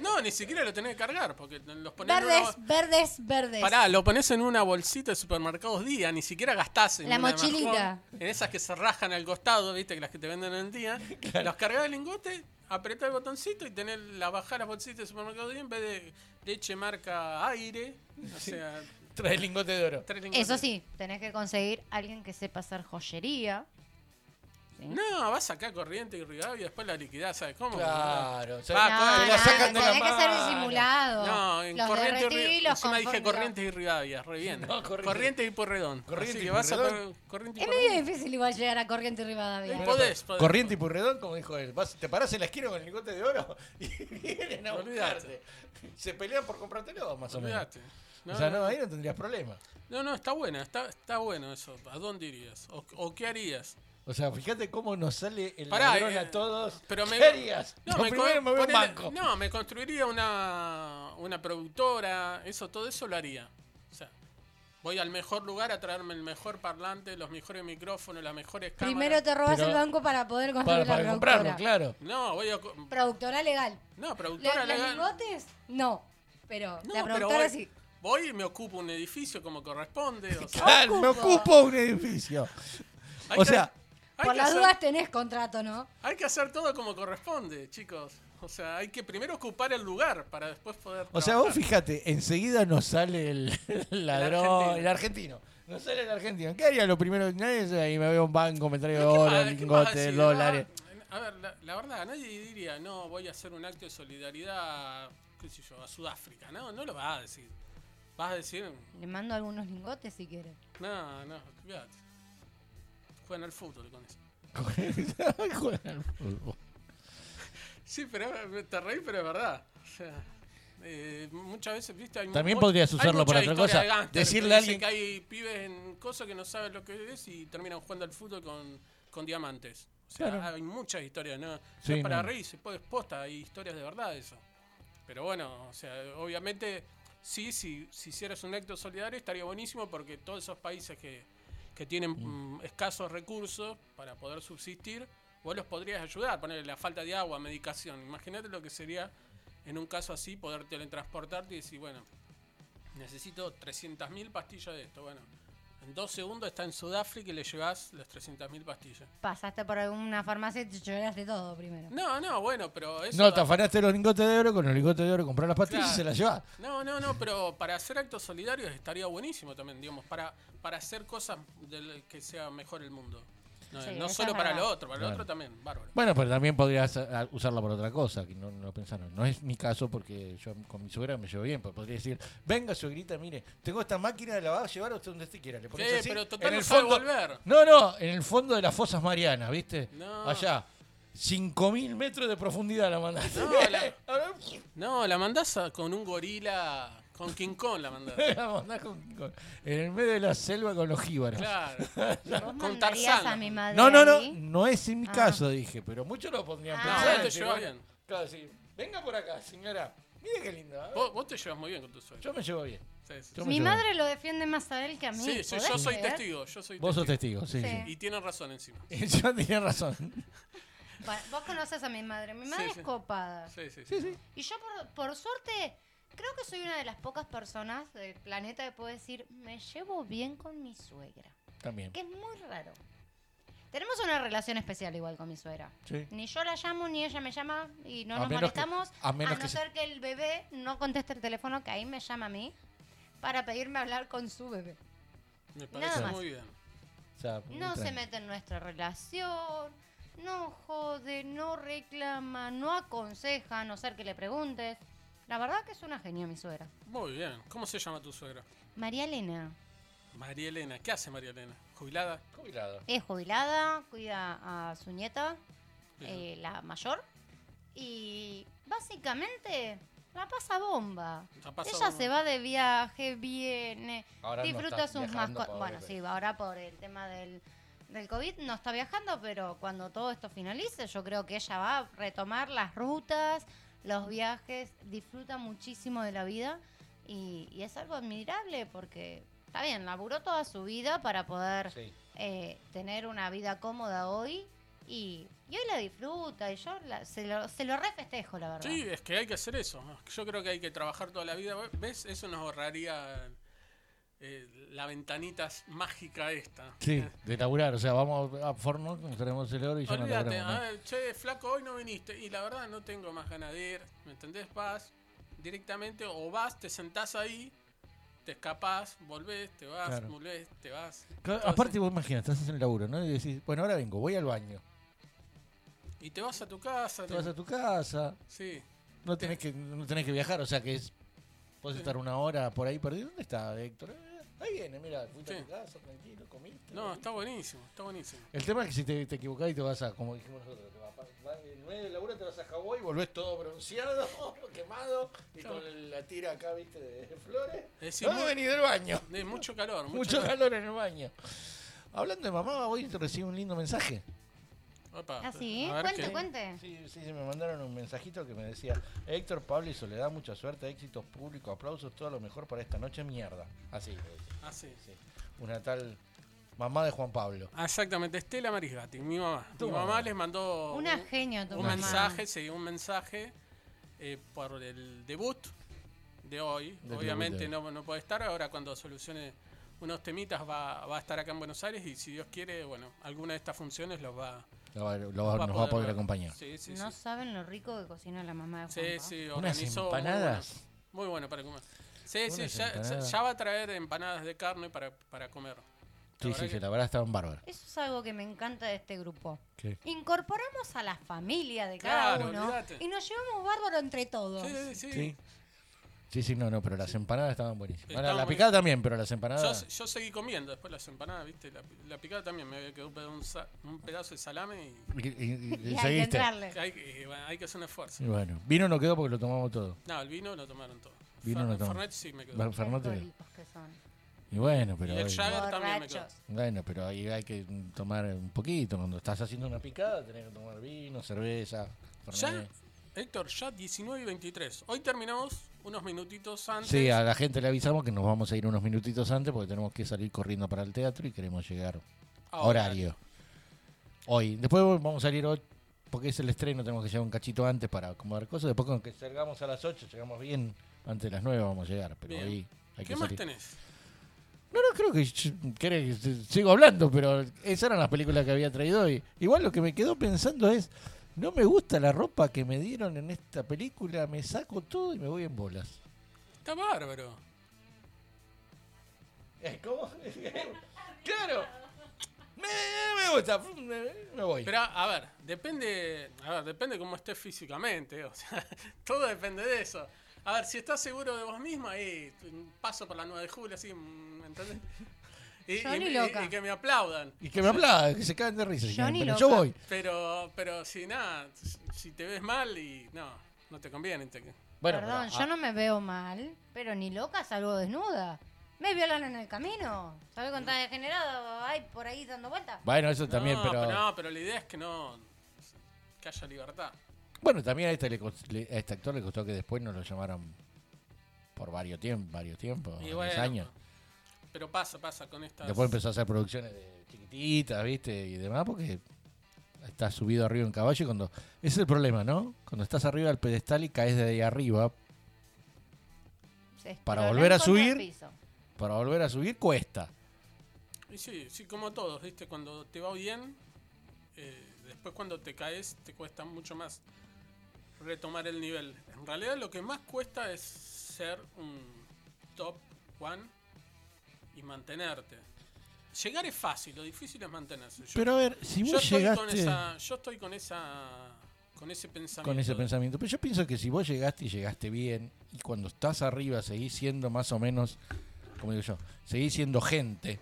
B: No, ni siquiera lo tenés que cargar, porque los ponés en
D: verdes,
B: una...
D: verdes, verdes.
B: Pará, lo pones en una bolsita de supermercados día, ni siquiera gastás en
D: La
B: una
D: mochilita.
B: Majón, en esas que se rajan al costado, viste, que las que te venden en el día. Los cargás el lingote, apretás el botoncito y tenés la bajada las bolsitas de supermercados día en vez de leche marca aire. O sea,
C: Trae lingotes de oro.
B: tres lingotes.
D: Eso sí, tenés que conseguir alguien que sepa hacer joyería.
B: No, vas acá a corriente y rigado y después la liquidás, ¿sabes cómo?
C: Claro. o sea,
B: Ah,
D: no,
B: claro,
D: no,
B: y la sacan de la
D: tenés que ser
C: mano.
D: disimulado.
B: No, en
D: los
B: corriente y
D: derretí,
B: Río-
D: los
B: encima dije
D: confundí.
B: corrientes y Rivadavia, re bien.
C: No,
B: corriente.
C: Corrientes.
B: y Porredón.
C: Corrientes
B: Así que
C: y
B: vas a
C: Porredón.
B: Cor- corriente y
D: Es medio
B: Porredón.
D: difícil igual llegar a Corriente y Rivadavia.
B: Eh, podés, podés.
C: Corriente y Purredón, como dijo él. Vas- te parás en la esquina con el lingote de oro y vienen a
B: Olvidate.
C: buscarte. Se pelean por comprártelo, más o menos.
B: Olvidate.
C: o sea, no, ahí no tendrías problema.
B: No, no, está buena, está, está bueno eso. ¿A dónde irías? ¿O, o qué harías?
C: O sea, fíjate cómo nos sale el
B: Pará,
C: ladrón
B: eh,
C: a todos.
B: pero me-
C: ¿Qué harías?
B: No,
C: Yo
B: me,
C: primero
B: con-
C: me voy a un
B: ponele-
C: banco.
B: no, me construiría una, una productora, eso, todo eso lo haría. O sea, voy al mejor lugar a traerme el mejor parlante, los mejores micrófonos, las mejores cámaras.
D: Primero te robas
C: Pero-
D: el banco para poder
C: para
D: construir
C: para
D: la
C: comprarlo,
D: productora.
C: claro.
B: No, voy a... co-
D: Productora legal.
B: No,
D: Le-
B: productora
D: ¿Los
B: legal.
D: lingotes? No. Pero
B: No,
D: la
B: pero
D: productora
B: voy-
D: sí.
B: Voy y me ocupo un edificio como corresponde. O sea,
C: Claro, me
D: Ocupo.
C: ocupo un edificio.
B: hay
C: Ah, O
B: que-
C: sea,
B: hay
D: Por
B: que
D: las
B: hacer-
D: dudas tenés contrato, ¿no?
B: Hay que hacer todo como corresponde, chicos. O sea, hay que primero ocupar el lugar para después poder.
C: O sea,
B: trabajar.
C: vos fíjate, enseguida nos sale el, el ladrón, el argentino. Nos sale el argentino. ¿Qué haría lo primero? Nadie se- ahí me veo un banco, me traigo
B: ¿Qué
C: oro,
B: más- qué más
C: lingotes,
B: decir?
C: dólares.
B: A ver, la, la verdad, nadie diría, no, voy a hacer un acto de solidaridad, qué sé yo, a Sudáfrica. No, no lo vas a decir. Vas a decir,
D: Le mando algunos lingotes si quieres.
B: no, no, fíjate. Juegan al fútbol con eso.
C: Juegan al fútbol.
B: Sí, pero eh, te reí, pero es verdad. O sea, eh, muchas veces, viste, hay mu-
C: También
B: mu-
C: podrías
B: hay
C: usarlo
B: mucha
C: para otra
B: historia
C: cosa.
B: de gángster
C: Decirle
B: que
C: a
B: dice
C: alguien-
B: que hay pibes en cosas que no saben lo que es y terminan jugando al fútbol con, con diamantes. O sea,
C: Claro.
B: hay muchas historias, ¿no? No
C: Sí,
B: es para
C: no.
B: reírse, pues posta, hay historias de verdad de eso. Pero bueno, o sea, obviamente, sí, sí, si hicieras un acto solidario estaría buenísimo porque todos esos países que, que tienen mm, escasos recursos para poder subsistir, vos los podrías ayudar, ponerle la falta de agua, medicación. Imagínate lo que sería en un caso así poder teletransportarte y decir, bueno, necesito 300.000 pastillas de esto. Bueno, en dos segundos está en Sudáfrica y le llevas las 300.000 pastillas.
D: Pasaste por alguna farmacia y te lloraste todo primero.
B: No, no, bueno, pero eso...
C: No, te afanaste los lingotes de oro, con los lingotes de oro comprar las pastillas
B: Claro.
C: y se las llevas.
B: No, no, no, pero para hacer actos solidarios estaría buenísimo también, digamos, para, para hacer cosas del- que sea mejor el mundo. No,
D: Sí,
B: no
D: eso
B: solo
D: es
B: para
D: verdad.
B: lo otro, para lo
C: Claro.
B: otro también, bárbaro.
C: Bueno, pero también podrías ah, usarla para otra cosa, que no, no lo pensaron. No es mi caso porque yo con mi suegra me llevo bien, pero podría decir, venga suegrita, mire, tengo esta máquina, la va a llevar usted donde usted quiera. Le pones
B: Sí,
C: así,
B: pero total
C: en
B: no
C: el
B: sabe
C: fondo-
B: volver.
C: No, no, en el fondo de las fosas marianas, ¿viste?
B: No.
C: Allá, 5.000 metros de profundidad la mandaste.
B: No, la- No, la mandás a- con un gorila, con King Kong la mandás.
C: La mandás con- con- en el medio de la selva con los jíbaros.
B: Claro.
D: ¿Vos
B: Con
D: mandarías
B: Tarzán.
D: a mi madre
C: No, no, no,
D: ahí?
C: no es en mi
D: Ah.
C: caso, dije, pero muchos lo pondrían
D: Ah.
C: pensando.
D: No, vos te
C: Sí,
B: llevas
C: bueno.
B: bien.
C: Claro, sí. Venga por acá, señora. Mire qué lindo. a ver.
B: Vos, vos te llevas muy bien con tu suegro.
C: Yo me llevo bien.
B: Sí, sí, sí.
C: yo me
D: Mi
C: llevo
D: madre lo defiende más a él que a mí.
B: Sí, sí, yo
D: ¿podés
B: soy
D: creer?
B: testigo, yo soy
C: Vos sos
B: testigo.
C: testigo, sí.
D: Sí.
B: Y tienen razón encima.
C: sí. Yo tenía razón.
D: Bueno, vos conoces a mi madre. Mi madre
B: Sí,
D: es
B: sí.
D: copada.
B: Sí, sí, sí.
C: Sí, sí.
D: Y yo, por, por suerte, creo que soy una de las pocas personas del planeta que puedo decir, me llevo bien con mi suegra.
C: También.
D: Que es muy raro. Tenemos una relación especial igual con mi suegra.
C: Sí.
D: Ni yo la llamo, ni ella me llama, y no
C: A
D: nos
C: menos que-
D: molestamos.
C: a
D: a,
C: menos que
D: no
C: se-
D: ser que el bebé no conteste el teléfono, que ahí me llama a mí, para pedirme hablar con su bebé.
B: Me parece
D: más.
B: muy bien.
C: O sea,
D: No se
C: tranqui.
D: mete en nuestra relación, no jode, no reclama, no aconseja, a no ser que le preguntes. La verdad que es una genia mi suegra.
B: Muy bien. ¿Cómo se llama tu suegra?
D: María Elena
B: María Elena. ¿Qué hace María Elena? ¿Jubilada?
C: Jubilado.
D: es jubilada, cuida a su nieta,
B: Bien.
D: eh, la mayor, y básicamente la pasa bomba.
B: La pasa
D: Ella
B: bomba.
D: se va de viaje, viene,
C: Ahora no
D: disfruta
C: está
D: sus
C: viajando,
D: mascotas.
C: pobre,
D: Bueno,
C: pero-
D: sí, ahora por el tema del, del COVID no está viajando, pero cuando todo esto finalice, yo creo que ella va a retomar las rutas, los viajes, disfruta muchísimo de la vida y, y es algo admirable porque está bien, laburó toda su vida para poder
C: Sí.
D: eh, tener una vida cómoda hoy y, y hoy la disfruta y yo la- se, lo, se lo refestejo, la verdad.
B: Sí, es que hay que hacer eso. Yo creo que hay que trabajar toda la vida. ¿Ves? Eso nos ahorraría eh, la ventanita mágica esta. Eh,
C: Sí, de laburar. O sea, vamos a Forno, nos traemos el oro y yo no
B: Olvídate,
C: laburamos.
B: a
C: ¿no?
B: ver, che, flaco, hoy no viniste. Y la verdad no tengo más ganas de ir. ¿Me entendés? Vas directamente o vas, te sentás ahí, te escapás, volvés, te vas,
C: Claro.
B: volvés, te vas.
C: Claro,
B: Entonces,
C: aparte, vos imaginas, estás haciendo el laburo, ¿no? Y decís, bueno, ahora vengo, voy al baño.
B: Y te vas a tu casa.
C: Te
B: te-
C: vas a tu casa,
B: Sí.
C: no tenés que, no tenés que viajar, o sea que es. Podés estar una hora por ahí perdido. ¿Dónde está Héctor? Eh, Ahí viene, mira, fuiste a
B: Sí.
C: tu casa, tranquilo, comiste.
B: No, está buenísimo, está buenísimo.
C: El tema es que si te, te equivocás y te vas a, como dijimos nosotros, te vas, vas de 9 de laburo, te vas a Hawái, volvés todo bronceado, quemado y con el- la tira acá, viste, de de flores.
B: Es decir,
C: No me
B: mu-
C: venís del baño.
B: de mucho calor. Mucho,
C: Ah, Mucho calor en el baño. Hablando de mamá, hoy te recibo un lindo mensaje.
B: calor. Opa,
D: ¿Ah, sí?
B: a ver
D: Cuente,
B: qué-
D: cuente.
C: Sí, sí, sí, me mandaron un mensajito que me decía, Héctor, Pablo y Soledad, mucha suerte, éxitos públicos, aplausos, todo lo mejor para esta noche mierda. Así, me decía,
B: Ah, sí.
C: sí. una tal mamá de Juan Pablo.
B: Ah, Exactamente, Estela Marisgati, mi mamá.
C: Tu
B: mi mamá,
C: mamá.
B: les mandó
D: Una
B: un,
D: genio tu
B: un
D: mamá.
B: mensaje, sí, un mensaje eh, por el debut de hoy.
C: Del
B: Obviamente
C: debut de
B: no, no puede estar, ahora cuando solucione unos temitas va, va a estar acá en Buenos Aires y si Dios quiere, bueno, alguna de estas funciones los va,
C: Lo va- lo va-
B: va
C: Ah, nos va a poder
B: ver.
C: acompañar.
B: Sí, sí,
D: No
B: sí.
D: saben lo rico que cocina la mamá de
B: Sí,
D: Juanpa.
B: sí,
C: Unas
B: organizó muy
C: empanadas.
B: bueno. Muy bueno para comer. Sí, sí,
C: Unas
B: ya, ya-
C: empanadas.
B: ya va a traer empanadas de carne para, para comer.
C: Sí,
B: verdad
C: sí,
B: que-
C: sí, la verdad estaban bárbaros.
D: Eso es algo que me encanta de este grupo.
C: ¿Qué?
D: Incorporamos a la familia de cada
B: Claro,
D: uno
B: olvídate.
D: y nos llevamos bárbaro entre todos.
B: Sí, sí,
C: Sí. Sí, sí, no, no, pero las empanadas estaban buenísimas. Bueno,
B: Estaban
C: la picada también, pero las
B: Yo,
C: empanadas.
B: yo seguí comiendo después las empanadas, ¿viste? La, la picada también me había quedado un, peda- un sa- un pedazo de salame y
C: Y, y- y
D: Y hay que
C: seguiste.
D: entrarle.
B: hay, que- eh, bueno, hay que hacer un esfuerzo.
C: Y bueno, vino no quedó porque lo tomamos todo.
B: No, el vino lo tomaron todo.
C: Vino
B: Fer-
C: lo tomamos.
B: Fernet sí me quedó.
C: Bar- Fernet.
D: Alcohólicos que son.
C: Y bueno, pero.
B: y el
C: hoy-
B: Jagger también me quedó.
D: Borrachos.
C: Bueno, pero ahí hay que tomar un poquito. Cuando estás haciendo una picada, tenés que tomar vino, cerveza,
B: Ya,
C: fernet.
B: Héctor, ya 19 y 23. Hoy terminamos unos minutitos antes.
C: Sí, a la gente le avisamos que nos vamos a ir unos minutitos antes porque tenemos que salir corriendo para el teatro y queremos llegar a
B: Ahora.
C: horario. Hoy. Después vamos a salir hoy porque es el estreno, tenemos que llegar un cachito antes para acomodar cosas. Después con que salgamos a las 8, llegamos bien, antes de las 9 vamos a llegar. Pero
B: Bien.
C: hoy
B: ¿Qué
C: hay que
B: más
C: salir.
B: tenés?
C: No, no, creo que, yo- querés que s- sigo hablando, pero esas eran las películas que había traído hoy. Igual lo que me quedó pensando es, no me gusta la ropa que me dieron en esta película, me saco todo y me voy en bolas.
B: Está bárbaro.
C: Eh, ¿Cómo? claro. Me, me gusta, me, me voy.
B: Pero, a ver, depende, a ver, depende cómo estés físicamente, o sea, todo depende de eso. A ver, si estás seguro de vos misma, eh, un paso por la 9 de julio, así, mm, ¿me entendés? Y,
D: Yo
B: y-
D: ni
B: y-
D: loca.
B: y que me aplaudan.
C: y que me habla, que se caen de risa. si
D: Yo
C: quieren,
D: ni
C: pero
D: loca.
C: yo voy.
B: Pero, pero si nada, si te ves mal y no, no te conviene. te-
C: Bueno,
D: Perdón,
C: pero,
D: yo
C: ah,
D: no me veo mal, pero ni loca salgo desnuda. Me violaron en el camino. ¿Sabes cuántas degeneradas hay por ahí dando vueltas?
C: Bueno, eso también,
B: no,
C: pero...
B: No, pero la idea es que no, que haya libertad.
C: Bueno, también a este, le cost- le- a este actor le costó que después nos lo llamaran por varios tiempos, varios tiempos,
B: Y
C: varios
B: bueno,
C: años.
B: Pero pasa, pasa con estas...
C: Después empezó a hacer producciones de chiquititas, ¿viste? Y demás, porque estás subido arriba en caballo y cuando... Ese es el problema, ¿no? Cuando estás arriba del pedestal y caes de ahí arriba,
D: Se escrolan
C: Para volver a
D: contra el
C: subir.
D: piso.
C: para volver a subir cuesta.
B: Y sí, sí, como todos, ¿viste? Cuando te va bien, eh, después cuando te caes te cuesta mucho más retomar el nivel. En realidad lo que más cuesta es ser un top one y mantenerte. Llegar es fácil, lo difícil es mantenerse. Yo,
C: Pero a ver, si vos
B: yo estoy
C: llegaste...
B: con esa, yo estoy con esa con ese pensamiento.
C: con ese pensamiento. Pero yo pienso que si vos llegaste y llegaste bien, y cuando estás arriba seguís siendo más o menos, como digo yo, seguís siendo gente,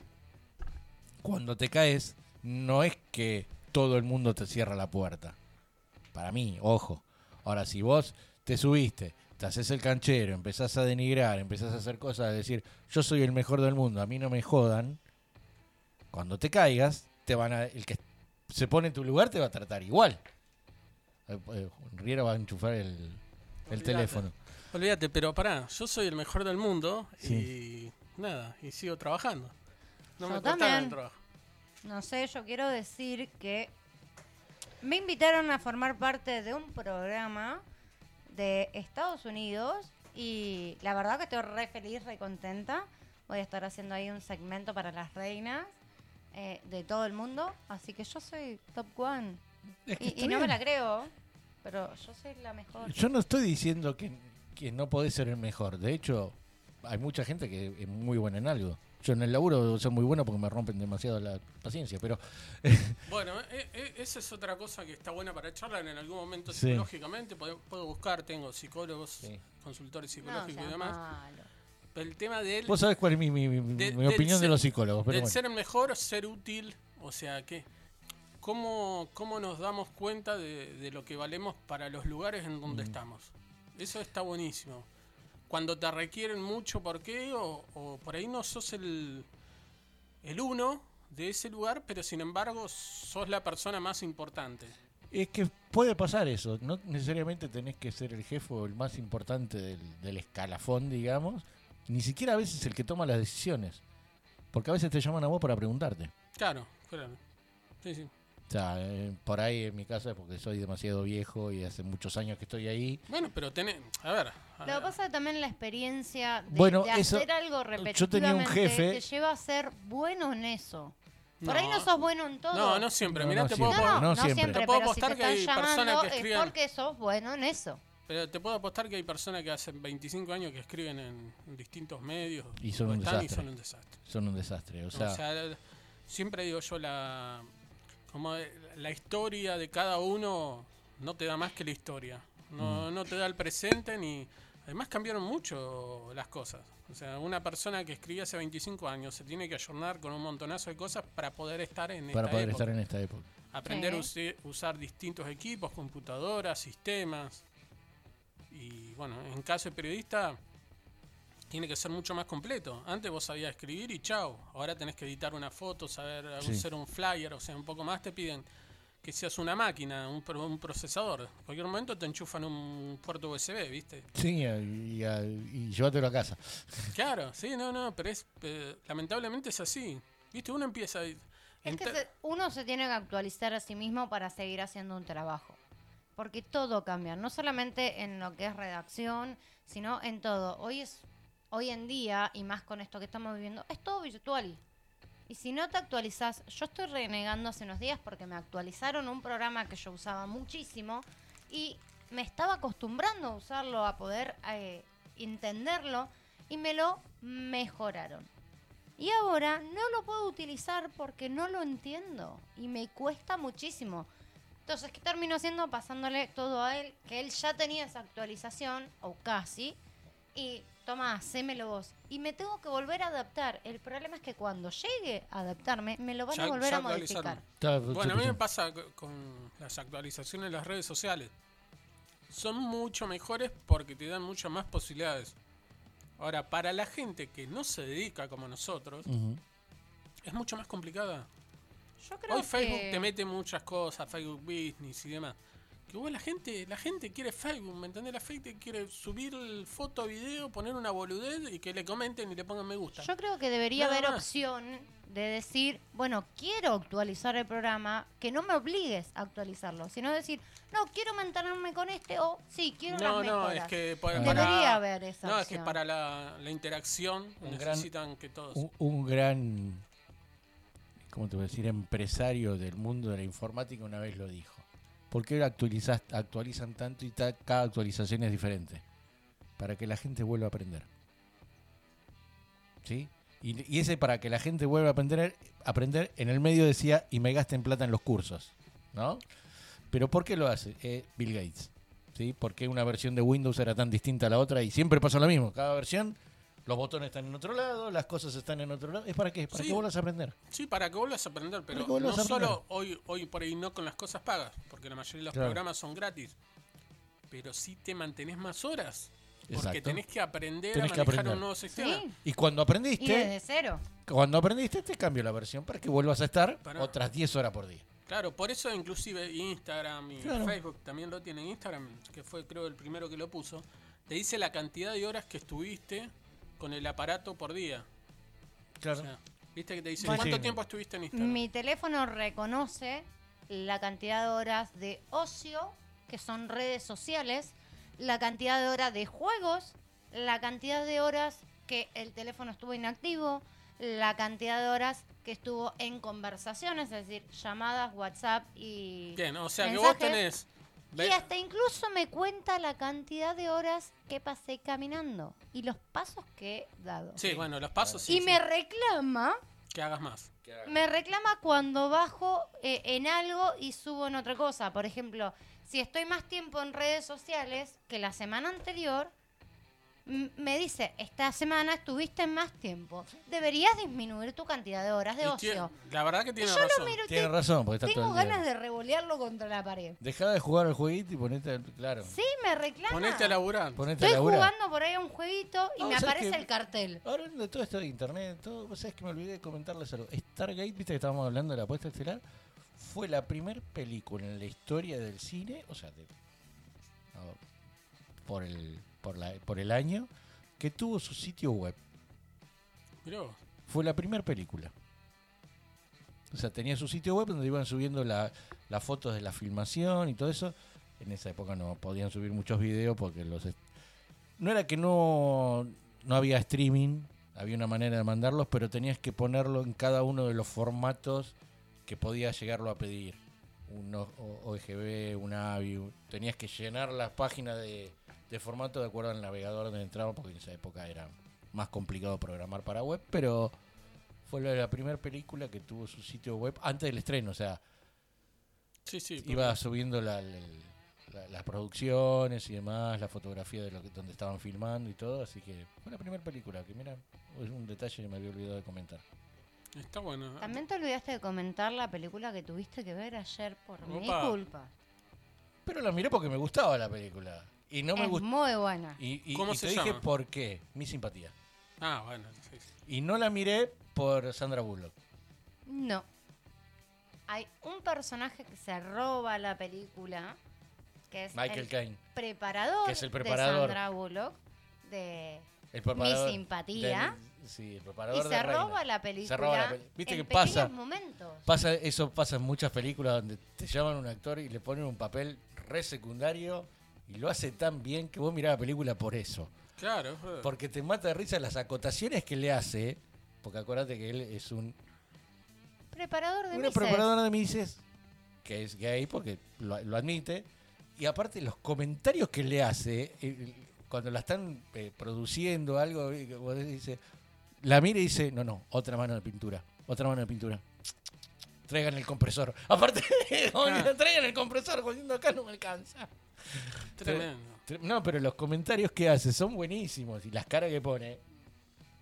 C: cuando te caes, no es que todo el mundo te cierra la puerta. Para mí, ojo. Ahora, si vos te subiste, te haces el canchero, empezás a denigrar, empezás a hacer cosas, a decir, yo soy el mejor del mundo, a mí no me jodan, cuando te caigas, te te van a. El que se pone en tu lugar te va a tratar igual. Eh, eh, Riera va a enchufar el, el
B: Olvidate.
C: teléfono.
B: Olvídate, pero pará, yo soy el mejor del mundo
C: Sí.
B: y nada, y sigo trabajando. No
D: Yo
B: me
D: también.
B: cortaron el trabajo.
D: No sé, yo quiero decir que me invitaron a formar parte de un programa de Estados Unidos y la verdad que estoy re feliz, re contenta. Voy a estar haciendo ahí un segmento para las reinas eh, de todo el mundo, así que yo soy top one.
C: Es que
D: Y-
C: está
D: y no me
C: bien.
D: la creo, pero yo soy la mejor.
C: Yo no estoy diciendo que, que no podés ser el mejor. De hecho, hay mucha gente que es muy buena en algo. Yo en el laburo soy muy bueno porque me rompen demasiado la paciencia, pero
B: Bueno, eh, eh, esa es otra cosa que está buena para charlar en algún momento
C: Sí.
B: psicológicamente. Puedo, puedo buscar, tengo psicólogos,
C: Sí.
B: consultores
D: No,
B: psicológicos
D: seas
B: y demás.
D: malo.
B: Pero el tema del,
C: vos sabés cuál es mi, mi- mi-
B: De-
C: mi
B: del
C: opinión de
B: ser-
C: los psicólogos. Pero
B: del
C: bueno.
B: ser mejor, ser útil, o sea, que ¿cómo, cómo nos damos cuenta de, de lo que valemos para los lugares en
C: Mm.
B: donde estamos? Eso está buenísimo. Cuando te requieren mucho por qué, o, o por ahí no sos el, el uno de ese lugar, pero sin embargo sos la persona más importante.
C: Es que puede pasar eso. No necesariamente tenés que ser el jefe o el más importante del, del escalafón, digamos. Ni siquiera a veces el que toma las decisiones. Porque a veces te llaman a vos para preguntarte.
B: Claro, claro. Sí, sí.
C: O sea, eh, por ahí en mi casa es porque soy demasiado viejo y hace muchos años que estoy ahí.
B: Bueno, pero tenés. A ver. a
D: Lo
B: ver.
D: que pasa también la experiencia de,
C: Bueno,
D: de
C: eso-
D: hacer algo repetitivamente
C: tenía un jefe-
D: te lleva a ser bueno en eso. Por
B: No.
D: ahí no sos bueno en todo.
B: No, no siempre.
C: No,
B: Mirá,
C: no
B: te
D: No,
B: puedo.
D: no,
C: No
D: no
C: siempre.
D: siempre,
B: Te puedo
D: pero si te
B: apostar que
D: están
B: hay personas
D: llamando
B: que
D: es
B: escriben-
D: porque sos bueno en eso.
B: Pero te puedo apostar que hay personas que hacen 25 años que escriben en distintos medios
C: Y son
B: o
C: un
B: están
C: desastre.
B: y son un desastre.
C: Son un desastre. O
B: O
C: sea,
B: sea, la- siempre digo yo la como la historia de cada uno no te da más que la historia. No,
C: Mm.
B: no te da el presente ni además cambiaron mucho las cosas. O sea, una persona que escribía hace 25 años se tiene que ayornar con un montonazo de cosas para poder estar en
C: para
B: esta
C: poder
B: época.
C: estar en esta época.
B: Aprender a
D: Sí.
B: usi- usar distintos equipos, computadoras, sistemas. Y bueno, en caso de periodista, tiene que ser mucho más completo. Antes vos sabías escribir y chao. Ahora tenés que editar una foto, saber
C: Sí.
B: hacer un flyer, o sea, un poco más te piden que seas una máquina, un, pro- un procesador. En cualquier momento te enchufan un puerto USB, ¿viste?
C: Sí, y, y, y llévatelo a casa.
B: Claro, sí, no, no, pero es, eh, lamentablemente es así. ¿Viste? Uno empieza. a-
D: Es que
B: enta-
D: se- uno se tiene que actualizar a sí mismo para seguir haciendo un trabajo. Porque todo cambia, no solamente en lo que es redacción, sino en todo. Hoy es hoy en día, y más con esto que estamos viviendo, es todo virtual. Y si no te actualizás, yo estoy renegando hace unos días porque me actualizaron un programa que yo usaba muchísimo y me estaba acostumbrando a usarlo, a poder eh, entenderlo, y me lo mejoraron. Y ahora no lo puedo utilizar porque no lo entiendo y me cuesta muchísimo. Entonces, ¿qué termino haciendo? Pasándole todo a él, que él ya tenía esa actualización, o casi, y toma, hacémelo vos. Y me tengo que volver a adaptar. El problema es que cuando llegue a adaptarme, me lo van
B: ya-
D: a volver
B: ya
D: a modificar.
B: actualizaron.
C: Está-
B: Bueno, a mí me pasa co- con las actualizaciones de las redes sociales. Son mucho mejores porque te dan muchas más posibilidades. Ahora, para la gente que no se dedica como nosotros,
C: Ujú.
B: es mucho más complicada.
D: Yo creo
B: Hoy Facebook
D: que-
B: te mete muchas cosas, Facebook Business y demás. Que vos la gente, la gente quiere Facebook, ¿me entendés? La gente quiere subir el foto, video, poner una boludez y que le comenten y le pongan me gusta.
D: Yo creo que debería
B: Nada
D: haber
B: más.
D: opción de decir, bueno, quiero actualizar el programa, que no me obligues a actualizarlo, sino decir, no, quiero mantenerme con este o sí, quiero
B: no,
D: las
B: no,
D: mejoras.
B: es que para,
D: Debería
B: para-
D: haber esa
B: No, es que
D: opción.
B: para la, la interacción
C: Un gran-
B: necesitan que todos.
C: un, un gran, ¿cómo te voy a decir? Empresario del mundo de la informática una vez lo dijo. ¿Por qué actualizas, actualizan tanto y ta- cada actualización es diferente? Para que la gente vuelva a aprender. ¿Sí? Y, y ese para que la gente vuelva a aprender, aprender, en el medio decía, y me gasten plata en los cursos, ¿no? Pero ¿por qué lo hace? Eh, Bill Gates. ¿Sí? ¿Por qué una versión de Windows era tan distinta a la otra? Y siempre pasa lo mismo. Cada versión, los botones están en otro lado, las cosas están en otro lado. ¿Es para qué? Para
B: Sí.
C: que vuelvas a aprender.
B: Sí, para que vuelvas a aprender, pero
C: Para que vuelvas
B: no
C: a aprender.
B: solo hoy, hoy por ahí no con las cosas pagas, porque la mayoría de los
C: Claro.
B: programas son gratis, pero sí te mantenés más horas. Porque
C: Exacto.
B: tenés que aprender
C: Tenés
B: a
C: que
B: manejar
C: aprender.
B: un nuevo sistema.
D: Sí.
C: Y cuando aprendiste,
D: Y desde cero.
C: cuando aprendiste, te cambio la versión para que vuelvas a estar
B: Pará.
C: otras 10 horas por día.
B: Claro, por eso inclusive Instagram y
C: Claro.
B: Facebook también lo tienen. Instagram, que fue creo el primero que lo puso, te dice la cantidad de horas que estuviste con el aparato por día. O
C: Claro.
B: sea, viste que te dice
C: Sí,
B: cuánto
C: sí.
B: tiempo estuviste en Instagram.
D: Mi teléfono reconoce la cantidad de horas de ocio, que son redes sociales, la cantidad de horas de juegos, la cantidad de horas que el teléfono estuvo inactivo, la cantidad de horas que estuvo en conversaciones, es decir, llamadas, WhatsApp y...
B: Bien, o sea que vos
D: mensajes.
B: tenés.
D: Y
B: ve-
D: hasta incluso me cuenta la cantidad de horas que pasé caminando y los pasos que he dado.
B: Sí, bueno, los pasos sí,
D: y
B: sí,
D: me reclama
B: que hagas más.
D: me reclama cuando bajo eh, en algo y subo en otra cosa. Por ejemplo, si estoy más tiempo en redes sociales que la semana anterior, m- me dice, esta semana estuviste más tiempo. Deberías disminuir tu cantidad de horas de
B: Y tie-
D: ocio.
B: la verdad que tiene
D: Yo
B: razón.
D: lo miro y
C: Tienes
D: te-
C: razón, porque está
D: tengo
C: todo el día.
D: ganas de revolearlo contra la pared.
C: Dejá de jugar al jueguito y ponete, al- claro,
D: Sí, me reclama.
B: Ponete a laburar.
C: ponete a
D: Estoy
C: laburar.
D: jugando por ahí a un jueguito y
C: No,
D: me
C: ¿sabes
D: aparece
C: qué?
D: el cartel.
C: Ahora de todo esto de internet, todo, vos sabés que me olvidé de comentarles algo. Stargate, viste que estábamos hablando de la apuesta estelar, fue la primer película en la historia del cine, o sea, de- no, por el por la- por el año que tuvo su sitio web.
B: Mirá vos.
C: Fue la primera película. O sea, tenía su sitio web donde iban subiendo la- las fotos de la filmación y todo eso. En esa época no podían subir muchos videos porque los... est- No era que no, no había streaming, había una manera de mandarlos, pero tenías que ponerlo en cada uno de los formatos que podías llegarlo a pedir. Un O- O- OGB, un AVI, un- tenías que llenar las páginas de, de formato de acuerdo al navegador donde entraba, porque en esa época era más complicado programar para web, pero fue la, la primera película que tuvo su sitio web antes del estreno, o sea,
B: Sí, sí.
C: iba subiendo la- la- la- las producciones y demás, la fotografía de lo que, donde estaban filmando y todo, así que fue la primera película, que mira, es un detalle que me había olvidado de comentar.
B: Está bueno.
D: También te olvidaste de comentar la película que tuviste que ver ayer por mi
B: Opa.
D: culpa.
C: Pero la miré porque me gustaba la película. Y no me
D: es
C: gustó.
D: muy buena.
C: Y, y-
B: ¿Cómo
C: y
B: se
C: te dije
B: llama?
C: por qué, mi simpatía.
B: Ah, bueno. sí, sí.
C: Y no la miré por Sandra Bullock.
D: No. Hay un personaje que se roba la película, que es
C: Michael
D: el
C: Caine.
D: preparador,
C: Que es el preparador.
D: de Sandra Bullock, de-
C: El preparador
D: simpatía.
C: del- sí, el
D: y
C: preparador de
D: se
C: Reina.
D: roba la película.
C: Se roba la peli- Viste
D: en
C: que
D: pequeños
C: pasa.
D: momentos.
C: Pasa, eso pasa en muchas películas donde te llaman a un actor y le ponen un papel re secundario y lo hace tan bien que vos mirás la película por eso.
B: Claro. es verdad.
C: Porque te mata de risa las acotaciones que le hace. Porque acuérdate que él es un
D: Preparador de
C: Una
D: Mises.
C: preparadora de Mises, que es gay porque lo, lo admite, y aparte los comentarios que le hace, eh, cuando la están eh, produciendo algo, eh, que vos dice, la mira y dice, no, no, otra mano de pintura, otra mano de pintura. Traigan el compresor. Aparte,
B: Ah.
C: traigan el compresor, jodiendo acá no me alcanza.
B: Tremendo.
C: Tre- No, pero los comentarios que hace son buenísimos y las caras que pone.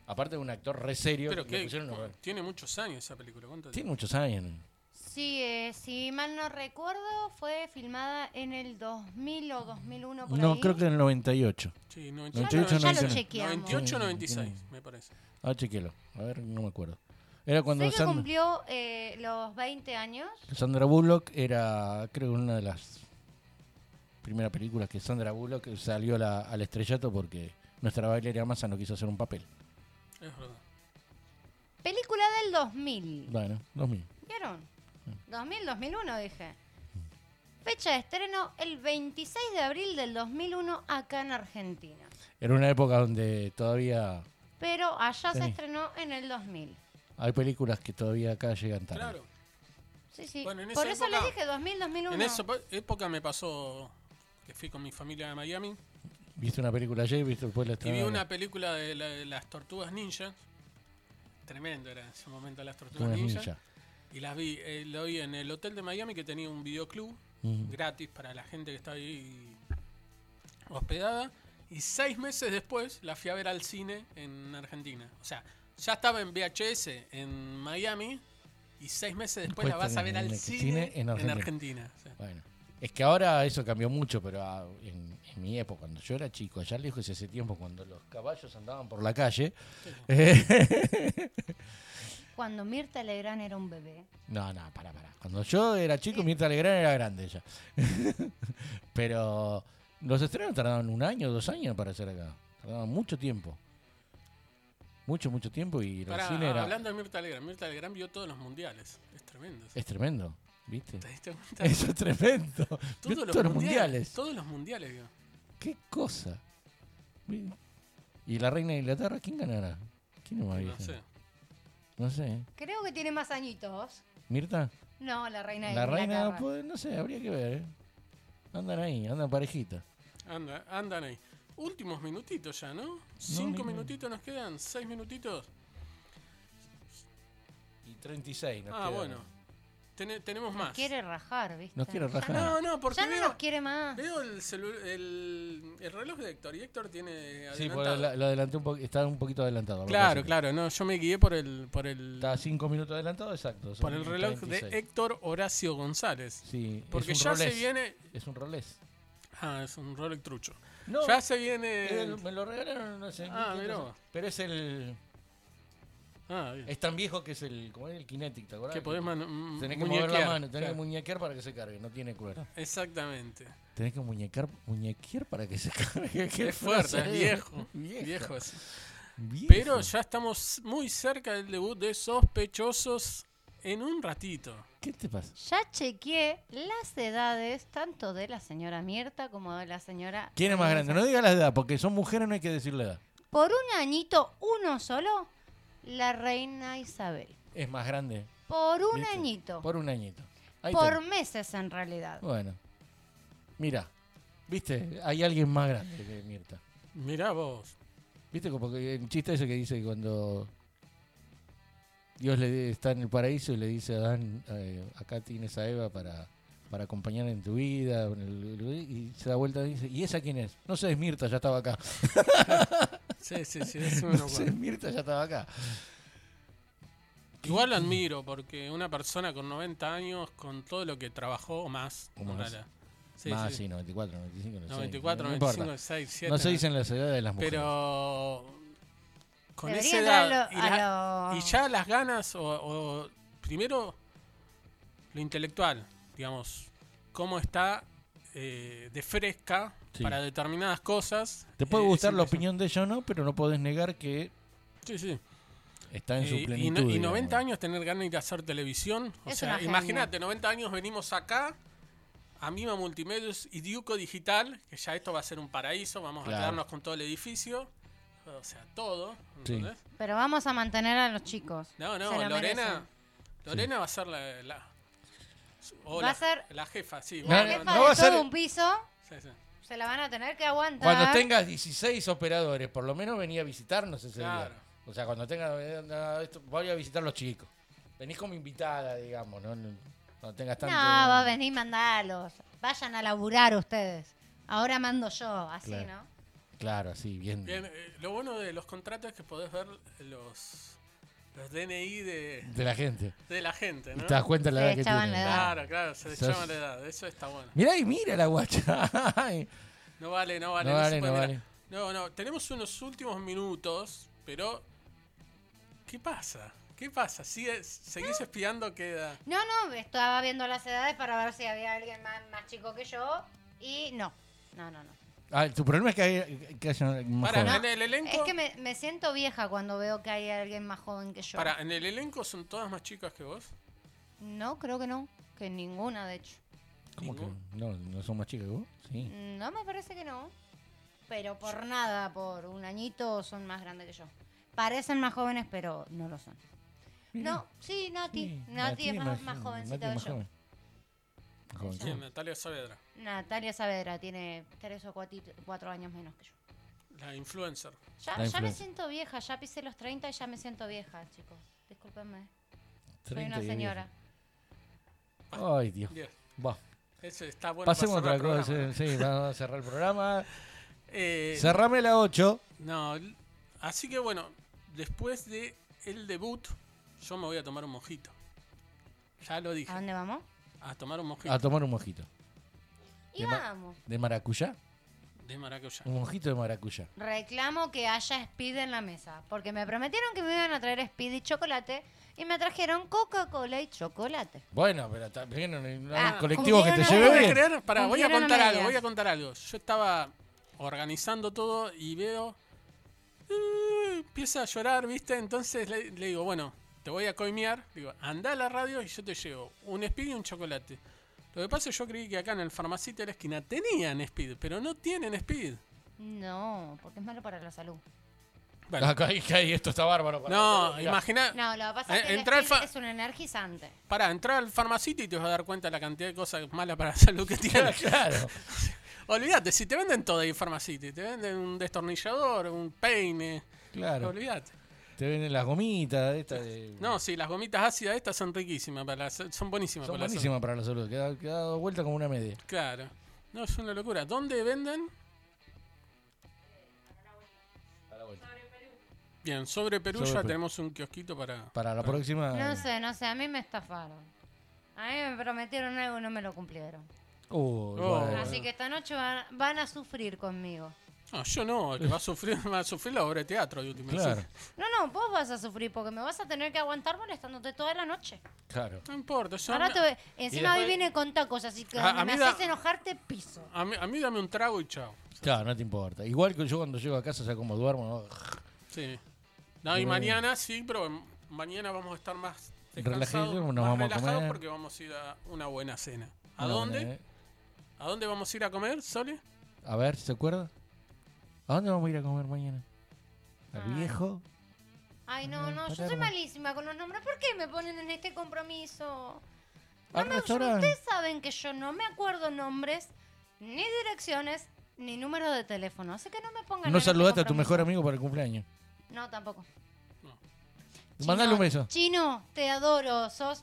C: Aparte de un actor re serio,
B: Pero
C: que le
B: que
C: pusieron unos-
B: tiene muchos años esa película. ¿Cuánto
C: Tiene muchos años.
D: Sí, eh, si mal no recuerdo, fue filmada en el 2000 o 2001 por
C: No,
D: ahí.
C: creo que en el 98.
B: Sí, 98,
D: Ya, lo-
C: 98,
D: ya lo
C: 99.
D: chequeamos.
B: 98 96,
C: Sí.
B: me parece.
C: Ah, chequelo. A ver, no me acuerdo. Era cuando
D: Sé que
C: Sandra,
D: cumplió eh, los 20 años.
C: Sandra Bullock era, creo, una de las primeras películas que Sandra Bullock salió a la- al estrellato porque nuestra bailarina masa no quiso hacer un papel.
B: Es verdad.
D: Película del 2000.
C: Bueno, 2000.
D: ¿Vieron? 2000, 2001 dije. Fecha de estreno el 26 de abril del 2001 acá en Argentina.
C: Era una época donde todavía
D: Pero allá se
C: Vení.
D: estrenó en el 2000.
C: hay películas que todavía acá llegan tarde.
B: Claro.
D: Sí, sí.
B: Bueno, en
D: Por
B: esa
D: eso
B: época-
D: les dije 2000, 2001.
B: En esa po- época me pasó que fui con mi familia a Miami
C: Viste una película ayer y viste después la
B: y vi
C: estrenaron.
B: una película de, la- de las tortugas ninja. Tremendo era en ese momento las tortugas
C: Una
B: ninja.
C: ninja.
B: Y las vi, eh, lo vi en el hotel de Miami que tenía un videoclub
C: Mm.
B: gratis para la gente que está ahí hospedada. Y seis meses después la fui a ver al cine en Argentina. O sea, ya estaba en VHS en Miami y seis meses después
C: Después
B: la vas a ver
C: tenés
B: al
C: en el
B: cine,
C: cine en
B: en Argentina.
C: Argentina.
B: O sea,
C: Bueno, Es que ahora eso cambió mucho, pero ah, en, en mi época, cuando yo era chico, allá lejos hace tiempo, cuando los caballos andaban por la calle. eh,
D: Cuando Mirta Legrand era un bebé.
C: no, no, pará, pará. Cuando yo era chico, Mirta Legrand era grande ya. pero los estrenos tardaban un año, dos años para hacer acá. Tardaban mucho tiempo. Mucho, mucho tiempo y
B: Pará,
C: el cine era...
B: Hablando de Mirta Legrand, Mirta Legrand vio todos los mundiales. Es tremendo. eso.
C: Es tremendo, ¿viste?
B: ¿Te diste cuenta?
C: Eso es tremendo. Vio
B: Todos los, mundiales. Todos los mundiales vio.
C: ¿Qué cosa? Mira. ¿Y la reina de Inglaterra quién ganará? ¿Quién no
B: No sé.
C: No sé.
D: Creo que tiene más añitos.
C: ¿Mirta?
D: No, la reina de
C: La reina,
D: Inglaterra.
C: puede- no sé, habría que ver. ¿eh? Andan ahí, andan parejita.
B: Anda, andan ahí. Últimos minutitos ya, ¿no? Cinco
C: ni-
B: minutitos nos quedan. Seis minutitos.
C: Y 36,
B: ah, bueno. Tene- tenemos
D: Nos
B: más.
D: quiere rajar, ¿viste?
C: Nos quiere
D: Ya
C: rajar.
B: No,
D: no-
B: no, porque
D: Ya no
B: veo,
D: nos quiere más.
B: veo el, celu- el, el reloj de Héctor y Héctor tiene
C: Sí,
B: adelantado.
C: por la- lo adelanté un po- está un poquito adelantado.
B: Claro,
C: Lo que pasa es que
B: claro, no, yo me guié por el por el
C: Está 5 minutos adelantado, exacto. son
B: por el reloj
C: 36.
B: de Héctor Horacio González.
C: Sí,
B: Porque
C: es un
B: ya
C: rolés.
B: se viene
C: Es un rolés.
B: Ah, es un reloj trucho.
C: No,
B: ya se viene
C: eh, me lo regalaron, no sé.
B: Ah,
C: qué
B: mirá
C: cosa.
B: vos.
C: Pero es el.
B: Ah, bien.
C: Es tan viejo que es el. ¿Cómo es el Kinetic? ¿Te acordás?
B: que podés man-
C: Tenés que
B: muñequear.
C: mover la mano, tenés
B: Claro.
C: que muñequear para que se cargue, no tiene cuerda.
B: Exactamente.
C: Tenés que muñequear, muñequear para que se cargue. qué ¿eh?
B: es fuerte,
C: frase,
B: es viejo.
C: Vieja.
B: Viejo es.
C: Viejo.
B: Pero ya estamos muy cerca del debut de Sospechosos en un ratito.
C: ¿Qué te pasa?
D: Ya chequeé las edades tanto de la señora Mirta como de la señora.
C: ¿Quién es más grande? No digas la edad, porque son mujeres, no hay que decir la edad.
D: Por un añito, uno solo, la reina Isabel.
C: Es más grande.
D: Por un
C: ¿viste?
D: añito. Por,
C: Por un añito. Ahí tenés.
D: meses en realidad.
C: Bueno. Mira. ¿Viste? Hay alguien más grande que Mirta.
B: Mirá vos.
C: ¿Viste? Como que el chiste ese que dice que cuando Dios le está en el paraíso y le dice a Adán, eh, acá tienes a Eva para, para acompañar en tu vida. en el- y se da vuelta y dice, ¿y esa quién es? No sé, es Mirta, ya estaba acá.
B: Sí, sí, sí. es uno
C: No sé, es
B: bueno.
C: Mirta, ya estaba acá.
B: Igual lo admiro porque una persona con 90 años, con todo lo que trabajó, o más.
C: O más.
B: ponele. Sí,
C: Más,
B: sí.
C: sí, 94, 95, no sé,
B: 94,
C: no importa.
B: 95, 96, 7.
C: No se dicen las edades de las mujeres.
B: Pero con
D: Debería
B: esa
D: entrar
B: edad
D: a
B: y,
D: lo- a
B: la-
D: lo-
B: y ya las ganas o, o primero lo intelectual, digamos, cómo está eh, de fresca
C: Sí.
B: para determinadas cosas.
C: Te puede
B: eh,
C: gustar
B: es impresionante.
C: la opinión de ella o no, pero no podés negar que
B: Sí, sí. Eh,
C: está en
B: Y-
C: su
B: y
C: plenitud.
B: no- y,
C: digamos.
B: 90 años tener ganas de ir a hacer televisión. O
D: Es una
B: sea,
D: genia.
B: imagínate, 90 años venimos acá a Mima Multimedios y Diuco Digital, que ya esto va a ser un paraíso, vamos
C: Claro.
B: a quedarnos con todo el edificio, o sea, todo.
C: Sí.
B: ¿entendés?
D: Pero vamos a mantener a los chicos.
B: No,
D: Se
B: no,
D: lo
B: Lorena.
D: merecen.
B: Lorena va a ser la. la- o
D: Va
B: la,
D: a ser-
B: la jefa, sí.
D: La
C: No, no,
D: jefa
C: no
D: de
C: va a
D: todo
C: ser-
D: un piso
B: sí, sí.
D: se la van a tener que aguantar.
C: Cuando tengas 16 operadores, por lo menos venía a visitarnos ese
B: Claro.
C: día. O sea, cuando tengas. eh, no, esto- voy a visitar a los chicos. Venís como invitada, digamos, ¿no? No, no tengas
D: No,
C: tanto.
D: va a venir, mandalos. Vayan a laburar ustedes. Ahora mando yo, así,
C: Claro.
D: ¿no?
C: Claro, así, bien.
B: Bien, eh, lo bueno de los contratos es que podés ver los, los DNI de,
C: De la gente.
B: de la gente,
C: Y
B: ¿no?
C: te das cuenta la
D: Se
C: edad que
D: echaban
C: tiene.
D: la edad.
B: Claro, claro, se le
C: Sos-
B: llama la edad, eso está bueno.
C: Mirá y mira la guacha. Ay,
B: No vale, no vale.
C: No
B: se
C: vale,
B: puede
C: no
B: mirar.
C: vale.
B: No, no, tenemos unos últimos minutos, pero. ¿Qué pasa? ¿Qué pasa? Sigue- ¿Seguís espiando queda?
D: No, no, estaba viendo las edades para ver si había alguien más, más chico que yo. Y no, no, no, no.
C: Ah, tu problema es que hay que haya más
B: Para,
C: jóvenes.
B: en el elenco.
D: Es que me, me siento vieja cuando veo que hay alguien más joven que yo.
B: Para, en el elenco son todas más chicas que vos.
D: No, creo que no. Que ninguna, de hecho.
C: ¿Cómo que
B: ningún-
C: no? ¿No son más chicas que vos? Sí.
D: No me parece que no. Pero por nada, por un añito son más grandes que yo. Parecen más jóvenes, pero no lo son. No, sí, Nati.
C: Sí,
D: Nati, es más, más
C: joven,
D: jovencita
C: Nati
D: que
C: es más
D: yo.
C: joven. Más joven que
B: ¿Quién?
C: vos.
B: Natalia Saavedra,
D: Natalia Saavedra tiene tres o cuatro, cuatro años menos que yo.
B: la influencer.
D: Ya,
C: La
D: ya me
C: influencia.
D: siento vieja, ya pisé los 30 y ya me siento vieja, chicos. Discúlpenme. Soy
C: 30
D: una
C: y
D: señora.
C: Ay, Dios.
B: Bien,
C: Va.
B: ese está bueno. para
C: Pasemos a
B: cerrar
C: otra
B: el
C: cosa.
B: programa.
C: Sí, vamos a cerrar el programa.
B: Eh,
C: Cerrame la 8.
B: no, l- así que bueno, después de el debut, yo me voy a tomar un mojito. Ya lo dije,
D: ¿A dónde vamos?
B: a tomar un mojito.
C: A tomar un mojito. de, ma-
D: Digamos.
C: de maracuyá,
B: de maracuyá.
C: un mojito de maracuyá.
D: Reclamo que haya speed en la mesa, porque me prometieron que me iban a traer speed y chocolate y me trajeron Coca-Cola y chocolate.
C: Bueno, pero también en un
D: Ah,
C: colectivo que te
D: cumplieron
C: lleve
D: una-
B: ¿Puedes
C: bien.
B: creer? Pará, voy a
D: Cumplieron
B: contar
D: a
B: algo,
D: medias.
B: voy a contar algo. Yo estaba organizando todo y veo. eh, empieza a llorar, ¿viste? Entonces le, le digo, bueno, te voy a coimear. Digo, anda a la radio y yo te llevo un speed y un chocolate. Lo que pasa es que yo creí que acá en el farmacito de la esquina tenían speed, pero no tienen speed.
D: No, porque es malo para la salud.
B: Bueno,
C: Acá, ahí, ahí, esto está bárbaro. para la
B: no,
C: comida.
B: imagina.
D: No, lo que pasa es
B: Eh,
D: que el
B: entrá al
D: speed
B: fa-
D: es un energizante.
B: Pará, entra al farmacito y te vas a dar cuenta de la cantidad de cosas malas para la salud que tienen.
C: Claro.
B: Olvídate, si te venden todo ahí en Pharmacity, te venden un destornillador, un peine.
C: Claro.
B: Olvídate.
C: Te venden las gomitas, estas de-
B: No, sí, las gomitas ácidas estas son riquísimas, para la sa- son buenísimas
C: son
B: para la sa-
C: buenísimas para la salud. Queda, queda dado vuelta como una media.
B: Claro. No, es una locura. ¿Dónde venden? Bien, sobre Perú
C: Sobre
B: ya
C: Perú.
B: tenemos un kiosquito para...
C: Para la próxima.
D: No sé, no sé, a mí me estafaron. A mí me prometieron algo y no me lo cumplieron.
C: Uy,
B: Oh.
C: bueno.
D: Así que esta noche van, van a sufrir conmigo.
B: No, yo no, el que va a sufrir, va a sufrir la obra de teatro de última.
C: Claro,
B: sí.
D: No, no, vos vas a sufrir porque me vas a tener que aguantar molestándote toda la noche.
C: claro.
B: No importa, yo...
D: Ahora
B: me- Ah,
D: te voy- encima hoy
C: después-
D: viene con tacos, así que
B: A-
D: donde
B: a
D: me
B: mí da-
D: haces enojarte, piso.
B: a, mí, a mí dame un trago y chao.
C: Claro, no te importa. Igual que yo cuando llego a casa, o sea, como duermo, ¿no?
B: Sí. No, y
C: Bueno.
B: mañana sí, pero m- mañana vamos a estar más descansados,
C: Relajemos, nos
B: más
C: vamos a
B: relajados
C: comer.
B: porque vamos a ir a una buena cena. ¿A
C: Una
B: dónde?
C: buena, ¿eh?
B: ¿A dónde vamos a ir a comer, Sole?
C: A ver, ¿se acuerda? ¿A dónde vamos a ir a comer mañana? ¿Al
D: Ah.
C: viejo?
D: Ay, no, no, yo soy
C: Palermo.
D: malísima con los nombres. ¿Por qué me ponen en este compromiso? No
C: ¿Al
D: me-
C: restaurante?
D: ustedes saben que yo no me acuerdo nombres, ni direcciones, ni número de teléfono. Así que no me pongan en
C: ¿No
D: este
C: saludaste a tu
D: compromiso.
C: mejor amigo para el cumpleaños?
D: No, tampoco.
C: Mandale
D: Chino,
C: un beso.
D: Chino, te adoro. Sos.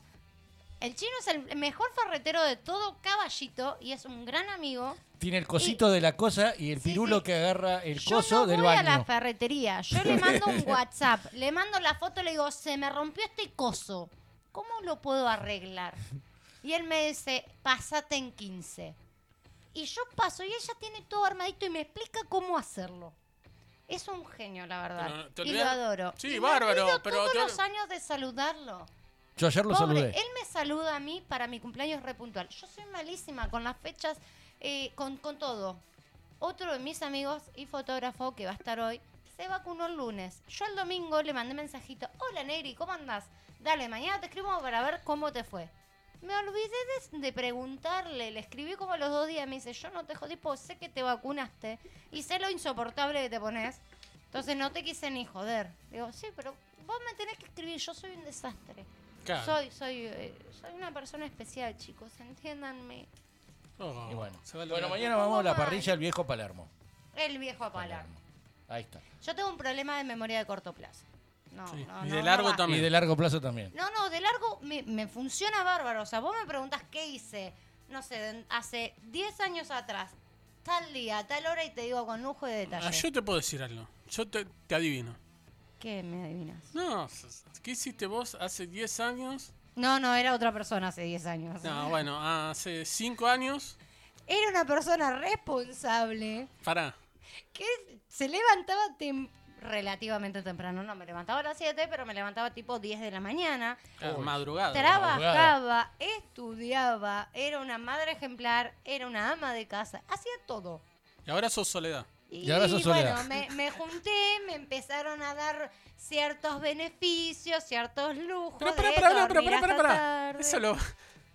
D: El chino es el mejor ferretero de todo caballito y es un gran amigo.
C: Tiene el cosito de la cosa y el
D: Sí,
C: pirulo
D: sí.
C: que agarra el
D: yo
C: coso
D: no
C: del
D: voy a la
C: baño.
D: ferretería. Yo le mando un WhatsApp, le mando la foto, le digo, se me rompió este coso. ¿Cómo lo puedo arreglar? Y él me dice, pasate en 15. Y yo paso y ella tiene todo armadito y me explica cómo hacerlo. Es un genio, la
B: Pero
D: verdad.
B: no, te
D: y lo
B: olvidas-
D: adoro.
B: Sí,
D: Y me
B: bárbaro,
D: olvido
B: pero
D: todos
B: te-
D: los años de saludarlo.
C: Yo ayer lo
D: Pobre, eh.
C: saludé.
D: él me saluda a mí para mi cumpleaños repuntual. Yo soy malísima con las fechas, eh, con, con todo. Otro de mis amigos y fotógrafo que va a estar hoy se vacunó el lunes. Yo el domingo le mandé mensajito. Hola Negri, ¿cómo andás? Dale, mañana te escribo para ver cómo te fue. Me olvidé de, de preguntarle, le escribí como a los dos días, me dice, yo no te jodí, pues sé que te vacunaste y sé lo insoportable que te pones. Entonces no te quise ni joder. Digo, sí, pero vos me tenés que escribir, yo soy un desastre.
B: Claro.
D: Soy, soy, eh, soy una persona especial, chicos, entiéndanme.
B: Oh,
C: Y bueno.
B: se va el
C: Bueno,
B: horario.
C: mañana vamos a la
D: ¿Cómo
C: parrilla del viejo Palermo.
D: El viejo Palermo.
C: Palermo. Ahí está.
D: Yo tengo un problema de memoria de corto plazo. No,
B: Sí,
D: no,
B: y
D: no,
B: de
D: no
B: largo
D: va.
B: también.
C: Y de largo plazo también.
D: No, no, de largo me, me funciona bárbaro. O sea, vos me preguntás qué hice, no sé, de- hace 10 años atrás, tal día, tal hora, y te digo con lujo de detalle.
B: Ah, yo te puedo decir algo. Yo te, te adivino.
D: ¿Qué me adivinas?
B: No, s- s- ¿qué hiciste vos hace 10 años?
D: No, no, era otra persona hace 10 años.
B: No, bueno, hace 5 años.
D: Era una persona responsable
B: Pará.
D: que se levantaba tem- relativamente temprano. No, me levantaba a las 7, pero me levantaba tipo 10 de la mañana.
B: Ah,
C: Uy.
B: madrugada.
D: Trabajaba, estudiaba, era una madre ejemplar, era una ama de casa, hacía todo.
B: Y ahora sos soledad.
C: Y ahora sos
D: bueno,
C: Soledad.
D: me, me junté, me empezaron a dar ciertos beneficios, ciertos lujos.
B: Pero
D: de
B: pará, pará, pará,
D: dormir
B: pará, pará,
D: hasta
B: pará, pará.
D: tarde.
B: Eso, lo,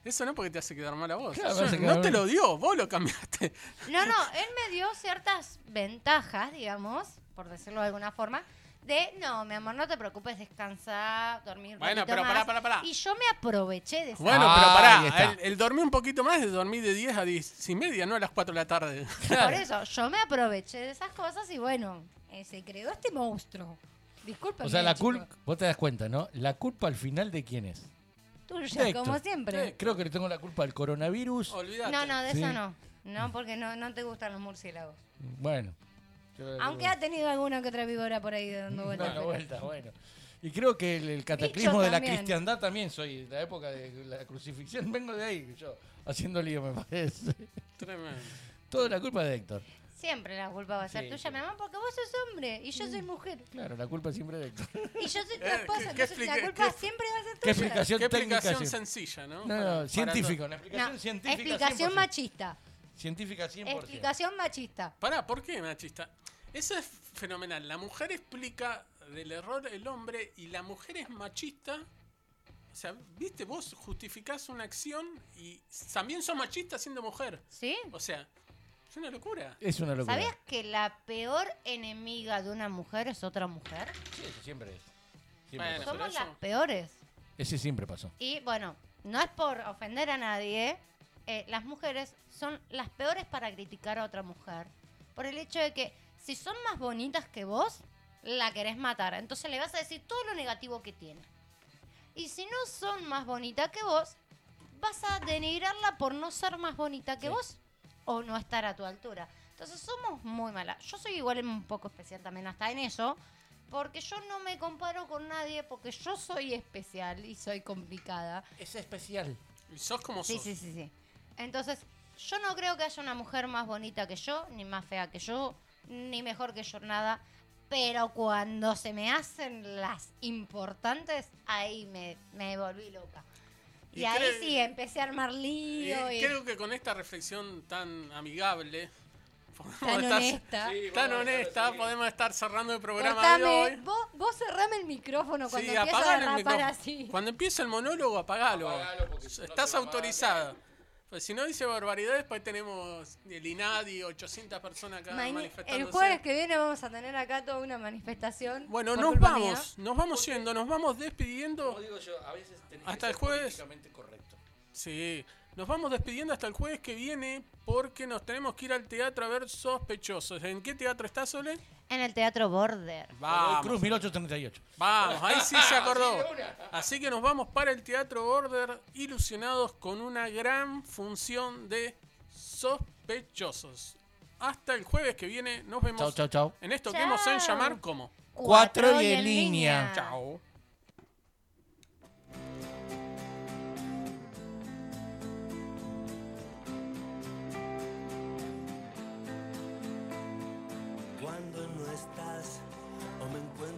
B: eso no porque te hace quedar mal a vos.
C: Claro,
B: Eso
C: me hace
B: no
C: quedar
B: te
C: mal.
B: lo dio, vos lo cambiaste.
D: No, no, él me dio ciertas ventajas, digamos, por decirlo de alguna forma, de no, mi amor, no te preocupes, descansa, dormir. un
B: Bueno,
D: ratito
B: pero pará,
D: más".
B: pará, pará.
D: Y yo me aproveché de esa.
B: Bueno,
C: Ah, ahí
B: pero
C: está.
B: pará. El, el dormir un poquito más es dormir de 10 a 10 y media, no a las 4 de la tarde.
D: Por eso, yo me aproveché de esas cosas y bueno, eh, se creó este monstruo. Disculpa.
C: O sea, la culpa, vos te das cuenta, ¿no? La culpa al final de quién es.
D: Tuya,
C: Perfecto.
D: como siempre.
B: Sí.
C: Creo que le tengo la culpa al coronavirus.
B: Olvídate.
D: No, no, de
C: Sí.
D: eso no. No, porque no, no te gustan los murciélagos.
C: Bueno. Yo-
D: Aunque ha tenido alguna que otra víbora por ahí dando vueltas.
C: Dando vueltas, bueno. Y creo que el, el cataclismo
D: Yo
C: de la
D: también.
C: cristiandad también soy, de la época de la crucifixión, vengo de ahí, yo, haciendo lío, me parece.
B: Tremendo.
C: Toda la culpa de Héctor.
D: Siempre la culpa va a ser
C: Sí,
D: tuya,
C: sí. Mm.
D: mi mamá, porque vos sos hombre y yo soy mujer.
C: Claro, la culpa siempre de Héctor.
D: Y yo soy tu
B: Eh,
D: esposa,
B: ¿qué- qué
D: entonces la
B: explica-
D: culpa
B: qué-
D: siempre va a ser tuya.
C: ¿Qué explicación
B: Qué
C: técnica?
B: explicación
C: sí.
B: sencilla, ¿no?
C: No, no,
B: Para- para
C: científico,
B: todo.
C: una explicación
D: No,
C: científica.
D: explicación
C: 100%.
D: machista.
C: Científica 100%.
D: Explicación machista.
B: Pará, ¿por qué machista? Eso es fenomenal. La mujer explica del error el hombre y la mujer es machista. O sea, viste, vos justificás una acción y también sos machista siendo mujer.
D: ¿Sí?
B: O sea, es una locura.
C: Es una locura.
D: ¿Sabías que la peor enemiga de una mujer es otra mujer?
C: Sí, eso siempre es.
B: Bueno.
C: Siempre pasó.
D: Somos
B: eso-
D: las peores.
C: Ese siempre pasó.
D: Y bueno, no es por ofender a nadie, eh, las mujeres son las peores para criticar a otra mujer. Por el hecho de que si son más bonitas que vos, la querés matar. Entonces le vas a decir todo lo negativo que tiene. Y si no son más bonitas que vos, vas a denigrarla por no ser más bonita que
C: Sí.
D: vos o no estar a tu altura. Entonces somos muy malas. Yo soy igual un poco especial también hasta en eso, porque yo no me comparo con nadie, porque yo soy especial y soy complicada.
C: Es especial.
B: Y sos como
D: Sí,
B: sos.
D: sí, sí, sí. Entonces, yo no creo que haya una mujer más bonita que yo, ni más fea que yo, ni mejor que yo, nada. Pero cuando se me hacen las importantes, ahí me, me volví loca. Y,
B: Y
D: ahí
B: creo-
D: sí, empecé a armar
B: Y
D: lío. Y,
B: Eh, creo que con esta reflexión tan amigable, podemos
D: Tan
B: estar-
D: honesta.
B: Sí, tan honesta, podemos estar cerrando el programa de
D: Cortame,
B: hoy.
D: vos, vos cerrame el micrófono cuando
B: Sí,
D: empiezo
B: apagalo
D: a
B: el
D: rapar
B: micrófono.
D: así.
B: Cuando empieza el monólogo, apagalo.
C: Apagalo, porque si no
B: Estás
C: te lo
B: autorizada. Pues si no dice barbaridades, pues tenemos el INADI, 800 personas acá
D: Maña-
B: manifestándose.
D: el jueves que viene vamos a tener acá toda una manifestación.
B: Bueno,
D: por
B: nos
D: culpa
B: vamos, nos vamos yendo, nos vamos
C: Como
B: despidiendo.
C: digo yo, a veces tenés
B: Hasta
C: que
B: el
C: ser
B: jueves.
C: políticamente correcto.
B: Sí, nos vamos despidiendo hasta el jueves que viene porque nos tenemos que ir al teatro a ver sospechosos. ¿En qué teatro está Sole?
D: mía, En el Teatro Border.
C: Godoy
B: Vamos,
C: Cruz 1838.
B: vamos, ahí sí se acordó.
C: Así de una.
B: Así que nos vamos para el Teatro Border ilusionados con una gran función de sospechosos. Hasta el jueves que viene nos vemos
C: Chau, chau, chau.
B: en esto que
D: Chau.
B: hemos en llamar como.
C: Cuatro y en línea.
B: Chao.
F: Cuando no estás o me encuentro